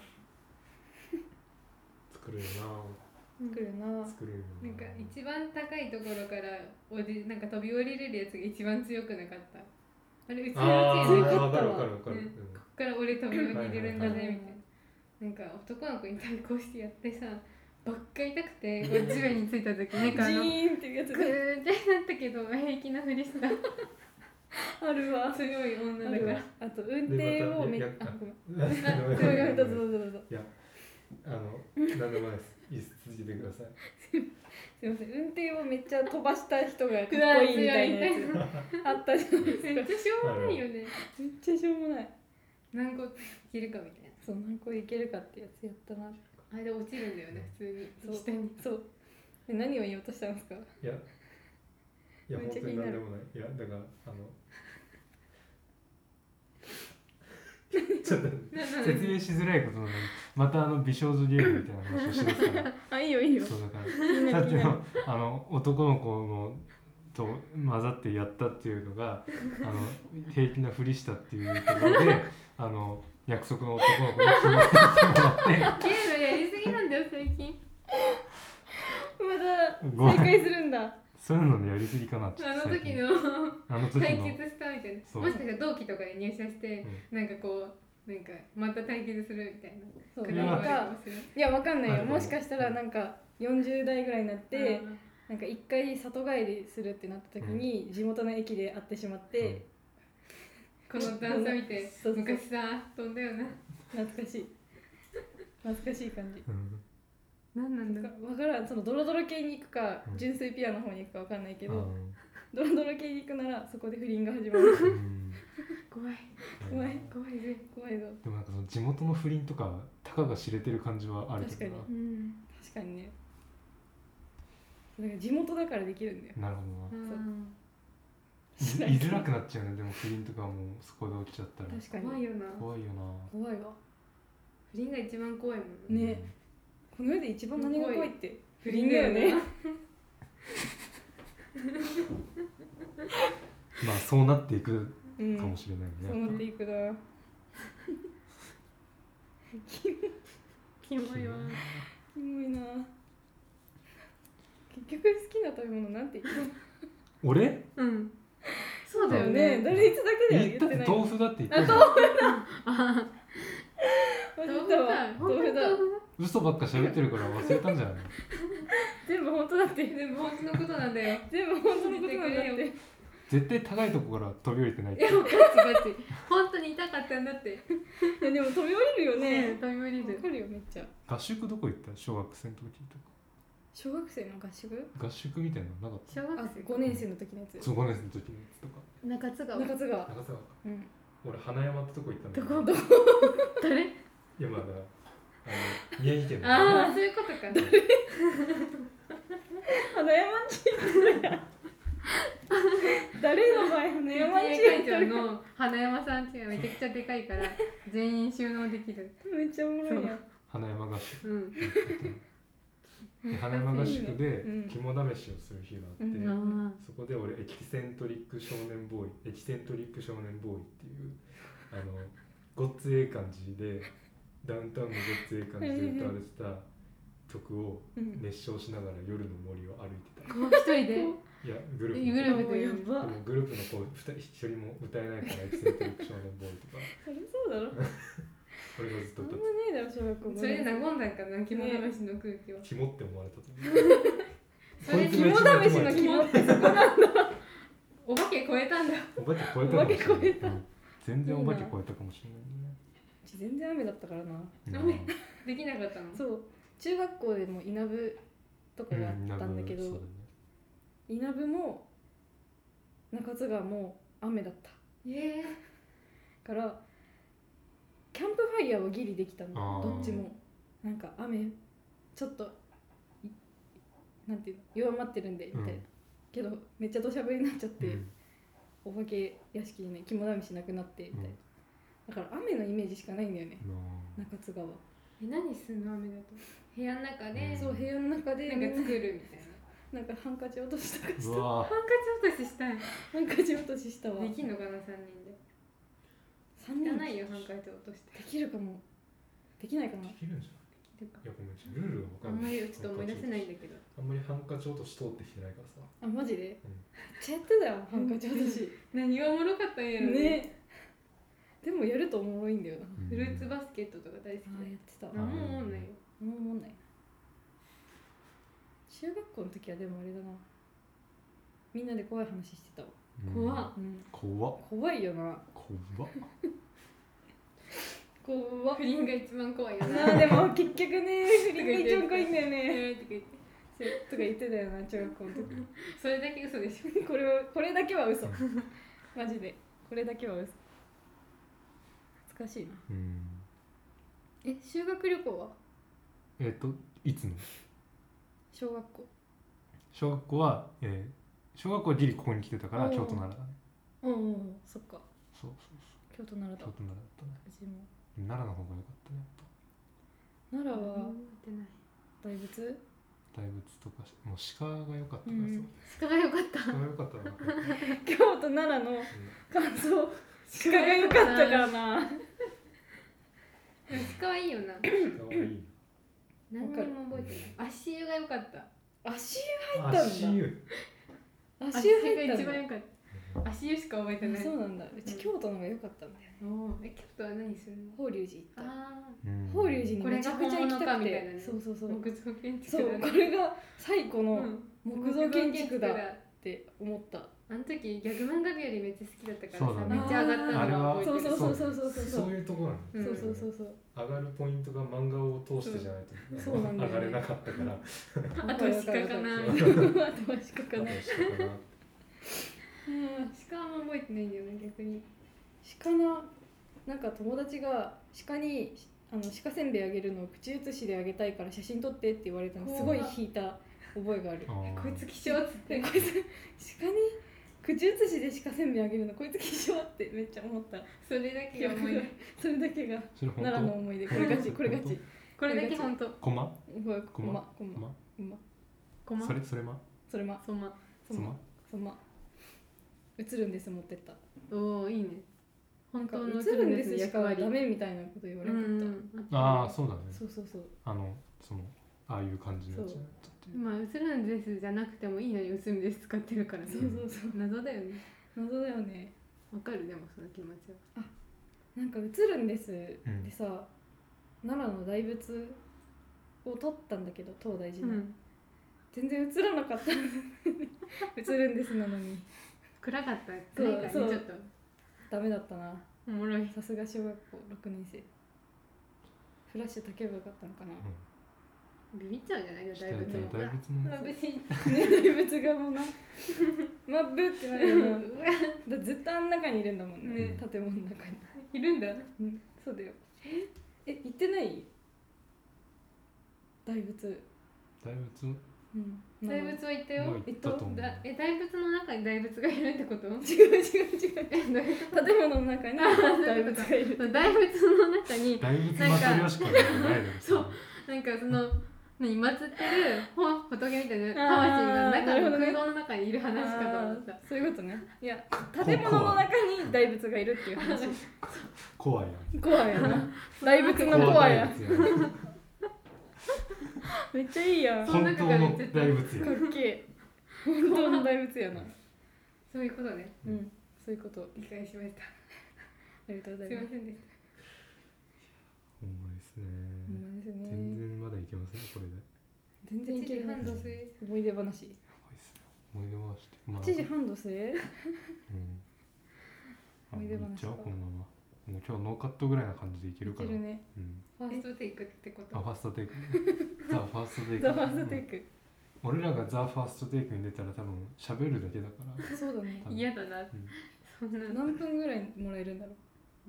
Speaker 2: 作るよ
Speaker 1: 作るな
Speaker 2: な作るよ
Speaker 3: なんか一番高いところからおじなんか飛び降りれるやつが一番強くなかったあれうちの
Speaker 2: あ
Speaker 3: チーム
Speaker 1: 強
Speaker 2: あ
Speaker 1: か
Speaker 2: わ
Speaker 1: ったわ
Speaker 2: かるわかるわかる、
Speaker 3: ね
Speaker 2: うん
Speaker 3: こっから俺飛び降りれるんだ
Speaker 1: はいはいはい
Speaker 3: ねみたいななんか男の子に対抗してやってさばっか痛くてこう地面についた <laughs> 時なんかあ
Speaker 1: ジ
Speaker 3: のグ
Speaker 1: ーンっていうやつ
Speaker 3: ーっ
Speaker 1: ね
Speaker 3: てなったけど平気なふりした
Speaker 1: あるわ
Speaker 3: 強い女
Speaker 1: あ
Speaker 3: だ
Speaker 1: る
Speaker 3: か
Speaker 1: わ
Speaker 3: ら
Speaker 1: あと運転をめっ
Speaker 2: で
Speaker 1: あ
Speaker 2: また
Speaker 1: ごめん
Speaker 2: ごめん
Speaker 1: ごめんごめんどうぞどうぞどうぞ
Speaker 2: いやあの何でもないですいいです続けてください
Speaker 1: すいません運転をめっちゃ飛ばした人がかっこいいみたいなや
Speaker 3: うわ
Speaker 1: つあったじゃんめっ
Speaker 3: めっちゃしょうもないよね
Speaker 1: ちゃしょうもない
Speaker 3: 何個いけるかみたいな
Speaker 1: そう何個いけるかってやつやったな
Speaker 3: あれで落ちるんだよね普通
Speaker 1: そう
Speaker 3: に下に
Speaker 1: そうえ何を言おうとしたんですか
Speaker 2: いやいや
Speaker 1: めっ
Speaker 2: 本
Speaker 1: ちゃ
Speaker 2: 当
Speaker 1: 気に
Speaker 2: に
Speaker 1: な
Speaker 2: 何
Speaker 1: る
Speaker 2: でもないいやだからあの
Speaker 1: <laughs>
Speaker 2: ちょっと説明しづらいことなのにまたあの美少女ゲームみたいな話をします
Speaker 1: <laughs>
Speaker 2: から
Speaker 1: あいいよいいよ
Speaker 2: そうだから
Speaker 1: みん
Speaker 2: さ
Speaker 1: な
Speaker 2: っ
Speaker 1: 気
Speaker 2: き
Speaker 1: になる
Speaker 2: のあの男の子のと混ざってやったっていうのがあの平気なふりしたっていうところ
Speaker 1: <laughs>
Speaker 2: であの約束の男の子に決まってもらって
Speaker 3: ゲームやりすぎなんだよ最近
Speaker 2: ごめ
Speaker 1: 再
Speaker 2: ん
Speaker 1: 開するんだ
Speaker 2: そういうのねやりすぎかなちょっ
Speaker 3: あ
Speaker 2: と
Speaker 3: の
Speaker 2: 最
Speaker 3: 時
Speaker 2: 近
Speaker 3: の
Speaker 2: あの時
Speaker 3: 対
Speaker 2: の
Speaker 3: 決したみたい
Speaker 2: そう
Speaker 3: なもしかしたら同期とかで入社して、なんかこうなんかまた対決するみたいな
Speaker 1: そう
Speaker 3: く
Speaker 2: ん
Speaker 3: だ
Speaker 1: な
Speaker 3: ら
Speaker 1: ん
Speaker 3: ない
Speaker 1: か
Speaker 3: かもしれない
Speaker 1: いやわかんない
Speaker 2: な
Speaker 1: よ
Speaker 2: るほど
Speaker 1: もしかしたらなんか40代ぐらいになってなんか一回里帰りするってなった時に地元の駅で会ってしまって
Speaker 3: うんこの段差見て
Speaker 1: そうそう
Speaker 3: 昔さ飛んだよな
Speaker 1: 懐かしい懐かしい感じ
Speaker 2: うんうん
Speaker 3: 何なんだろう
Speaker 1: 分からんそのドロドロ系に行くか
Speaker 2: うん
Speaker 1: 純粋ピアの方に行くかわかんないけ
Speaker 2: あ
Speaker 1: どドロドロ系に行くならそこで不倫が始まる
Speaker 2: <laughs> ーうん
Speaker 3: 怖い
Speaker 1: 怖い
Speaker 3: 怖いぜ
Speaker 1: 怖いぞ
Speaker 2: でもなんかその地元の不倫とかたかが知れてる感じはあるけど
Speaker 1: 確
Speaker 3: うん
Speaker 1: 確かにねだから地元だからできるんだよ
Speaker 2: ななるほ
Speaker 3: あ
Speaker 2: どな
Speaker 3: ー
Speaker 1: 知らん
Speaker 2: い
Speaker 1: け
Speaker 2: 居
Speaker 1: ど
Speaker 2: づらくなっちゃうねでも不倫とかもうそこで起きちゃったら
Speaker 1: 確か
Speaker 3: 怖い
Speaker 1: に
Speaker 3: よな
Speaker 2: 怖いよな
Speaker 1: 怖いわ
Speaker 3: 不倫が一番怖いもん
Speaker 1: ねこの世で一番何が怖いって
Speaker 3: 不
Speaker 1: 不
Speaker 3: 倫
Speaker 1: 倫
Speaker 3: だ
Speaker 1: だ
Speaker 3: よ
Speaker 1: よ
Speaker 3: ね
Speaker 1: ね
Speaker 2: うんまあそうなっていく
Speaker 1: う
Speaker 2: かも
Speaker 1: ん
Speaker 2: しれない
Speaker 1: そう
Speaker 2: ね、
Speaker 1: なっていくな
Speaker 3: キモいわ
Speaker 1: <laughs> キモいな結局好きな食べ物なんて言った
Speaker 2: 俺
Speaker 3: うんそうだよ
Speaker 1: よ
Speaker 3: ね
Speaker 1: ね誰いつだけだ
Speaker 2: 言
Speaker 1: よ言
Speaker 2: った
Speaker 1: っ
Speaker 2: ってて
Speaker 1: ない
Speaker 2: 豆腐だって言ったじゃん
Speaker 1: 忘れたわ
Speaker 3: 豆
Speaker 1: 豆
Speaker 3: 腐だ
Speaker 1: 腐だ
Speaker 2: 嘘ばっか喋ってるから忘れたんじゃない
Speaker 1: 全部本当だって
Speaker 3: でも本当のことなんだよ
Speaker 1: 全部本当のことなんだ
Speaker 3: 信
Speaker 1: っ
Speaker 3: じ
Speaker 1: て
Speaker 2: 絶対高いとこから飛び降りてないっ
Speaker 3: いや
Speaker 2: て
Speaker 3: ガチガチ本当に痛かったんだって
Speaker 1: いやでも飛び降りるよ
Speaker 3: ねえ
Speaker 1: ね
Speaker 3: 飛び降り
Speaker 1: わ
Speaker 3: る
Speaker 1: かるよめっちゃ
Speaker 2: 合宿どこ行った小学生の時と
Speaker 1: 小学生の合宿
Speaker 2: か合宿みたいなのなかった
Speaker 3: 小
Speaker 1: あ
Speaker 3: 学生
Speaker 1: 5年生の時のやつ
Speaker 2: そう5年生の時のやつとか
Speaker 3: 中津川
Speaker 1: 中津川
Speaker 2: 長沢か
Speaker 1: うん
Speaker 2: 俺花山ってとこ行ったんだ
Speaker 1: ど
Speaker 2: けど
Speaker 1: こどこ
Speaker 3: 誰
Speaker 2: 山田あの宮城県
Speaker 3: <laughs>
Speaker 2: の
Speaker 3: ああそういうことか
Speaker 1: 花山地域誰の前花山地
Speaker 3: 会
Speaker 1: 域
Speaker 3: 長の花山さんちがめちゃくちゃでかい <laughs> から全員収納できる
Speaker 1: めっちゃおもろいやん
Speaker 2: 花山合宿
Speaker 3: うん
Speaker 2: で <laughs> 花山合宿で
Speaker 1: うん
Speaker 2: 肝試しをする日があって、
Speaker 1: うん
Speaker 3: あ
Speaker 2: そこで俺エキセントリック少年ボーイエキセントリック少年ボーイっていうあのごっつええ感じでダウンタウンのごっつええ感じで歌われてた曲を
Speaker 1: うん
Speaker 2: 熱唱しながら夜の森を歩いてた
Speaker 3: あ一人で
Speaker 2: いやグルー
Speaker 3: グ
Speaker 2: プ
Speaker 3: ル
Speaker 2: の
Speaker 3: ー <laughs> プでや
Speaker 2: 子でもグループの子2人一人も歌えないからエキセントリック少年ボーイとか
Speaker 1: それそうだろ
Speaker 2: 俺がずっと
Speaker 1: そんな
Speaker 2: 歌
Speaker 1: ね
Speaker 2: って
Speaker 1: えだろ小学校
Speaker 3: それで和んだんかな肝試しの空気は
Speaker 2: たキモって思われたと
Speaker 1: <laughs>
Speaker 3: それ
Speaker 2: こいつが
Speaker 1: 肝
Speaker 2: 一番
Speaker 1: 試しの肝ってそこなんだ
Speaker 3: お化け超えたんだ <laughs>
Speaker 2: お化け超えたかもしれ
Speaker 1: お化
Speaker 2: な
Speaker 1: け
Speaker 2: い
Speaker 1: 超えた
Speaker 2: うん全然お化け超えたかもしれ
Speaker 1: <laughs>
Speaker 2: な
Speaker 1: うち全然雨だったからない
Speaker 2: ね
Speaker 3: できなかったの
Speaker 1: そう中学校でも稲部とか
Speaker 2: うん
Speaker 1: があったんだけど、
Speaker 2: そうね
Speaker 1: 稲部も中津川も雨だった
Speaker 3: ええ
Speaker 1: からキャンプファイヤーはギリできたの
Speaker 2: あー
Speaker 1: どっちもなんか雨ちょっといなんていうの弱まってるんでみたいな、
Speaker 2: うん
Speaker 1: けどめっちゃ土砂降りになっちゃって、
Speaker 2: うん
Speaker 1: お化け屋敷にね肝試しなくなってみたいな、だから雨のイメージしかないんだよね
Speaker 2: な
Speaker 1: 中津川は、
Speaker 3: え何すんの雨だと部屋の中で
Speaker 2: うん
Speaker 1: そう部屋の中で
Speaker 3: なんか作るみたいな
Speaker 1: なんかハンカチ落とした
Speaker 3: <laughs>
Speaker 1: かした
Speaker 2: うわ
Speaker 3: ハンカチ落とししたい
Speaker 1: ハンカチ落とししたわ
Speaker 3: できんのかな三人で
Speaker 1: 三
Speaker 3: 汚
Speaker 1: 人
Speaker 3: いよハンカチ落として
Speaker 1: できるかもできないかな
Speaker 2: できるんじゃ
Speaker 3: てか
Speaker 2: ないいやごめんちょっとルールが分か
Speaker 3: あ
Speaker 2: ん
Speaker 3: ん
Speaker 2: な
Speaker 3: ま
Speaker 2: い
Speaker 3: りちょっと思い出せないんだけど
Speaker 2: あんまりハンカチ落とし通ってきてないからさ
Speaker 1: あマジで、めっ
Speaker 2: うん
Speaker 1: ちゃやってたよハンカチ落とし
Speaker 3: 何がおもろかったんやろ
Speaker 1: ねでもやるとおもろいんだよな
Speaker 3: フルーツバスケットとか大好き
Speaker 1: ああやってた
Speaker 3: で何も思んないよ
Speaker 1: もう思んない中学校の時はでもあれだなみんなで怖い話してたわ、
Speaker 3: 怖っ
Speaker 1: うん、
Speaker 2: 怖っ
Speaker 1: 怖いよな
Speaker 2: 怖っ
Speaker 1: 怖っ
Speaker 3: 不倫が一番怖いよな
Speaker 1: なあでも結局 <laughs> ね不倫が一番怖いんだよ
Speaker 3: え
Speaker 1: ね
Speaker 3: ーとか言って
Speaker 1: そうとか言ってたよな中学校の時
Speaker 3: それだけ嘘でしょ
Speaker 1: <laughs> これはこれだけは <laughs> 嘘マジでこれだけは嘘懐かしいな
Speaker 2: うん
Speaker 1: え修学旅行は
Speaker 2: えっ、といつの
Speaker 1: 小学校
Speaker 2: 小学校は、えー、小学校はギリここに来てたから
Speaker 1: おー
Speaker 2: 京都奈良だね
Speaker 1: うんうんうんそっか
Speaker 2: そうそう
Speaker 1: 京都奈良
Speaker 2: そう
Speaker 1: だ
Speaker 2: 京都奈良だったね
Speaker 1: 私も
Speaker 2: 奈良の方が良かったねやっ
Speaker 1: 奈良は
Speaker 3: てない
Speaker 1: 大仏
Speaker 2: ぱ大仏とかしもう鹿が良かったからさ、
Speaker 1: うん
Speaker 3: 鹿が良かった
Speaker 2: 鹿が良かったな、
Speaker 1: 京都奈良の感想鹿が良かったからな
Speaker 3: でも鹿はいいよな
Speaker 2: うん、鹿はいい
Speaker 3: 何にも覚えてない足湯が良かった
Speaker 1: 足
Speaker 4: あ
Speaker 1: 入ったんだ
Speaker 4: 足湯
Speaker 1: 湯
Speaker 3: 足
Speaker 1: 足湯入
Speaker 3: が
Speaker 1: った
Speaker 3: 一
Speaker 1: んだ
Speaker 3: 番良かった足湯しか覚えてな
Speaker 1: あ
Speaker 3: い
Speaker 1: そ
Speaker 3: お
Speaker 1: うなんだうち京都の方が良かったんだよね
Speaker 3: おーえ京都は何するの
Speaker 1: 法隆寺行っ
Speaker 3: あ
Speaker 1: た法隆寺に
Speaker 3: これ
Speaker 1: め
Speaker 3: が
Speaker 1: ちゃくちゃ行
Speaker 3: 本
Speaker 1: きた
Speaker 3: 物か
Speaker 1: く
Speaker 3: みたい
Speaker 1: て
Speaker 3: なね
Speaker 1: そうそうそ
Speaker 3: あ
Speaker 1: う
Speaker 3: 木造建
Speaker 1: そう
Speaker 3: 築だ
Speaker 1: これが最
Speaker 3: う
Speaker 1: 古の
Speaker 3: ん
Speaker 1: 木造建築だ
Speaker 3: 木造
Speaker 1: っ
Speaker 3: 建築
Speaker 1: て思った
Speaker 3: あの時ギャグ漫画部よりめっちゃ好きだったから
Speaker 4: そう
Speaker 3: さ
Speaker 4: だ
Speaker 3: め
Speaker 4: ね
Speaker 3: っちゃ上がったのが覚えて
Speaker 1: そ
Speaker 3: る
Speaker 1: うそうそうそうそうそう
Speaker 4: そういうところなん
Speaker 1: そう
Speaker 4: です
Speaker 1: そ
Speaker 4: よ
Speaker 1: う
Speaker 4: ね
Speaker 1: そうそう
Speaker 4: 上がるポイントが漫画を通してじゃないと
Speaker 1: そうそうなんだよね
Speaker 4: 上がれなかったから
Speaker 3: あとは鹿かな
Speaker 1: あとは鹿か
Speaker 4: どう
Speaker 1: な
Speaker 4: しようかな
Speaker 1: うん
Speaker 3: 鹿はあんま覚えてないんだよね逆に
Speaker 1: 鹿のなんか友達が鹿にあの鹿せんべいあげるのを口移しであげたいから写真撮ってって言われたのすごい引いた覚えがある
Speaker 4: あー
Speaker 3: こいつ気象っつって
Speaker 1: でこいつ鹿に口移しで鹿せんべいあげるのこいつ気性ってめっちゃ思った
Speaker 3: それだけが思い出
Speaker 1: それだけが
Speaker 4: それ本
Speaker 1: 奈良の
Speaker 4: 当
Speaker 1: 思い出これガチこれガチ
Speaker 3: <laughs> これだけ本当
Speaker 4: コマ
Speaker 1: うわこ
Speaker 4: ごま
Speaker 1: まこま
Speaker 4: ま
Speaker 1: こま
Speaker 3: コマ
Speaker 4: それそれま
Speaker 1: それま
Speaker 3: ソマ
Speaker 1: そまそま映るんです持ってった
Speaker 3: おおいいね
Speaker 1: な
Speaker 3: 本
Speaker 1: んか
Speaker 3: 当の
Speaker 1: 映
Speaker 3: 映
Speaker 1: る
Speaker 3: る
Speaker 1: ん
Speaker 3: ん
Speaker 1: で
Speaker 3: です
Speaker 1: すし
Speaker 3: 役
Speaker 1: かは
Speaker 3: 割
Speaker 1: ダメみたいなこと言われ
Speaker 3: う
Speaker 1: なかっ
Speaker 3: ん
Speaker 1: た、
Speaker 4: ああそうだね
Speaker 1: そうそうそう
Speaker 4: あのそのああいう感じのやつ
Speaker 1: そう
Speaker 3: まあ映るんですじゃなくてもいいのに映るんです使ってるからね
Speaker 1: そうそうそう
Speaker 3: 謎だよね
Speaker 1: 謎だよね
Speaker 3: わかるでもその気持ちは
Speaker 1: なんか映るんです
Speaker 4: うん
Speaker 1: でさ、奈良の大仏を撮ったんだけど東大寺の、
Speaker 3: うん
Speaker 1: 全然映らなかった <laughs> 映るんですなのに
Speaker 3: 暗かった暗いからねち
Speaker 1: そ
Speaker 3: ょ
Speaker 1: う
Speaker 3: っ
Speaker 1: そう
Speaker 3: と
Speaker 1: ダメだったな
Speaker 3: おもろい
Speaker 1: さすが小学校6年生フラッシュ焚けばよかったのかな、
Speaker 3: ビビっちゃうんじゃないの
Speaker 4: した
Speaker 3: 大
Speaker 4: いたい
Speaker 3: 仏も
Speaker 4: 大
Speaker 3: ま
Speaker 4: 仏も
Speaker 1: <laughs>
Speaker 3: ぶしい
Speaker 1: ね大仏がもうなまぶってなるよなだずっとあん中にいるんだもんね
Speaker 4: ね
Speaker 1: 建物の中に、
Speaker 3: いるんだ
Speaker 1: うん、そうだよえ行ってない大仏
Speaker 4: 大仏も
Speaker 1: うん
Speaker 3: 大仏は行ったよ
Speaker 4: 行ったと思う
Speaker 3: だえ大仏の中に大仏がいるってこと
Speaker 1: <laughs> 違う違う違う
Speaker 3: えどういうこ
Speaker 1: 建物の中に <laughs> 大仏がいる
Speaker 3: と大仏の中に
Speaker 4: 大仏祭りはしかないです
Speaker 3: そうなんかその何祀ってるほ仏みたいな魂が
Speaker 1: あーな
Speaker 3: 中
Speaker 1: る
Speaker 3: の
Speaker 1: ほどね
Speaker 3: 空洞の中にいる話かと思った
Speaker 1: あーそういうことねいや建物の中に大仏がいるっていう話
Speaker 4: 怖いやん
Speaker 1: <laughs> 怖いやな <laughs> 大仏の怖いや
Speaker 4: 大仏やん
Speaker 1: めっちゃいいやんかっ
Speaker 4: 本当の大仏やん
Speaker 1: けえ本当の大仏やな
Speaker 3: そういうことね
Speaker 1: うんそういうことあ
Speaker 3: 理解しました
Speaker 1: りがとうござ
Speaker 3: す
Speaker 1: い
Speaker 3: い
Speaker 1: ま
Speaker 3: ますせんでした
Speaker 4: おもろいですね
Speaker 1: ほんまですね
Speaker 4: 全然まだいけますねこれで
Speaker 1: 全然い
Speaker 3: 1
Speaker 1: け
Speaker 3: 時
Speaker 1: るな
Speaker 3: 半度数
Speaker 1: 思い出話
Speaker 4: やばいっすね思い出回してまあ
Speaker 1: 8時半どうする
Speaker 4: うんあ
Speaker 1: 思い出話
Speaker 4: もういっちゃおうこのままもう今日ノーカットぐらいな感じでいける
Speaker 1: い
Speaker 4: か
Speaker 1: け
Speaker 4: ら
Speaker 1: るね
Speaker 4: うん
Speaker 1: フ
Speaker 3: ファー
Speaker 1: ァース
Speaker 3: ストテイクってこ
Speaker 4: あ
Speaker 3: と
Speaker 4: ファースト
Speaker 1: <laughs>
Speaker 4: テイクザ・ファーストテイク
Speaker 1: トザ・ファーストテイク
Speaker 4: うん俺らがザ・ファーストテイクに出たら多分喋るだけだ
Speaker 1: <laughs>
Speaker 4: から
Speaker 1: そうだね
Speaker 4: あ
Speaker 3: 嫌だな
Speaker 4: うん
Speaker 3: そんな
Speaker 1: 何分ぐらいもらえるんだろう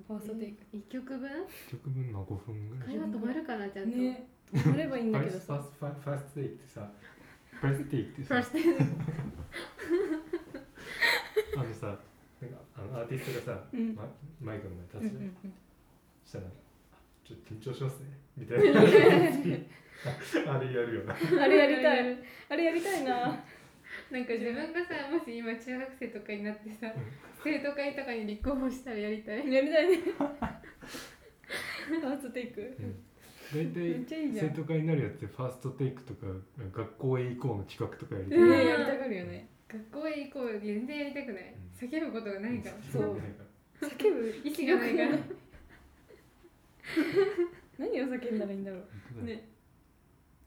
Speaker 1: ファーストテイク
Speaker 3: 1曲分
Speaker 4: 1曲分の5分ぐらい
Speaker 3: 会話止まるかなちゃんと
Speaker 1: ね止まればいいん
Speaker 4: フ
Speaker 1: だ
Speaker 4: ァ
Speaker 1: け
Speaker 4: ー
Speaker 1: ど
Speaker 4: スファ
Speaker 1: さ
Speaker 4: ースファーファーストテイクってさファーストテイクっ
Speaker 3: フ
Speaker 4: て
Speaker 3: ァ
Speaker 4: さ
Speaker 3: ーストテイク
Speaker 4: あのさなんかあのアーティストがさ、
Speaker 1: うん
Speaker 4: ママイクの
Speaker 1: う
Speaker 4: 前
Speaker 1: んう
Speaker 4: に立つじ
Speaker 1: ん
Speaker 4: ゃん、
Speaker 1: うん
Speaker 4: したらあ「ちょっと緊張しますね」みたいな
Speaker 1: <laughs>
Speaker 4: あれやるよな
Speaker 1: あれやりたい。あれやりたいな。
Speaker 3: なんか自分がさもし今中学生とかになってさ生徒会とかに立候補したらやりたい
Speaker 1: やりたいね。ファーストテイク。
Speaker 4: 大
Speaker 1: めっ
Speaker 4: 体
Speaker 1: ちゃいいじゃん。
Speaker 4: 生
Speaker 1: ね
Speaker 4: 徒会になるやつってファーストテイクとか学校へ行こうの企画とかやりた
Speaker 3: うん
Speaker 1: えやりたがるよね。
Speaker 3: 学校へ行こう全然やりたくない叫ぶことがないから
Speaker 1: そう叫ぶ
Speaker 3: 意志がないから
Speaker 1: 何を叫んだらいいんだろう。
Speaker 4: ね
Speaker 3: ね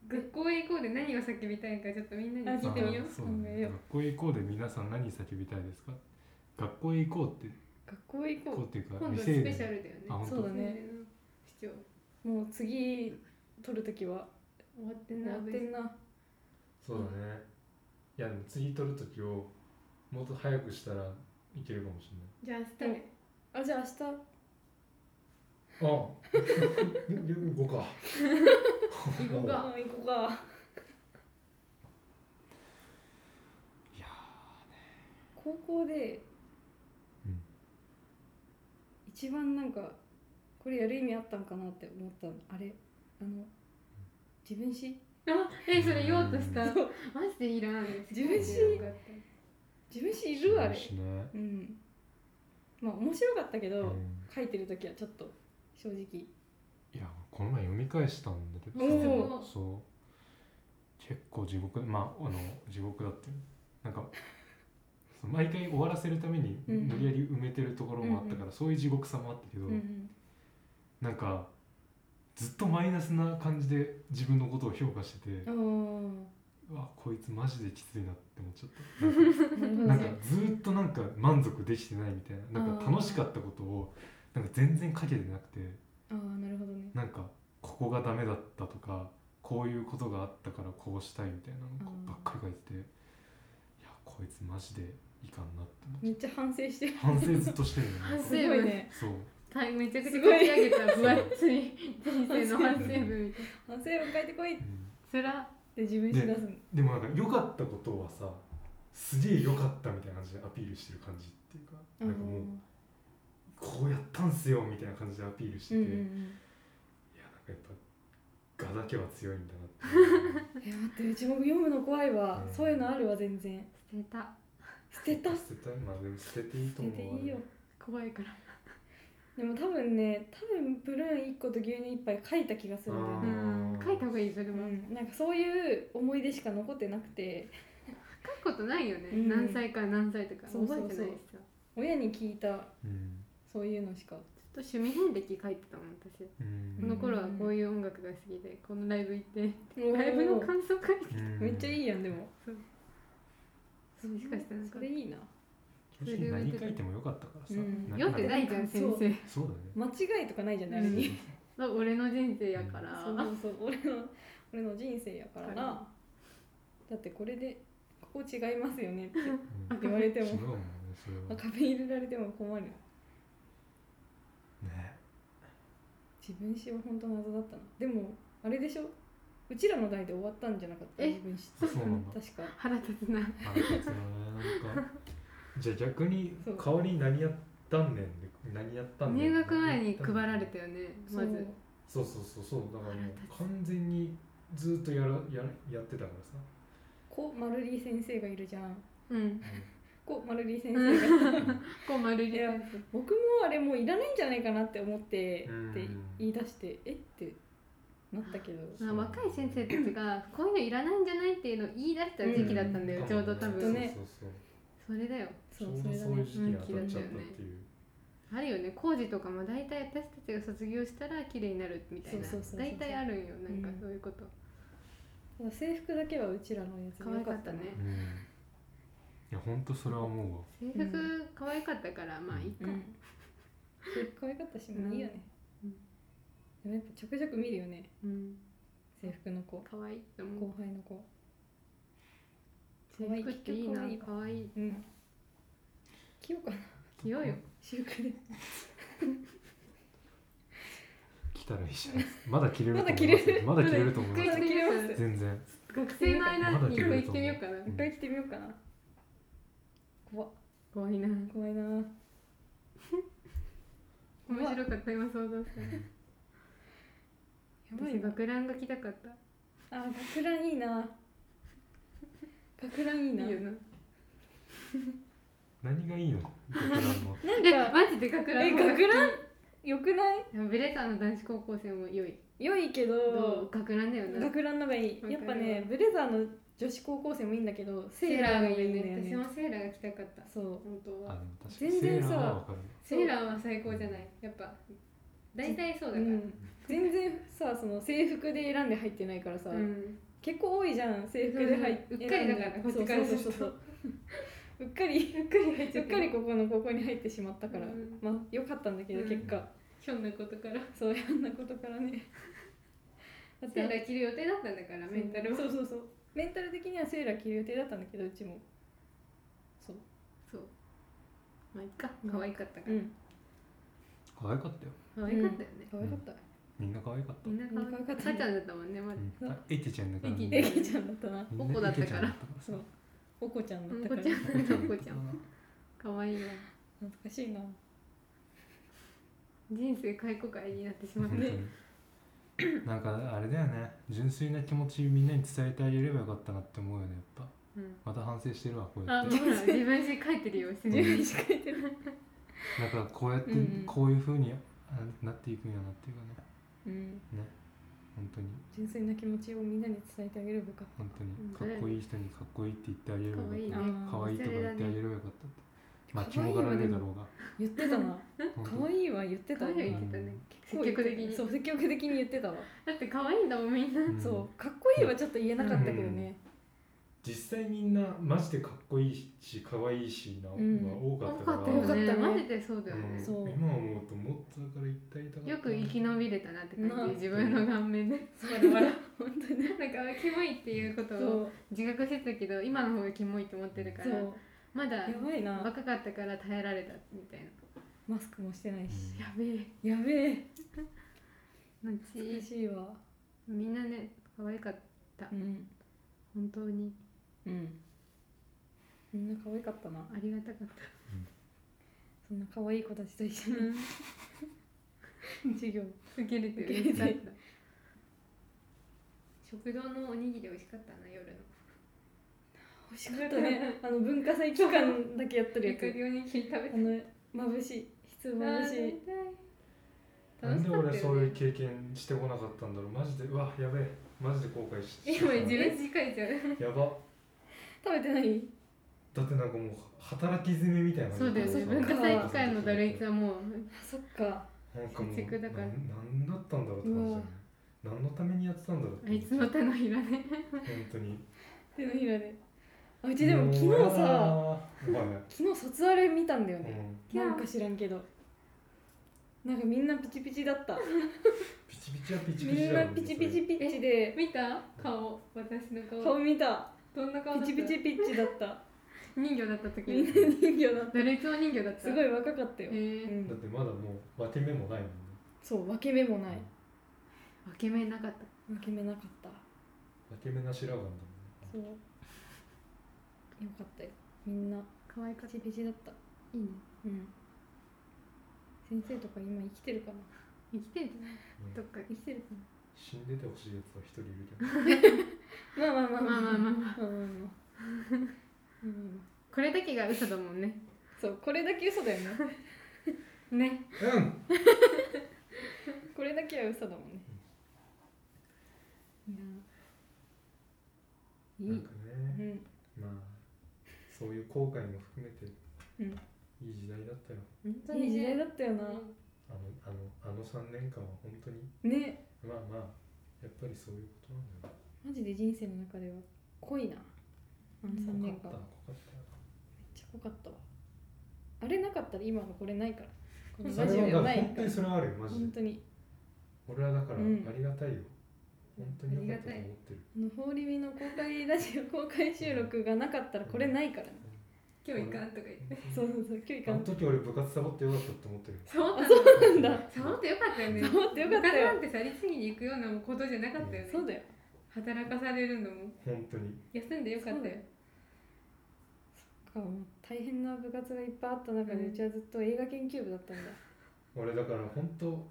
Speaker 3: 学校へ行こうで何を叫びたいかちょっとみんなに聞いてみよう
Speaker 4: そうだね学校へ行こうで皆さん何叫びたいですか学校へ行こうって
Speaker 1: 学校行
Speaker 4: 行こう
Speaker 1: こ
Speaker 4: っていうか
Speaker 3: 今度ス
Speaker 4: 未成
Speaker 3: ペ
Speaker 4: 年
Speaker 3: シャルだよね
Speaker 4: あ本当
Speaker 1: そうだね
Speaker 3: 主張
Speaker 1: う。もう次取るときは
Speaker 3: 終わってん
Speaker 1: 終
Speaker 3: な
Speaker 1: わってんな。
Speaker 4: そうだねいやでも次撮る時をもっと早くしたらいけるかもし
Speaker 3: じゃあ明日ね
Speaker 1: あじゃあ明日
Speaker 3: <laughs>
Speaker 4: れないああ行こうか
Speaker 3: 行こう
Speaker 4: <laughs>
Speaker 3: か
Speaker 1: あ行こうか。
Speaker 4: いや
Speaker 1: 高校で
Speaker 4: うん
Speaker 1: 一番なんかこれやる意味あったんかなって思ったのあれあの自分史
Speaker 3: あえそれ言おうとしたマ
Speaker 1: そう
Speaker 3: ジでいらん
Speaker 1: 自分
Speaker 4: 史
Speaker 1: 自分史いるあれ
Speaker 4: しね
Speaker 1: うんまあ面白かったけど、
Speaker 4: うん
Speaker 1: 書いてる時はちょっと正直
Speaker 4: いやこの前読み返したんだけど
Speaker 1: お
Speaker 3: ー
Speaker 4: そう結構地獄まああの地獄だっていうなんかその毎回終わらせるために
Speaker 1: うん
Speaker 4: 無理やり埋めてるところもあったから、そういう地獄さもあったけど、
Speaker 1: うん
Speaker 4: なんかずっとマイナスな感じで自分のことを評価してて、
Speaker 1: うんお
Speaker 4: うわこいつマジできついなって思っちゃったなんか
Speaker 1: ーなるほど
Speaker 4: なんか
Speaker 1: ね
Speaker 4: ずーっとなんか満足できてないみたいななん
Speaker 1: あ
Speaker 4: か
Speaker 1: ー
Speaker 4: 楽しかったことをなんか全然かけてなくて
Speaker 1: ああなるほどね
Speaker 4: なんかここがダメだったとかこういうことがあったからこうしたいみたいなの
Speaker 1: あー
Speaker 4: ばっかり書いてていやこいつマジでいかんなって思って
Speaker 1: めっちゃ反省してる
Speaker 4: 反省ずっとしてるよね
Speaker 3: 反省
Speaker 1: すごいね
Speaker 4: そう
Speaker 3: ためちゃくちゃ書き上げた分厚い人生の反省文み
Speaker 1: <laughs>
Speaker 3: たいな
Speaker 1: 反省文書いてこいっ
Speaker 4: うん
Speaker 3: そら
Speaker 1: て自分にしだすの
Speaker 4: でもなんか良かったことはさすげえ良かったみたいな感じでアピールしてる感じっていうか
Speaker 1: あ
Speaker 4: なんかもうこうやったんすよみたいな感じでアピールして
Speaker 1: ーう
Speaker 4: て、
Speaker 1: ん
Speaker 4: い
Speaker 1: うん
Speaker 4: やなんかやっぱ画だけは強いんだなって
Speaker 1: うんいや待ってうちも読むの怖いわ
Speaker 4: ね
Speaker 1: そういうのあるわ全然
Speaker 3: 捨てた
Speaker 1: 捨てた捨
Speaker 4: 捨てたいまあでも捨てていいと
Speaker 1: て
Speaker 4: 思う
Speaker 1: ていいよ
Speaker 3: 怖いから
Speaker 1: でも多分ね多分プルーン1個と牛乳1杯書いた気がするんだよ
Speaker 4: あ
Speaker 3: う
Speaker 1: ね
Speaker 3: ん書いた方がいいそれ
Speaker 1: う
Speaker 3: も、書
Speaker 1: ん、なんかそういう思い出しか残ってなくて
Speaker 3: くことないよね、
Speaker 1: うん
Speaker 3: 何歳から何歳とか
Speaker 1: そうそう
Speaker 3: 覚
Speaker 1: そ
Speaker 3: えてな
Speaker 1: う
Speaker 3: いしさ
Speaker 1: 親に聞いた
Speaker 4: うん、
Speaker 1: そういうのし
Speaker 3: ち
Speaker 1: か
Speaker 3: ょっと趣味遍歴書いてたもん私
Speaker 4: うん
Speaker 3: この頃はこういう音楽が好きでこのライブ行ってラ
Speaker 1: ラ
Speaker 3: イブの感想会
Speaker 4: うん
Speaker 1: めっちゃいいやんでも
Speaker 3: そう
Speaker 1: そ
Speaker 3: しかしてなんか
Speaker 1: それいいな
Speaker 4: 正直何書いてもよかったからさ、
Speaker 1: うん
Speaker 4: な
Speaker 3: 読んでないじゃん
Speaker 1: そ
Speaker 3: 先
Speaker 1: う
Speaker 3: 生
Speaker 4: そうだね
Speaker 1: 間違いとかないじゃない、
Speaker 3: う
Speaker 1: あ
Speaker 3: ん
Speaker 1: れ <laughs> に
Speaker 3: 俺の人生やから
Speaker 1: そうそうそう俺の俺の人生やからなだってこれでここ違いますよねって
Speaker 4: うん
Speaker 1: 言われ
Speaker 3: <laughs>
Speaker 1: て
Speaker 4: 違う
Speaker 1: も
Speaker 4: もんねそれは
Speaker 1: あ壁入れられても困る
Speaker 4: ね
Speaker 1: 自分史は本当謎だったなでもあれでしょうちらの代で終わったんじゃなかった
Speaker 3: え
Speaker 1: 自分史
Speaker 4: そうなんだ
Speaker 1: 確か
Speaker 3: 腹立つな
Speaker 4: あそうだねなんかじゃあ逆に
Speaker 1: そう
Speaker 4: 代わりに何やったんねんで何やったんねん
Speaker 3: 入学前に配られたよねま
Speaker 1: そう
Speaker 3: ず
Speaker 4: そうそうそうそうだからもう完全にずっとやらややってたからさ
Speaker 1: こうマルリー先生がいるじゃん
Speaker 3: うん
Speaker 1: こうマルリー先生
Speaker 3: <laughs>
Speaker 1: が
Speaker 3: こう丸入
Speaker 1: い
Speaker 3: れ
Speaker 1: や僕もあれもういらないんじゃないかなって思って
Speaker 4: うん
Speaker 1: って言い出してえってなったけど
Speaker 3: まあ若い先生たちがこういうのいらないんじゃないっていうのを言い出した時期だったんだよ、
Speaker 4: う
Speaker 3: ちょうど多
Speaker 1: きっと
Speaker 3: 分、
Speaker 1: ね
Speaker 4: そうそう
Speaker 3: それだよ
Speaker 1: そ
Speaker 4: そうう
Speaker 1: そ
Speaker 4: ちょう
Speaker 1: れ
Speaker 4: ど
Speaker 1: だ
Speaker 4: そうい
Speaker 1: ね
Speaker 4: う時期に当たっちゃったっていう、
Speaker 3: あるよね工事とかも大体私たちが卒業したら綺麗になるみたいな
Speaker 1: そうそうそうそう
Speaker 3: 大体あるんよなんか
Speaker 1: うん
Speaker 3: そういうこと、
Speaker 1: ただ制服だけはうちらのやつでよ
Speaker 3: 可愛かったね
Speaker 4: うん、いやほんとそれは思うわ
Speaker 3: 制服可愛かったから、まあいいか、
Speaker 1: うん制服可愛かったしもういいよね、
Speaker 3: うん
Speaker 1: でもやっぱちょくちょく見るよね
Speaker 3: うん、
Speaker 1: 制服の子
Speaker 3: 可愛いと思う
Speaker 1: 後輩の子
Speaker 3: 制服っていいな
Speaker 1: 可愛い
Speaker 3: 可愛い
Speaker 1: うん着よう
Speaker 3: <laughs>
Speaker 1: かな
Speaker 3: 着ようよ
Speaker 1: 私服で
Speaker 4: 来たらいいじゃないですかまだ着れると思い
Speaker 1: まだ着れ
Speaker 4: ま
Speaker 1: る
Speaker 4: すまだ着れると思い
Speaker 3: 一
Speaker 4: ま
Speaker 3: 回
Speaker 4: す
Speaker 3: 着てみよう
Speaker 1: ま
Speaker 4: 全然
Speaker 3: 学生の間に一回着てみようかな
Speaker 4: うん
Speaker 1: 一回着てみようかな怖っ
Speaker 3: 怖いな
Speaker 1: 怖いな
Speaker 3: 面白かった今想像した
Speaker 1: やばい
Speaker 3: 私
Speaker 1: な
Speaker 3: 学ランが着たかった
Speaker 1: あー学ランいいな学ランいい
Speaker 3: いい
Speaker 1: な
Speaker 3: よな
Speaker 4: 何がいいの学ランの
Speaker 1: なん
Speaker 3: <laughs>
Speaker 1: か
Speaker 3: マジで学ラン
Speaker 1: え学ランよくない
Speaker 3: ンベレーターの男子高校生も良い
Speaker 1: 良いけど
Speaker 3: 学ランだよな
Speaker 1: 学ランのがい
Speaker 3: わ
Speaker 1: い
Speaker 3: かる
Speaker 1: やっぱねブレザーの女子高校生もいいんだけどセーラーがいいんだよ
Speaker 3: 私も
Speaker 1: ね
Speaker 3: セーラーが着たかった
Speaker 1: そう
Speaker 3: 本当
Speaker 4: あ
Speaker 3: は
Speaker 4: でも確かに
Speaker 1: 全
Speaker 4: セー
Speaker 1: 然
Speaker 4: ラ
Speaker 1: さ
Speaker 4: ーはわかる
Speaker 3: セーラーは最高じゃないやっぱ大体そうだ
Speaker 1: う
Speaker 3: から
Speaker 1: ん、全然さその制服で選んで入ってないからさ、
Speaker 3: うん
Speaker 1: 結構多いじゃん制服で入って
Speaker 3: そうそううっかりだからこっちからす
Speaker 1: そ
Speaker 3: る
Speaker 1: うそ
Speaker 3: と
Speaker 1: うそうそううっかり
Speaker 3: うっかり入っち
Speaker 1: う
Speaker 3: ゃ
Speaker 1: っ
Speaker 3: っ
Speaker 1: か
Speaker 3: た
Speaker 1: りここの高校に入ってしまったから、
Speaker 3: うん
Speaker 1: まあ良かったんだけど、
Speaker 3: うん
Speaker 1: 結果
Speaker 3: ひょんなことから
Speaker 1: そうやんなことからねだっ
Speaker 3: セーラ
Speaker 1: て
Speaker 3: ー着る予定だったんだからメンタルも
Speaker 1: そうそうそうメンタル的にはセーラー着る予定だったんだけどうちもそう
Speaker 3: そうまあいっか可愛かったから
Speaker 1: うん
Speaker 4: 可愛かったよ
Speaker 3: 可愛かったよね
Speaker 1: 可愛かった、
Speaker 4: みんな可愛かっ
Speaker 3: みんな可愛かったさ
Speaker 1: みんな可愛かった
Speaker 3: ちゃんだったもんねまだ
Speaker 4: た、うん、あエテちゃんだから
Speaker 3: エテ
Speaker 1: えきちゃんだったな
Speaker 4: みんな
Speaker 3: おこだったから
Speaker 4: エテちゃんだった
Speaker 1: そうおこちゃんだ
Speaker 3: う
Speaker 1: っ
Speaker 3: ん
Speaker 1: た
Speaker 3: こ
Speaker 1: か
Speaker 3: っ
Speaker 1: ら
Speaker 3: ちゃ
Speaker 1: 懐
Speaker 3: んだこっちゃ
Speaker 4: うん
Speaker 3: 可愛いわ
Speaker 1: かしいな
Speaker 3: 人生解雇会になってしまっ
Speaker 4: 本
Speaker 3: た
Speaker 4: 当になんかあれだよね純粋な気持ちみんなに伝えてあげればよかったなって思うよねやっ
Speaker 3: うん
Speaker 4: ぱまた反省してるわこうや
Speaker 3: あ
Speaker 4: っ
Speaker 3: ほ
Speaker 4: て
Speaker 3: ら <laughs> 自分史書いてるよ自
Speaker 1: 自
Speaker 3: 分
Speaker 1: 分しか言ってない
Speaker 4: なんかこうやって
Speaker 1: うんうん
Speaker 4: こういうふうにあなっていくんやなっていうかね
Speaker 1: うん
Speaker 4: ね
Speaker 2: 本当に
Speaker 1: 純粋な気持ちをみんなに伝えてあげればよかっ
Speaker 2: 本当
Speaker 3: うん
Speaker 2: にかっこいい人にかっこいいって言ってあげればよか
Speaker 1: た
Speaker 3: か
Speaker 2: っ
Speaker 3: わいいね
Speaker 2: た可愛いと
Speaker 1: あー
Speaker 2: か言ってあげればよかったってまあ
Speaker 1: 可
Speaker 2: キ
Speaker 1: 愛い
Speaker 2: モ
Speaker 1: は
Speaker 2: がられ
Speaker 1: で
Speaker 2: る
Speaker 1: も
Speaker 2: だろうが
Speaker 1: 言ってたな
Speaker 2: 本当
Speaker 1: 可愛いは言ってた
Speaker 3: 可
Speaker 1: な
Speaker 3: 愛いは言ってたね
Speaker 1: 結
Speaker 3: 積
Speaker 1: 構言っ
Speaker 3: 極
Speaker 1: て
Speaker 3: 的に
Speaker 1: そう積極的に言ってたわ、
Speaker 3: だって可愛いんだもんみんな
Speaker 2: うん
Speaker 1: そうかっこいいはちょっと言えなかったけどね、
Speaker 2: 実際みんなマジでかっこいいし可愛いしな、
Speaker 1: うん
Speaker 2: が多かったから
Speaker 1: 多かったよね
Speaker 3: マジでそうだよ
Speaker 2: うん
Speaker 3: ね、
Speaker 1: そう
Speaker 2: 今思うともっとだから言ってあげたかったな
Speaker 3: よく生き延びれたなって感
Speaker 1: なあ
Speaker 3: じ自分の顔面で <laughs>
Speaker 1: 我々本当に
Speaker 3: なんかキモいっていうことを
Speaker 1: そう
Speaker 3: 自覚してたけど今の方がキモいって思ってるか
Speaker 1: そ
Speaker 3: ら
Speaker 1: う
Speaker 3: まだ
Speaker 1: やばいな
Speaker 3: 若かったから耐えられたみたいな
Speaker 1: マスクもしてないし、
Speaker 3: やべえ
Speaker 1: やべえ
Speaker 3: なんか
Speaker 1: 嬉しいわ
Speaker 3: みんなね可愛かった
Speaker 1: うん
Speaker 3: 本当に
Speaker 1: うんみんな可愛かったな
Speaker 3: ありがたかった
Speaker 1: そんな可愛い子たちと一緒に <laughs> 授業
Speaker 3: 受け入れて
Speaker 1: 受け
Speaker 3: 嬉
Speaker 1: 入れ
Speaker 3: してかった食堂のおにぎり美味しかったな夜の
Speaker 1: 欲しかったねあの文化祭期間だけやってるや
Speaker 3: 食
Speaker 1: つ
Speaker 3: 堂にぎり食べた
Speaker 1: あの眩しい質眩しい
Speaker 3: あー
Speaker 2: なんで俺
Speaker 3: 楽しか
Speaker 2: そ
Speaker 3: ったよ
Speaker 2: うい
Speaker 3: ね
Speaker 2: う経験してこなかったんだろうマジでうわやべえマジで後悔し
Speaker 1: <laughs>
Speaker 3: 今
Speaker 2: して
Speaker 3: 自
Speaker 2: た
Speaker 3: 分字書いちゃう
Speaker 2: やば
Speaker 1: 食べてない
Speaker 2: だってなんかもう働き詰めみたいな
Speaker 3: そうだよね
Speaker 1: そっ
Speaker 3: 文
Speaker 1: か
Speaker 3: 化祭機会のだるいつはもう
Speaker 1: あそっか
Speaker 2: なんかもう
Speaker 3: 節約だから
Speaker 2: なんなんだったんだろうって感じだよね何のためにやってたんだろうっ
Speaker 3: あ
Speaker 2: て
Speaker 3: いつの手のひらね
Speaker 2: 本当に
Speaker 1: 手のひらであうちでも昨日
Speaker 2: う
Speaker 1: さ
Speaker 2: わー
Speaker 1: 昨日卒アル見たんだよ
Speaker 2: お前う
Speaker 1: ね、
Speaker 3: う
Speaker 2: ん
Speaker 3: ん
Speaker 1: なんか知らんけどなんかみんなピチピチだった
Speaker 2: ピチピチはピチ
Speaker 1: み
Speaker 2: ピチ
Speaker 1: んな
Speaker 2: だろうね
Speaker 1: ピチピチピッチで
Speaker 3: 見た顔私の顔
Speaker 1: 顔見た
Speaker 3: どんな顔だっ
Speaker 1: ピ
Speaker 3: た
Speaker 1: チピチピッチだった
Speaker 3: 人形だった時
Speaker 1: みん
Speaker 3: に
Speaker 1: な人形だっ
Speaker 3: だるいつお人形だったた
Speaker 1: すごい若かったよ、
Speaker 3: え
Speaker 1: う
Speaker 3: ー、
Speaker 2: それだっ
Speaker 1: ん、
Speaker 2: てまだもう分け目もないもんね
Speaker 1: そう分け目もない
Speaker 3: 分け目なかった
Speaker 1: 分け目なかった
Speaker 2: 分け目な白髪だもんね
Speaker 1: そうよかったよみんな
Speaker 3: 可愛かっ
Speaker 1: ピ
Speaker 3: た
Speaker 1: チピチだった
Speaker 3: いいね
Speaker 1: うん先生とか今生きてるかな
Speaker 3: 生きてるんじゃない
Speaker 2: うん
Speaker 3: どっか
Speaker 1: 生きてるか
Speaker 2: 死んでてほしいやつは一人いるけど
Speaker 1: なまあま
Speaker 3: まあ
Speaker 1: あまあ
Speaker 3: まあまあまあ
Speaker 1: まあまあまあうん
Speaker 3: これだけが嘘だもんね
Speaker 1: そうこれだけ嘘だよね
Speaker 3: ね
Speaker 2: うん
Speaker 1: これだけは嘘だもんね
Speaker 2: ないん
Speaker 1: いやい
Speaker 2: かね
Speaker 1: うん
Speaker 2: まあそういう後悔も含めて
Speaker 1: うん
Speaker 2: いい時代だったよ
Speaker 3: 本当
Speaker 1: いい
Speaker 3: に
Speaker 1: 時代
Speaker 3: ね
Speaker 1: だったよな
Speaker 2: あのあのあの3年間は本当に
Speaker 1: ね
Speaker 2: まあまあやっぱりそういうことなんだよ
Speaker 1: マジで人生の中では濃いなあの3
Speaker 2: 濃
Speaker 1: 年
Speaker 2: か
Speaker 1: 間
Speaker 2: った濃か
Speaker 1: めっ
Speaker 2: ったよ
Speaker 1: ちゃ濃かったわあれなかったら今のこれないからこの
Speaker 2: そ
Speaker 1: ラジ
Speaker 2: れは
Speaker 1: オ
Speaker 2: だか
Speaker 1: な
Speaker 2: ら
Speaker 1: い
Speaker 2: 本
Speaker 1: か
Speaker 2: 当に
Speaker 1: ら
Speaker 2: それはあるよマジ
Speaker 1: 本
Speaker 2: で
Speaker 1: 当に
Speaker 2: 俺はだからあ
Speaker 1: うん
Speaker 2: りがたいよ、本当に良かっ
Speaker 3: あ
Speaker 2: たと
Speaker 3: りが
Speaker 2: 思ってる
Speaker 1: あのホーリビの公開ラジオ公開収録がなかったらこれないからね
Speaker 3: 今日行かんとか言って
Speaker 1: <laughs> そうそうそう今日行
Speaker 2: あ
Speaker 1: か
Speaker 2: の
Speaker 1: んと
Speaker 2: 時俺部活サボってよかったと思ってる
Speaker 3: サボった
Speaker 2: そう
Speaker 1: なんだ
Speaker 3: サボってよかったよね
Speaker 1: サボってよかった
Speaker 3: 部
Speaker 1: よ
Speaker 3: 活なんてさ律儀に行くようなことじゃなかったよね
Speaker 1: そうだよ
Speaker 3: 働かされるのも
Speaker 2: 本当に
Speaker 3: 休んでよかっ
Speaker 1: そ
Speaker 3: た
Speaker 1: うだ
Speaker 3: よ
Speaker 1: よそっかもう大変な部活がいっぱいあった中でうちはずっと映画研究部だったんだ
Speaker 2: 俺だから本当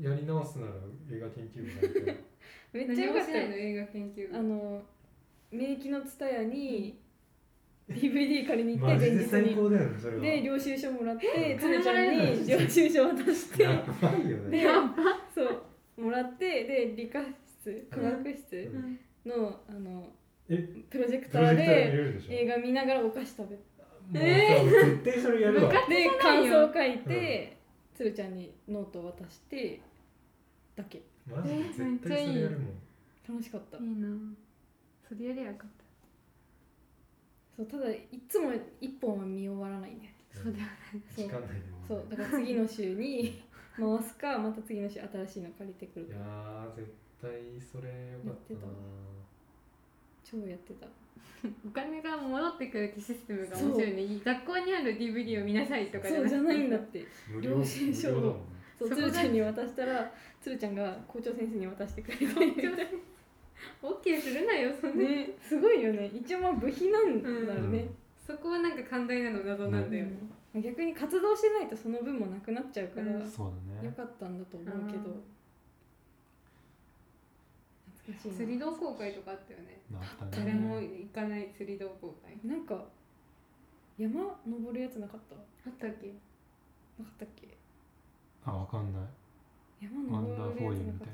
Speaker 2: やり直すなら映画研究部だけど
Speaker 1: めっち
Speaker 3: 何
Speaker 1: ゃよ
Speaker 3: も
Speaker 1: かっ
Speaker 3: したないの
Speaker 1: よ
Speaker 3: 映画研究
Speaker 1: あの名機の蔦屋に DVD 借りに行 <laughs>
Speaker 2: マ
Speaker 1: って
Speaker 2: ジ
Speaker 1: 前
Speaker 2: で
Speaker 1: 日
Speaker 2: 最
Speaker 1: に
Speaker 2: 高だよねそれは
Speaker 1: で領収書もらってつねちゃ
Speaker 3: 金もらえ
Speaker 2: る
Speaker 1: ん
Speaker 2: の
Speaker 1: に領収書渡して
Speaker 2: やばいよね
Speaker 1: でそうもらってで理科室科学室
Speaker 2: うん
Speaker 1: のあの
Speaker 2: え
Speaker 1: プロジェク
Speaker 2: プ
Speaker 1: タ
Speaker 2: ロジェクター
Speaker 1: ー
Speaker 2: で見
Speaker 1: で
Speaker 2: れるでしょ
Speaker 1: 映画見ながらお菓子
Speaker 3: <laughs>
Speaker 1: 食べて
Speaker 2: もうさ俺絶対それやるわ
Speaker 3: 部活
Speaker 1: で
Speaker 3: じゃな
Speaker 1: 感
Speaker 3: いよ
Speaker 1: 想書いて、つるちゃんにノートを渡してだけ
Speaker 2: マジで絶対それやるもん
Speaker 1: 楽しかった
Speaker 3: いいなそれやりゃよかっ
Speaker 1: そうただいつも一本は見終わらないね
Speaker 3: た <laughs> そうだよね
Speaker 1: そ
Speaker 2: 時
Speaker 1: う
Speaker 2: 間ないよ
Speaker 1: そうだから次の
Speaker 3: <laughs>
Speaker 1: 週に回すかまた次の週新しいの借りてくる
Speaker 2: い
Speaker 1: か
Speaker 2: やー絶対それよかったな
Speaker 1: 超やってた
Speaker 3: お金が戻ってくるってシステムが面白いね学校にある DVD を見なさいとか
Speaker 1: そうじゃないんだっ
Speaker 3: そ
Speaker 1: て
Speaker 2: 無
Speaker 1: 領収書を
Speaker 2: 無料だもんね
Speaker 1: そう
Speaker 3: そ
Speaker 1: つ
Speaker 3: こが
Speaker 1: るちゃんに渡したらつるちゃんが校長先生に渡してくれて
Speaker 3: うちょっと OK するなよ <laughs> そんな、
Speaker 1: ねすごいよね一応まあ部費なんだ
Speaker 3: だ
Speaker 1: ろ
Speaker 3: よ
Speaker 1: うね、
Speaker 3: そこはなんか寛大なの謎なんだよ、
Speaker 1: うん逆に活動してないとその分もなくなっちゃうから、
Speaker 3: うん
Speaker 2: うんそうだ
Speaker 1: よ
Speaker 2: ね
Speaker 1: かったんだと思うけど懐かしいな
Speaker 3: 釣り同好会とかあったよね
Speaker 2: なったね
Speaker 3: 誰も行かない釣り同好会
Speaker 1: なんか山登るやつなかったな
Speaker 3: あったっけ
Speaker 1: かったっけ
Speaker 2: あわかんない
Speaker 1: 山
Speaker 2: ワンダー
Speaker 1: 登
Speaker 2: フォー
Speaker 1: る
Speaker 2: ユ
Speaker 1: や
Speaker 2: ー
Speaker 1: つな
Speaker 2: み
Speaker 1: か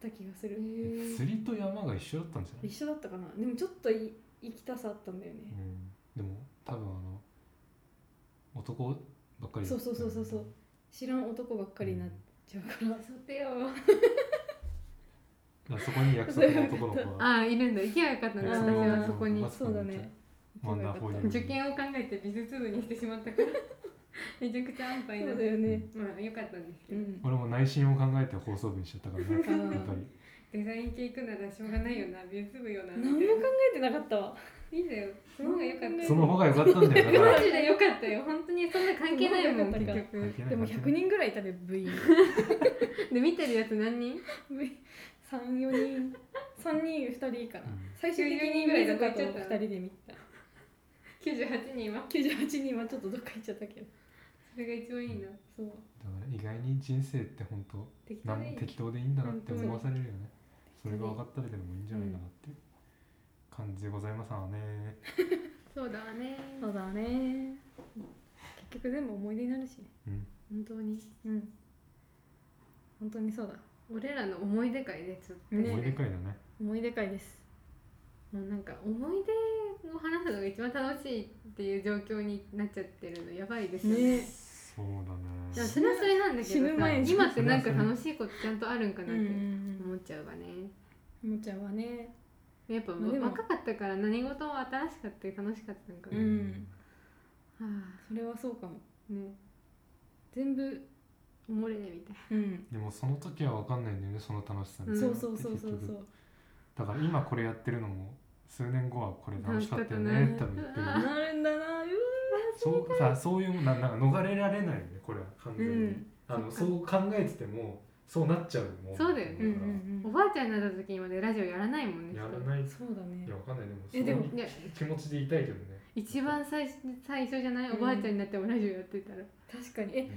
Speaker 2: た
Speaker 1: っ
Speaker 2: いな
Speaker 1: たあっった気がする
Speaker 3: え
Speaker 4: 釣りと山が一緒だったんじゃない、
Speaker 1: 一緒だったかなでもちょっとい行きたさあったんだよね
Speaker 4: うん、でも多分あの男ばっかりだ
Speaker 1: そうそうそうそうそう知らん男ばっかりになっちゃうから、
Speaker 3: そてよ
Speaker 4: だからそこに約束の男の子は
Speaker 1: <laughs>
Speaker 3: ああいるんだ行けばよかったな
Speaker 1: あ
Speaker 3: 私
Speaker 1: ー
Speaker 3: はそこに
Speaker 4: まあ
Speaker 1: そうだね
Speaker 4: ワンダーフォーリング
Speaker 3: 受験を考えて美術部にしてしまったからめちゃくちゃ安
Speaker 1: そ
Speaker 3: 牌な
Speaker 1: うだよね
Speaker 3: まあよかったんですけ
Speaker 1: う
Speaker 3: ど、
Speaker 1: ん
Speaker 4: 俺も内心を考えて放送部にしちゃったからなやっ
Speaker 1: ー
Speaker 4: ぱり
Speaker 3: デザイン系行くならしょうがないよな美術部よなみたい
Speaker 1: 何も考
Speaker 3: な
Speaker 1: えてなかったわ
Speaker 3: いいんだよその方がよかっ
Speaker 4: その方が良かったんだよだから
Speaker 3: たマジでよかったよ本当にそんな関係ないもん
Speaker 1: そん
Speaker 3: 結
Speaker 1: な
Speaker 3: 局
Speaker 1: でも100人ぐらいいたで部員
Speaker 3: で見てるやつ何人
Speaker 1: 部員34人3人2人かな、
Speaker 4: うん
Speaker 1: 最終的に水香と2人で見た
Speaker 3: 98人は
Speaker 1: 98人はちょっとどっか行っちゃったけど
Speaker 3: それが一番いいな
Speaker 1: そう
Speaker 4: だから意外に人生って本当
Speaker 3: 適当
Speaker 4: なん
Speaker 3: でいい
Speaker 4: 適当でいいんだなって
Speaker 3: 本当
Speaker 4: 思わされるよねそ
Speaker 1: 当に
Speaker 4: れが分かったらでもいいんじゃないかなっていう感じでございますわね
Speaker 3: そうだわね
Speaker 1: そうだね結局全部思い出になるしね
Speaker 4: うん
Speaker 3: 本当に
Speaker 1: うん本当にそうだ
Speaker 3: 俺らの思い出会でちょっと
Speaker 1: ね
Speaker 4: 思い出会だね
Speaker 1: 思い出会です
Speaker 3: もうなんか思い出を話すのが一番楽しいっていう状況になっちゃってるのやばいですよね
Speaker 1: ね
Speaker 4: そうだ
Speaker 3: でも
Speaker 4: ね
Speaker 3: それはそれなんだけ
Speaker 1: 死
Speaker 3: ど
Speaker 1: ぬ前
Speaker 4: に
Speaker 3: 今ってなんか楽しいことちゃんとあるんかな
Speaker 1: う
Speaker 3: っ
Speaker 1: んうん
Speaker 3: て
Speaker 1: うん
Speaker 3: 思っちゃうわね、
Speaker 1: おもちゃはね
Speaker 3: やっぱ
Speaker 1: まあでも
Speaker 3: 若かったから何事も新しかったり楽しかったんか
Speaker 1: う
Speaker 3: な、
Speaker 1: ん
Speaker 3: はあ
Speaker 1: それはそうかも
Speaker 3: ね
Speaker 1: 全部
Speaker 3: おもれねみたい
Speaker 1: うん
Speaker 4: でもその時は分かんないんだよねその楽しさに
Speaker 3: うん
Speaker 1: そうそうそうそう
Speaker 4: 結
Speaker 1: そ
Speaker 4: 局
Speaker 1: う
Speaker 4: だから今これやってるのも数年後はこれ楽しかったよね
Speaker 3: 楽
Speaker 4: っ
Speaker 3: してかっ
Speaker 4: 多
Speaker 3: た
Speaker 4: 分
Speaker 3: ね
Speaker 4: 言ってる
Speaker 3: うん
Speaker 1: なるんだなう
Speaker 4: そうさそういうもんなんなんか逃れられないよねこれは完全に、
Speaker 1: うん
Speaker 4: あの
Speaker 3: そ
Speaker 4: そ
Speaker 3: っ
Speaker 4: う考えててもそうなっちゃうもん
Speaker 3: そうだよね
Speaker 1: んうん
Speaker 4: から
Speaker 1: うん
Speaker 3: なおばあちゃんになった時にまでラジオやらないもんね
Speaker 4: やらない
Speaker 1: そうだね
Speaker 4: いやわかんないでも
Speaker 1: えでも
Speaker 4: そう
Speaker 3: いや
Speaker 4: いう気持ちでいたいけどね
Speaker 3: 一番最初最初じゃないおばあちゃんになってもラジオやってたら、
Speaker 1: 確か
Speaker 4: う
Speaker 1: にえ
Speaker 4: ん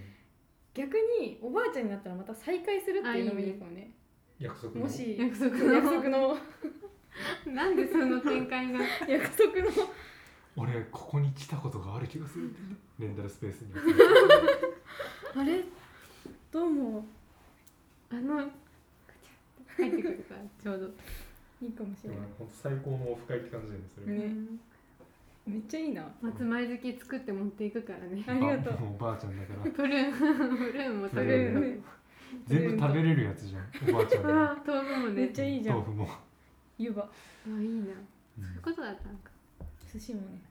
Speaker 1: 逆におばあちゃんになったらまた再会するっていうのもいいかもね
Speaker 4: 約束の
Speaker 1: もし
Speaker 3: 約束の
Speaker 1: 約束
Speaker 4: <laughs>
Speaker 1: の
Speaker 3: <laughs> なんでその展開が
Speaker 1: 約束の
Speaker 4: 俺ここに来たことがある気がするってレンタルスペースに
Speaker 1: あれどうも
Speaker 3: あのガチャって入ってくるからちょう
Speaker 1: いいかもし
Speaker 4: で
Speaker 1: れ
Speaker 4: も
Speaker 1: な
Speaker 4: なんかほんと最高のオフ会って感じだよねそ
Speaker 3: ど
Speaker 4: れ
Speaker 1: ね
Speaker 3: うん
Speaker 1: いめっちゃいいな
Speaker 3: 松前漬け作って持っていくからね
Speaker 1: ありがとう
Speaker 4: ばもうおばあちゃんだから
Speaker 3: プルー
Speaker 4: <laughs>
Speaker 3: ンプルーンも
Speaker 1: そ
Speaker 3: 食べ
Speaker 1: れ
Speaker 3: るの
Speaker 1: うん
Speaker 4: 全部食べれるやつじゃんおばあちゃんだ
Speaker 3: ああ豆腐も
Speaker 1: め
Speaker 3: ね
Speaker 1: っちゃいいじゃ
Speaker 4: 豆腐
Speaker 1: ん
Speaker 4: も、
Speaker 1: 湯葉
Speaker 3: あいいな
Speaker 4: うん
Speaker 3: そういうことだったのか
Speaker 1: 寿司もね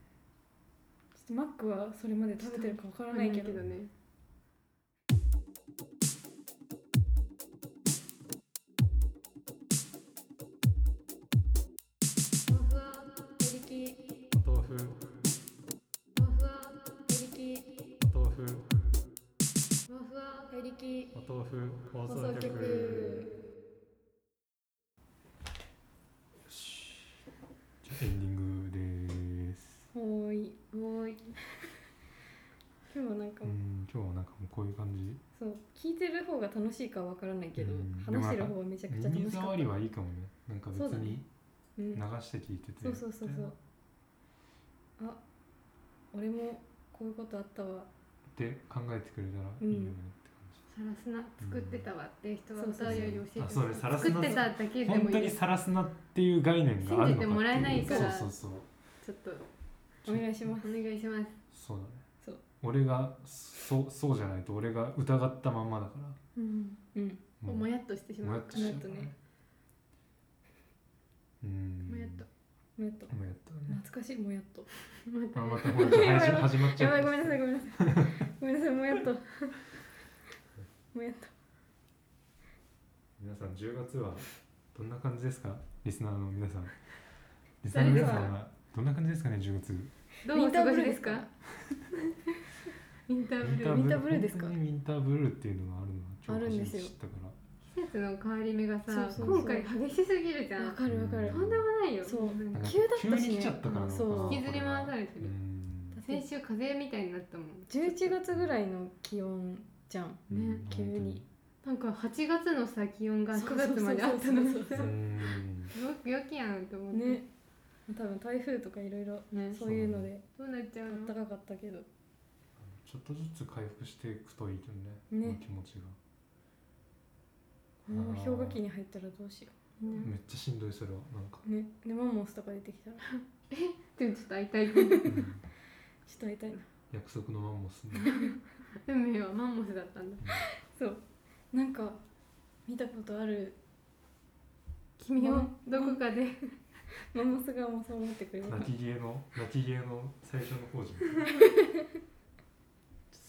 Speaker 1: ちょっとマックはそれまで食べてるかわからないけど
Speaker 3: わかんね
Speaker 4: お豆腐お豆腐お豆腐放送局じゃあエンディングです
Speaker 1: ほーい
Speaker 3: おーい
Speaker 1: 今日はなんか
Speaker 4: う、ん今日はなんかもうこういう感じ
Speaker 1: そう聞いてる方が楽しいかわからないけど、
Speaker 4: うん
Speaker 1: 話してる方はめちゃくちゃ楽しか
Speaker 4: 耳
Speaker 1: った
Speaker 4: 障りはいいかもねなんか別
Speaker 1: そうだね
Speaker 4: に
Speaker 1: う
Speaker 4: 流
Speaker 1: ん、
Speaker 4: して聞いてて
Speaker 1: そうそうそうそうあ俺もこういうことあったわ
Speaker 4: って考えてくれたらいいよね
Speaker 3: サラスナ作ってたわって人はお便り教えて
Speaker 4: あそうねサラス
Speaker 3: 作
Speaker 4: ナ
Speaker 3: ってただけ
Speaker 4: って感じ、
Speaker 3: で
Speaker 4: 本
Speaker 3: も
Speaker 4: 当
Speaker 3: いい
Speaker 4: に
Speaker 3: です
Speaker 4: さらすなっていう概念があるのかって
Speaker 3: 信じてもらえないから
Speaker 4: そうそうそう
Speaker 3: ちょっと
Speaker 1: お願いし
Speaker 3: お
Speaker 1: ます
Speaker 3: 願いします
Speaker 4: そうだね
Speaker 1: そう
Speaker 4: 俺がそうそうじゃないと俺が疑ったまんまだから
Speaker 3: うん
Speaker 1: うん
Speaker 4: もう
Speaker 3: もやっとしてし
Speaker 4: も
Speaker 3: ま
Speaker 4: や
Speaker 3: う
Speaker 4: っとしちゃうから
Speaker 1: もやっとね
Speaker 4: うん
Speaker 3: もやっと
Speaker 1: もやっと
Speaker 4: もやっとね
Speaker 1: 懐かしいもやっと
Speaker 3: また
Speaker 4: あまたほんと始ま始まっちゃ
Speaker 1: や
Speaker 4: う
Speaker 1: ばいごめんなさいごめんなさいごめんなさいもやっ
Speaker 3: <laughs>
Speaker 1: ともやっと
Speaker 4: 皆さん10月はどんな感じですかリスナーの皆さんリスナーの皆さんはどんな感じですかね10月
Speaker 3: どうお過ごしですかインターブルー
Speaker 1: ウィンターブルーですか
Speaker 4: 本当にウィンターブルーっていうのがあるのは
Speaker 1: あるんですよ
Speaker 4: 知ったから
Speaker 3: 季節の変わり目がさ
Speaker 1: そう
Speaker 4: そうそう
Speaker 3: 今回激しすぎるじゃ
Speaker 1: わ
Speaker 3: ん
Speaker 1: かるわかる
Speaker 3: とんでもないよ
Speaker 1: そう
Speaker 3: なん
Speaker 4: な
Speaker 3: か
Speaker 4: んか
Speaker 1: 急だったしね
Speaker 4: 急に来ちゃったからなのかな
Speaker 1: そう
Speaker 3: 引きずり回されてる
Speaker 4: うん
Speaker 3: 先週風邪みたいになったもん
Speaker 1: 11月ぐらいの気温じゃん
Speaker 3: ね
Speaker 4: うん
Speaker 1: 急に
Speaker 3: なんか8月のさ気温が
Speaker 1: そうそ
Speaker 3: 9
Speaker 1: うそうそう
Speaker 3: 月まであったのに
Speaker 1: そう
Speaker 4: う
Speaker 1: そ
Speaker 3: さ
Speaker 1: う
Speaker 4: ん
Speaker 3: よく病気やんと思って
Speaker 1: ね多分台風とかいろいろ
Speaker 3: ね
Speaker 1: そういうので
Speaker 3: どうなっちゃ
Speaker 1: あ
Speaker 3: う
Speaker 1: った
Speaker 3: の
Speaker 1: かかったけど
Speaker 4: ちょっとずつ回復していくといいけどね
Speaker 1: ね
Speaker 4: 気持ちが
Speaker 1: もう
Speaker 4: あー
Speaker 1: 氷河期に入ったらどうしよ
Speaker 4: めっちゃしんどいそれはなんか、
Speaker 1: うねでマンモスとか出てきたらちょ
Speaker 3: でもちょっと会いたい <laughs> かも
Speaker 4: うん
Speaker 1: っと会いたいな
Speaker 4: 約束のマンモスね
Speaker 3: 運命はマンモスだったんだ
Speaker 1: そうなんか見たことある
Speaker 3: 君をどこかで
Speaker 1: マンモスが妄想を持ってくれるか
Speaker 4: 泣き芸の泣き芸の最初の
Speaker 1: <laughs>
Speaker 4: 方じゃん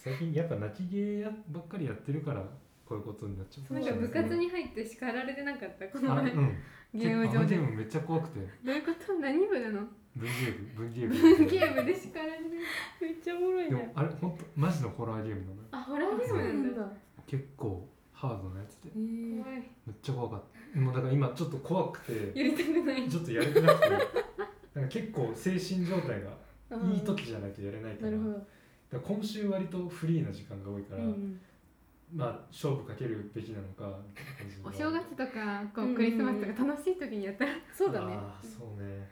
Speaker 4: 最近やっぱ泣き芸やばっかりやってるからこういうことになっちゃう
Speaker 3: なんか部活に入って叱られてなかったこの
Speaker 4: あう
Speaker 3: 前
Speaker 4: ん
Speaker 3: ゲーム上で
Speaker 4: でもめっちゃ怖くて
Speaker 3: どういうこと何部なの
Speaker 4: 文芸部文芸部
Speaker 3: 文芸部で叱られる
Speaker 1: めっちゃおもろい
Speaker 4: で
Speaker 1: ね
Speaker 4: もあれほんとマジのホラーゲームなのよ
Speaker 3: あホラーゲー
Speaker 1: そう
Speaker 3: ム
Speaker 1: な
Speaker 3: なん
Speaker 1: ん
Speaker 3: だ
Speaker 1: だ
Speaker 4: 結構ハードなやつで
Speaker 1: えー
Speaker 3: 怖い
Speaker 4: めっちゃ怖かったもうだから今ちょっと怖くて
Speaker 3: やりたくない
Speaker 4: ちょっとやれてなくてなんか結構精神状態が
Speaker 1: あー
Speaker 4: いい時じゃないとやれないから
Speaker 1: なるほど
Speaker 4: だから今週割とフリーな時間が多いか
Speaker 1: う
Speaker 4: ら、
Speaker 1: んうん
Speaker 4: まあ勝負かけるべきなのかみたいな感じ
Speaker 3: お
Speaker 4: が
Speaker 3: 正月とかこ
Speaker 1: うんうんう
Speaker 3: うんクリスマスとか楽しい時にやったら
Speaker 1: そうだね
Speaker 4: あーそうね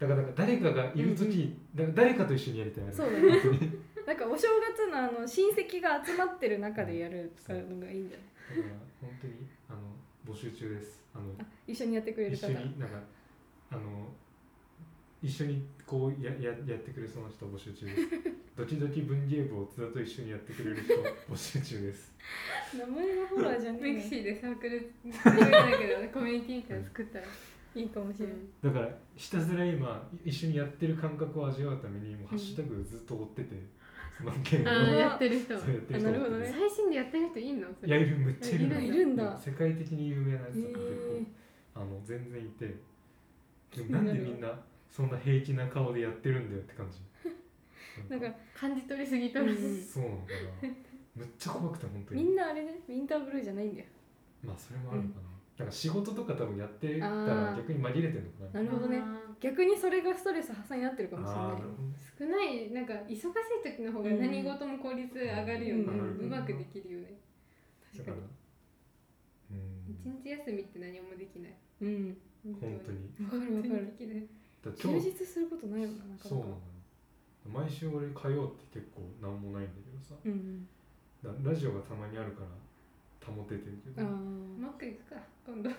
Speaker 4: だからだから誰かがいる時、だから誰かと一緒にやりたいな
Speaker 1: そうだ
Speaker 4: 本
Speaker 1: ね
Speaker 4: 当にだか
Speaker 1: なんかお正月のあの親戚が集まってる中でやるとかのがいいんじゃない
Speaker 4: ら本当にあの募集中ですあの
Speaker 1: あ一緒にやってくれる
Speaker 4: 一緒
Speaker 1: 方
Speaker 4: になんかあの一緒にこうやややってくれそうな人募集
Speaker 1: <laughs>
Speaker 4: 中ですドキドキ文芸部を津田と一緒にやってくれる人募集中です
Speaker 1: 名前がホラーじゃね
Speaker 3: ミクシ
Speaker 1: え
Speaker 3: ーでサークル作るんだけどコミュニティみたいなの作ったら
Speaker 1: いいかもしれない、
Speaker 4: だからひたすら今い一緒にやってる感覚を味わうためにもうハッシュタグずっと追ってて、その件を
Speaker 3: ああやってる人
Speaker 4: そうやってる人
Speaker 1: あなるほどね
Speaker 3: 最新でやってる人いんのそ
Speaker 4: いや
Speaker 3: れ
Speaker 4: いるめっちゃいるの
Speaker 3: いる
Speaker 1: いるんだ
Speaker 4: 世界的に有名なやつとかでこう
Speaker 1: えー
Speaker 4: あの全然いてでも
Speaker 1: に
Speaker 4: な
Speaker 1: なる
Speaker 4: んでみんなそんな平気な顔でやってるんだよって感
Speaker 1: <laughs>
Speaker 4: じ
Speaker 1: なんか
Speaker 3: 感じ取りすぎとる
Speaker 1: うん
Speaker 4: そうなのかなむっちゃ怖くて本当
Speaker 1: み
Speaker 4: に
Speaker 1: んなあれねウィンターブルーじゃないんだよ
Speaker 4: まあそれもあるのかな、なんか仕事とか多分やってた
Speaker 1: あ
Speaker 4: ら
Speaker 1: ー
Speaker 4: 逆に紛れてるのかな
Speaker 1: なるほどね
Speaker 3: あ
Speaker 1: 逆にそれがストレス発散になってるかもしれ
Speaker 4: あ
Speaker 1: な
Speaker 4: ー
Speaker 1: い
Speaker 4: なるほどね
Speaker 3: ー少ないなんか忙しい時の方が何事も効率上がるよね
Speaker 1: うんう
Speaker 3: う
Speaker 1: ん
Speaker 3: まくできるよね
Speaker 4: だ
Speaker 3: 確か
Speaker 4: か
Speaker 3: らに一
Speaker 4: うん
Speaker 3: 日休みって何もできない
Speaker 1: うん
Speaker 4: 本当に
Speaker 1: わかるわ
Speaker 3: 本当に
Speaker 1: か
Speaker 3: で
Speaker 1: る
Speaker 3: きない
Speaker 4: だから
Speaker 1: 休
Speaker 4: 今
Speaker 1: 日
Speaker 4: 日
Speaker 1: することないよななか
Speaker 4: そう
Speaker 1: な
Speaker 4: な
Speaker 1: か
Speaker 4: のよ毎週俺火曜って結構なんもないんだけどさ
Speaker 1: うん
Speaker 4: だラジオがたまにあるから保ててるけ
Speaker 1: あ
Speaker 4: ど、
Speaker 1: あ
Speaker 4: うん、
Speaker 3: マック行くか今度
Speaker 4: お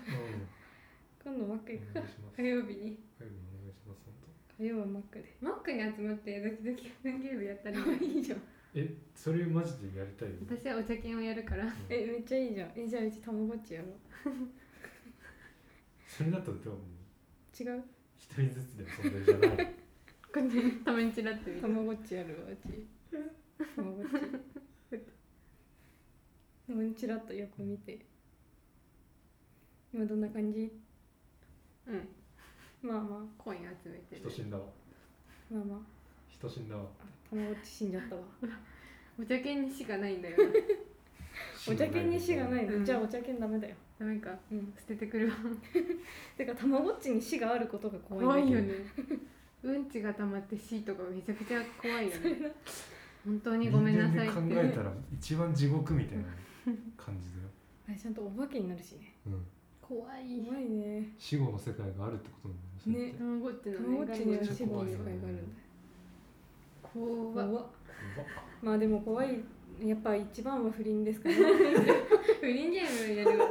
Speaker 1: 今度マック行くか
Speaker 4: 願いします
Speaker 3: 火曜日に
Speaker 4: 火曜日お願いします本当
Speaker 1: 火曜はマックで
Speaker 3: マックに集まってドキドキ文芸部やったり
Speaker 1: いいじゃん
Speaker 4: えそれマジでやりたいよね
Speaker 3: 私はお茶犬をやるから
Speaker 4: うん
Speaker 1: えめっちゃいいじゃんえじゃあうちたまごっちやろう
Speaker 4: それだとでも
Speaker 1: 違う
Speaker 4: 一人ずつで遊んでるじゃない
Speaker 3: こんなたまにちらっと見
Speaker 1: た
Speaker 3: て
Speaker 1: まごっちやるわうちたまごっちでもチラッと横見て今どんな感じ
Speaker 3: うん
Speaker 1: まあまあ
Speaker 3: コイン集めて
Speaker 4: 人
Speaker 3: る
Speaker 4: 死んだわ
Speaker 1: まあまあ
Speaker 4: 人死んだわ
Speaker 1: たまごっち死んじゃったわ
Speaker 3: お茶犬に死がないんだよ
Speaker 1: お茶犬に死がないの、
Speaker 3: うん
Speaker 1: じゃあお茶犬ダメだよ
Speaker 3: なダメか
Speaker 1: うん
Speaker 3: 捨ててくるわ
Speaker 1: てかたまごっちに死があることが怖い
Speaker 3: 怖い
Speaker 1: んだけど
Speaker 3: よねうんちが溜まって死とかめちゃくちゃ怖いよね本当にごめんなさいって
Speaker 4: 人間で考えたら一番地獄みたいな感じだ
Speaker 3: <laughs>
Speaker 4: よ、
Speaker 1: あれちゃんとお化けになるしね
Speaker 4: うん、
Speaker 3: 怖い
Speaker 1: 怖いね
Speaker 4: 死後の世界があるってことなんだよそれって
Speaker 1: ね
Speaker 3: たまごっち
Speaker 1: た
Speaker 3: の
Speaker 1: まごっちには死後の世界があるんだよ
Speaker 3: 怖っ
Speaker 1: 怖っ
Speaker 4: 怖っ
Speaker 1: まあでも怖いやっぱ一番は不倫ですかね
Speaker 3: 不倫ゲームやるわ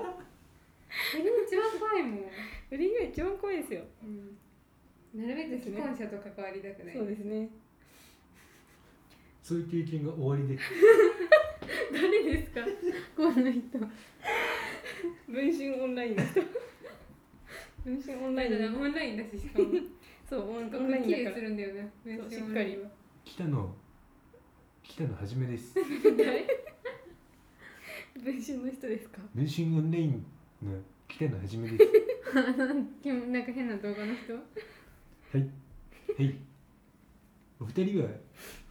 Speaker 3: 不倫一番怖いもん、
Speaker 1: <laughs> 不倫が一番怖いですよ
Speaker 3: なるべく既婚者と関わりたくない
Speaker 1: そうですね
Speaker 4: そういう経験が終わりで
Speaker 3: <laughs> 誰ですか <laughs> この人
Speaker 1: 文春オンラインの人文春オンラインの
Speaker 3: オンラインだししかも
Speaker 1: そうオン
Speaker 3: こ
Speaker 1: オンライ
Speaker 3: こ
Speaker 1: ン
Speaker 3: 綺麗
Speaker 1: だ
Speaker 3: す
Speaker 1: から
Speaker 3: るんだよね
Speaker 1: そうしっかり
Speaker 4: 北野北野はじめです
Speaker 3: 誰
Speaker 1: 文春の人ですか
Speaker 4: 文春オンラインの北野はじめです <laughs>
Speaker 3: なんか変な動画の人
Speaker 4: はいお二人は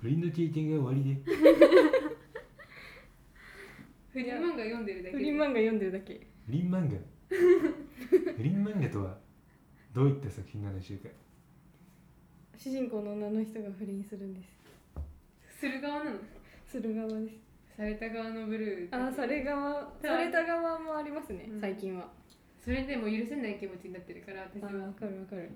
Speaker 4: 不倫の経験が終わりで
Speaker 3: フリー漫画読んでるだけ
Speaker 1: 不倫漫画読んでるだけ
Speaker 4: 不倫漫 <laughs> 画不倫漫画とはどういった作品なのでしょうか
Speaker 1: 主人公の女の人が不倫するんです
Speaker 3: する側なの
Speaker 1: する側です
Speaker 3: された側のブルー
Speaker 1: あーされ側された側もありますね、
Speaker 3: うん
Speaker 1: 最近は
Speaker 3: それでも許せない気持ちになってるから私
Speaker 1: あ
Speaker 3: は
Speaker 1: ーわかるわかる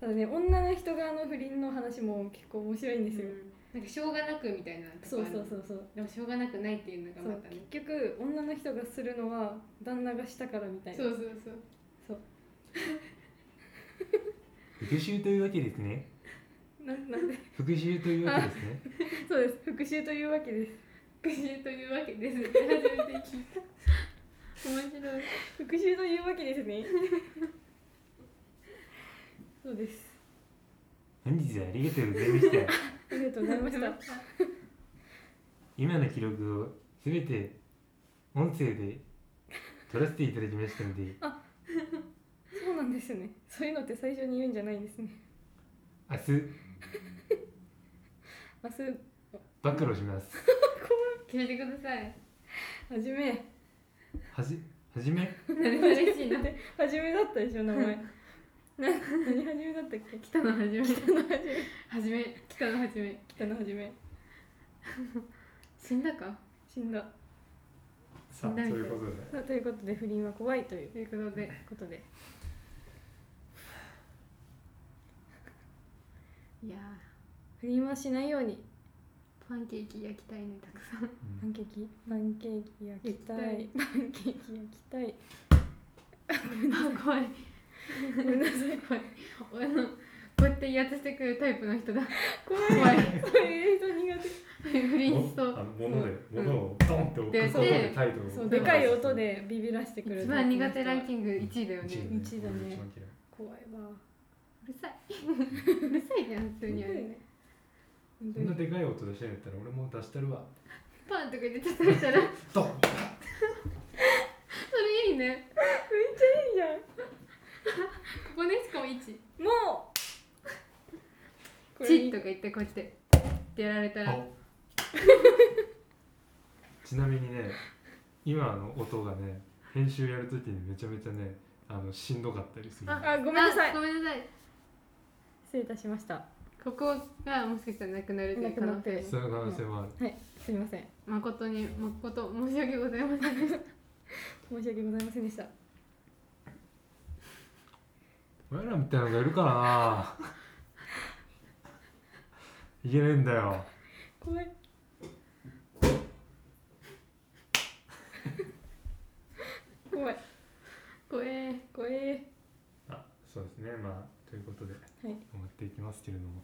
Speaker 1: ただね女の人側の不倫の話も結構面白いんですよ、
Speaker 3: うんなんかしょうがなくみたいなと
Speaker 1: そう
Speaker 3: こある
Speaker 1: そうそうそう
Speaker 3: でもしょうがなくないっていうの
Speaker 1: そ
Speaker 3: がま
Speaker 1: う
Speaker 3: たね
Speaker 1: 結局女の人がするのは旦那がしたからみたいな
Speaker 3: そうそうそう
Speaker 2: 復讐というわけですね
Speaker 1: なんなんで
Speaker 2: 復讐というわけです
Speaker 4: <laughs>
Speaker 2: ね
Speaker 1: <laughs> そうです復讐というわけです
Speaker 3: 復習というわけですって初めて聞いた面白い
Speaker 1: 復讐というわけ <laughs> ですねそうです
Speaker 4: 本日はありがとうございました
Speaker 1: ありがとうございました
Speaker 3: <laughs>
Speaker 4: 今の記録をすべて音声で撮らせていただきましたので
Speaker 1: <laughs> そうなんですねそういうのって最初に言うんじゃないんですね
Speaker 4: 明日
Speaker 1: 明日
Speaker 4: 暴露します
Speaker 3: 聞いてください
Speaker 1: はじめ
Speaker 4: はじはじめ
Speaker 3: <laughs> 何が嬉し <laughs>
Speaker 1: <laughs>
Speaker 3: いな
Speaker 1: はじめだったでしょ名前な何はじめだったっけ <laughs>
Speaker 3: 北の初め
Speaker 1: 北のはじめ
Speaker 3: 初め北の初め
Speaker 1: 北のはじめ
Speaker 3: 死んだか
Speaker 1: 死んだ
Speaker 2: さあと
Speaker 3: ない
Speaker 2: いうことで
Speaker 1: さあということで不倫は怖いという
Speaker 3: ということで
Speaker 1: ことで
Speaker 3: いやー
Speaker 1: 不倫はしないように
Speaker 3: パンケーキ焼きたいねたくさん
Speaker 1: パンケーキパンケーキ焼きたいパンケーキ焼きたい
Speaker 3: あ怖いごめんなさい怖い俺のこうやって威圧してくるタイプの人だ
Speaker 1: 怖い
Speaker 3: 怖い
Speaker 1: そういう人苦
Speaker 3: 不倫しそ
Speaker 2: もあの
Speaker 3: う
Speaker 2: 物で
Speaker 3: うん
Speaker 2: 物をドンって置くこと
Speaker 3: で
Speaker 2: でタイトルを
Speaker 1: 手そうでかい音でビビらしてくる
Speaker 3: 一番苦手ランキング1位だよね
Speaker 2: 一位
Speaker 1: 一位だね
Speaker 2: 俺一番嫌いう
Speaker 1: 怖いわ
Speaker 3: うるさいうるさいじゃん普通にあれ
Speaker 1: 本当
Speaker 2: そんな
Speaker 1: に
Speaker 2: でかい音出したんやったら俺も出したるわ
Speaker 3: パンとか入れてたりしたら
Speaker 2: ドン
Speaker 3: それいいね
Speaker 1: いいじゃん
Speaker 3: ここねしかも1
Speaker 1: もうこれ
Speaker 3: チッとか言ってこうやってってやられたら
Speaker 2: おちなみにね今の音がね編集やるときにめちゃめちゃねあのしんどかったりする
Speaker 1: あごめんなさい
Speaker 3: あごめんなさい
Speaker 1: 失礼いたしました
Speaker 3: ここがもしかしたらなくなるという可能
Speaker 1: なくなっ
Speaker 3: 性
Speaker 1: て
Speaker 2: その可能性もある
Speaker 1: はいすみません
Speaker 3: 誠に誠申し訳ございませんでした
Speaker 1: 申し訳ございませんでした
Speaker 4: 俺らみたいなのがいるかないけないんだよ
Speaker 3: <laughs>
Speaker 1: 怖い怖い
Speaker 3: 怖え
Speaker 1: 怖い
Speaker 2: あそうですねまあということで終
Speaker 1: い
Speaker 2: わっていきますけれ
Speaker 4: <laughs>
Speaker 2: ども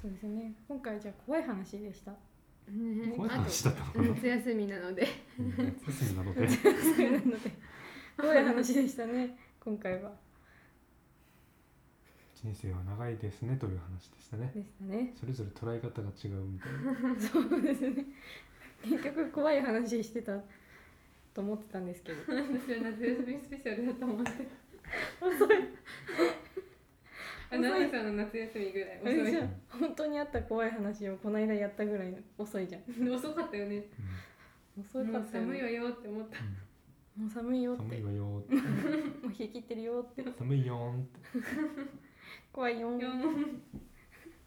Speaker 1: そうですよね今回じゃあ怖い話でした <laughs>
Speaker 3: ね
Speaker 4: 怖い話だったの
Speaker 3: あと夏休みなので
Speaker 4: うん夏休みなので
Speaker 1: そうなので怖い話でしたね今回は
Speaker 4: 人生は長いですねという話でしたね
Speaker 1: でしたね
Speaker 4: それぞれ捉え方が違うみたいな
Speaker 1: そうですね結局怖い話してたと思ってたんですけど
Speaker 3: 私は夏休みスペシャルだと <laughs> 思って遅いアナウンサーの夏休みぐらい
Speaker 1: あれじ
Speaker 3: 遅
Speaker 1: ゃん本当にあった怖い話をこの間やったぐらいの遅いじゃん
Speaker 3: い <laughs> 遅かったよね
Speaker 1: 遅
Speaker 3: も
Speaker 1: か
Speaker 3: う
Speaker 1: ったよね
Speaker 3: 寒いわよって思った
Speaker 1: もう寒いよっ
Speaker 4: 寒
Speaker 1: て
Speaker 4: い
Speaker 1: も
Speaker 4: わよ
Speaker 1: う冷え切ってるよって
Speaker 4: ー寒いよーんって
Speaker 1: 怖いよ
Speaker 3: よーん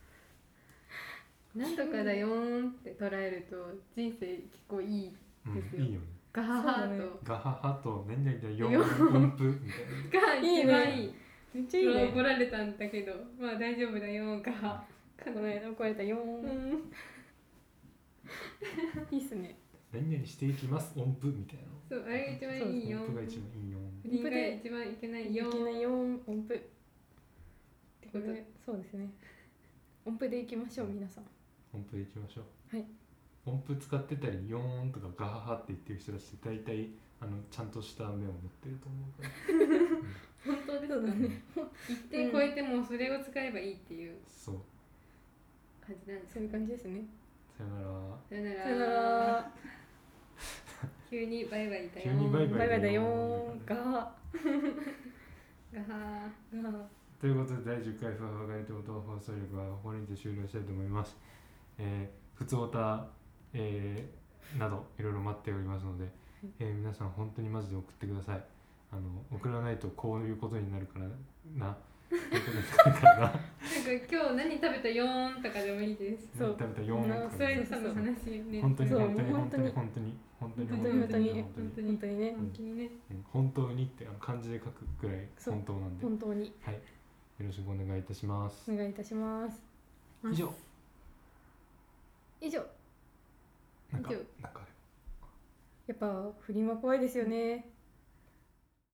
Speaker 3: <laughs> なんとかだよーんって捉えると人生結構いいです
Speaker 4: う
Speaker 3: よ
Speaker 4: んいいよね
Speaker 3: ガハハーと、
Speaker 4: ガハハと何々だよ
Speaker 3: よ
Speaker 4: ーん音符みたいな
Speaker 3: が
Speaker 1: いい
Speaker 3: 一番いい
Speaker 1: ねめっちゃいい
Speaker 3: 怒
Speaker 1: ね
Speaker 3: られたんだけどまあ大丈夫だよーが
Speaker 1: この間怒られたよ
Speaker 3: う
Speaker 1: ー
Speaker 3: ん
Speaker 1: いいっすね
Speaker 4: 何々していきます音符みたいな
Speaker 3: そうあれが一番いいよ
Speaker 4: 音符が一番いいよ
Speaker 3: 不倫が一番いけない
Speaker 1: い
Speaker 3: よ
Speaker 1: きなよー音符
Speaker 3: てこと
Speaker 1: これそうですね音符でいきましょう皆さん
Speaker 4: 音符でいきましょう
Speaker 1: はい
Speaker 4: 音符使ってたりよーんとかガハハって言ってる人たちって大体あのちゃんとした目を持ってると思うから
Speaker 3: 本当ですかね一点超えてもそれを使えばいいっていう
Speaker 4: そう
Speaker 3: 感じなんです
Speaker 1: そういう感じですね
Speaker 4: さよなら
Speaker 3: さよなら
Speaker 1: さよなら
Speaker 3: 急にバイバイだよ
Speaker 4: 急にバイ
Speaker 1: バイバイだよー
Speaker 4: ー
Speaker 1: がが
Speaker 3: ガハ
Speaker 4: ということで第10回ふわふわがりと音の放送力はこれにて終了したいと思います。えー、ふつおた、えーなどいろいろ待っておりますので、えー皆さん本当にマジで送ってください。あの送らないとこういうことになるからな。こういうことになるからな。
Speaker 3: ーなんか今日何食べたよーんとかでもいいです
Speaker 1: そう
Speaker 4: 食べた4
Speaker 1: な
Speaker 4: 円と
Speaker 1: そ
Speaker 3: そ
Speaker 4: か
Speaker 3: れ
Speaker 4: ね。
Speaker 3: でさの話ね
Speaker 4: 本当に
Speaker 1: そう
Speaker 4: 本当に
Speaker 1: もう
Speaker 4: 本当に本当に本当に
Speaker 3: 本
Speaker 4: 本
Speaker 3: 当
Speaker 4: 当
Speaker 3: に
Speaker 4: に
Speaker 3: 本
Speaker 4: 本
Speaker 3: 当本当
Speaker 4: 当に本当に
Speaker 1: に本
Speaker 3: に
Speaker 1: 当にね
Speaker 3: 本当にね
Speaker 4: うん本当にってあの漢字で書くくらい
Speaker 1: そう
Speaker 4: 本当なんでよ
Speaker 1: 本当に
Speaker 4: ろしくお願いいたします
Speaker 1: お。願いいたします
Speaker 4: 以上。
Speaker 1: 以上
Speaker 4: なんか
Speaker 1: 以上
Speaker 4: なんかあれ
Speaker 1: やっぱ不倫は怖いですよね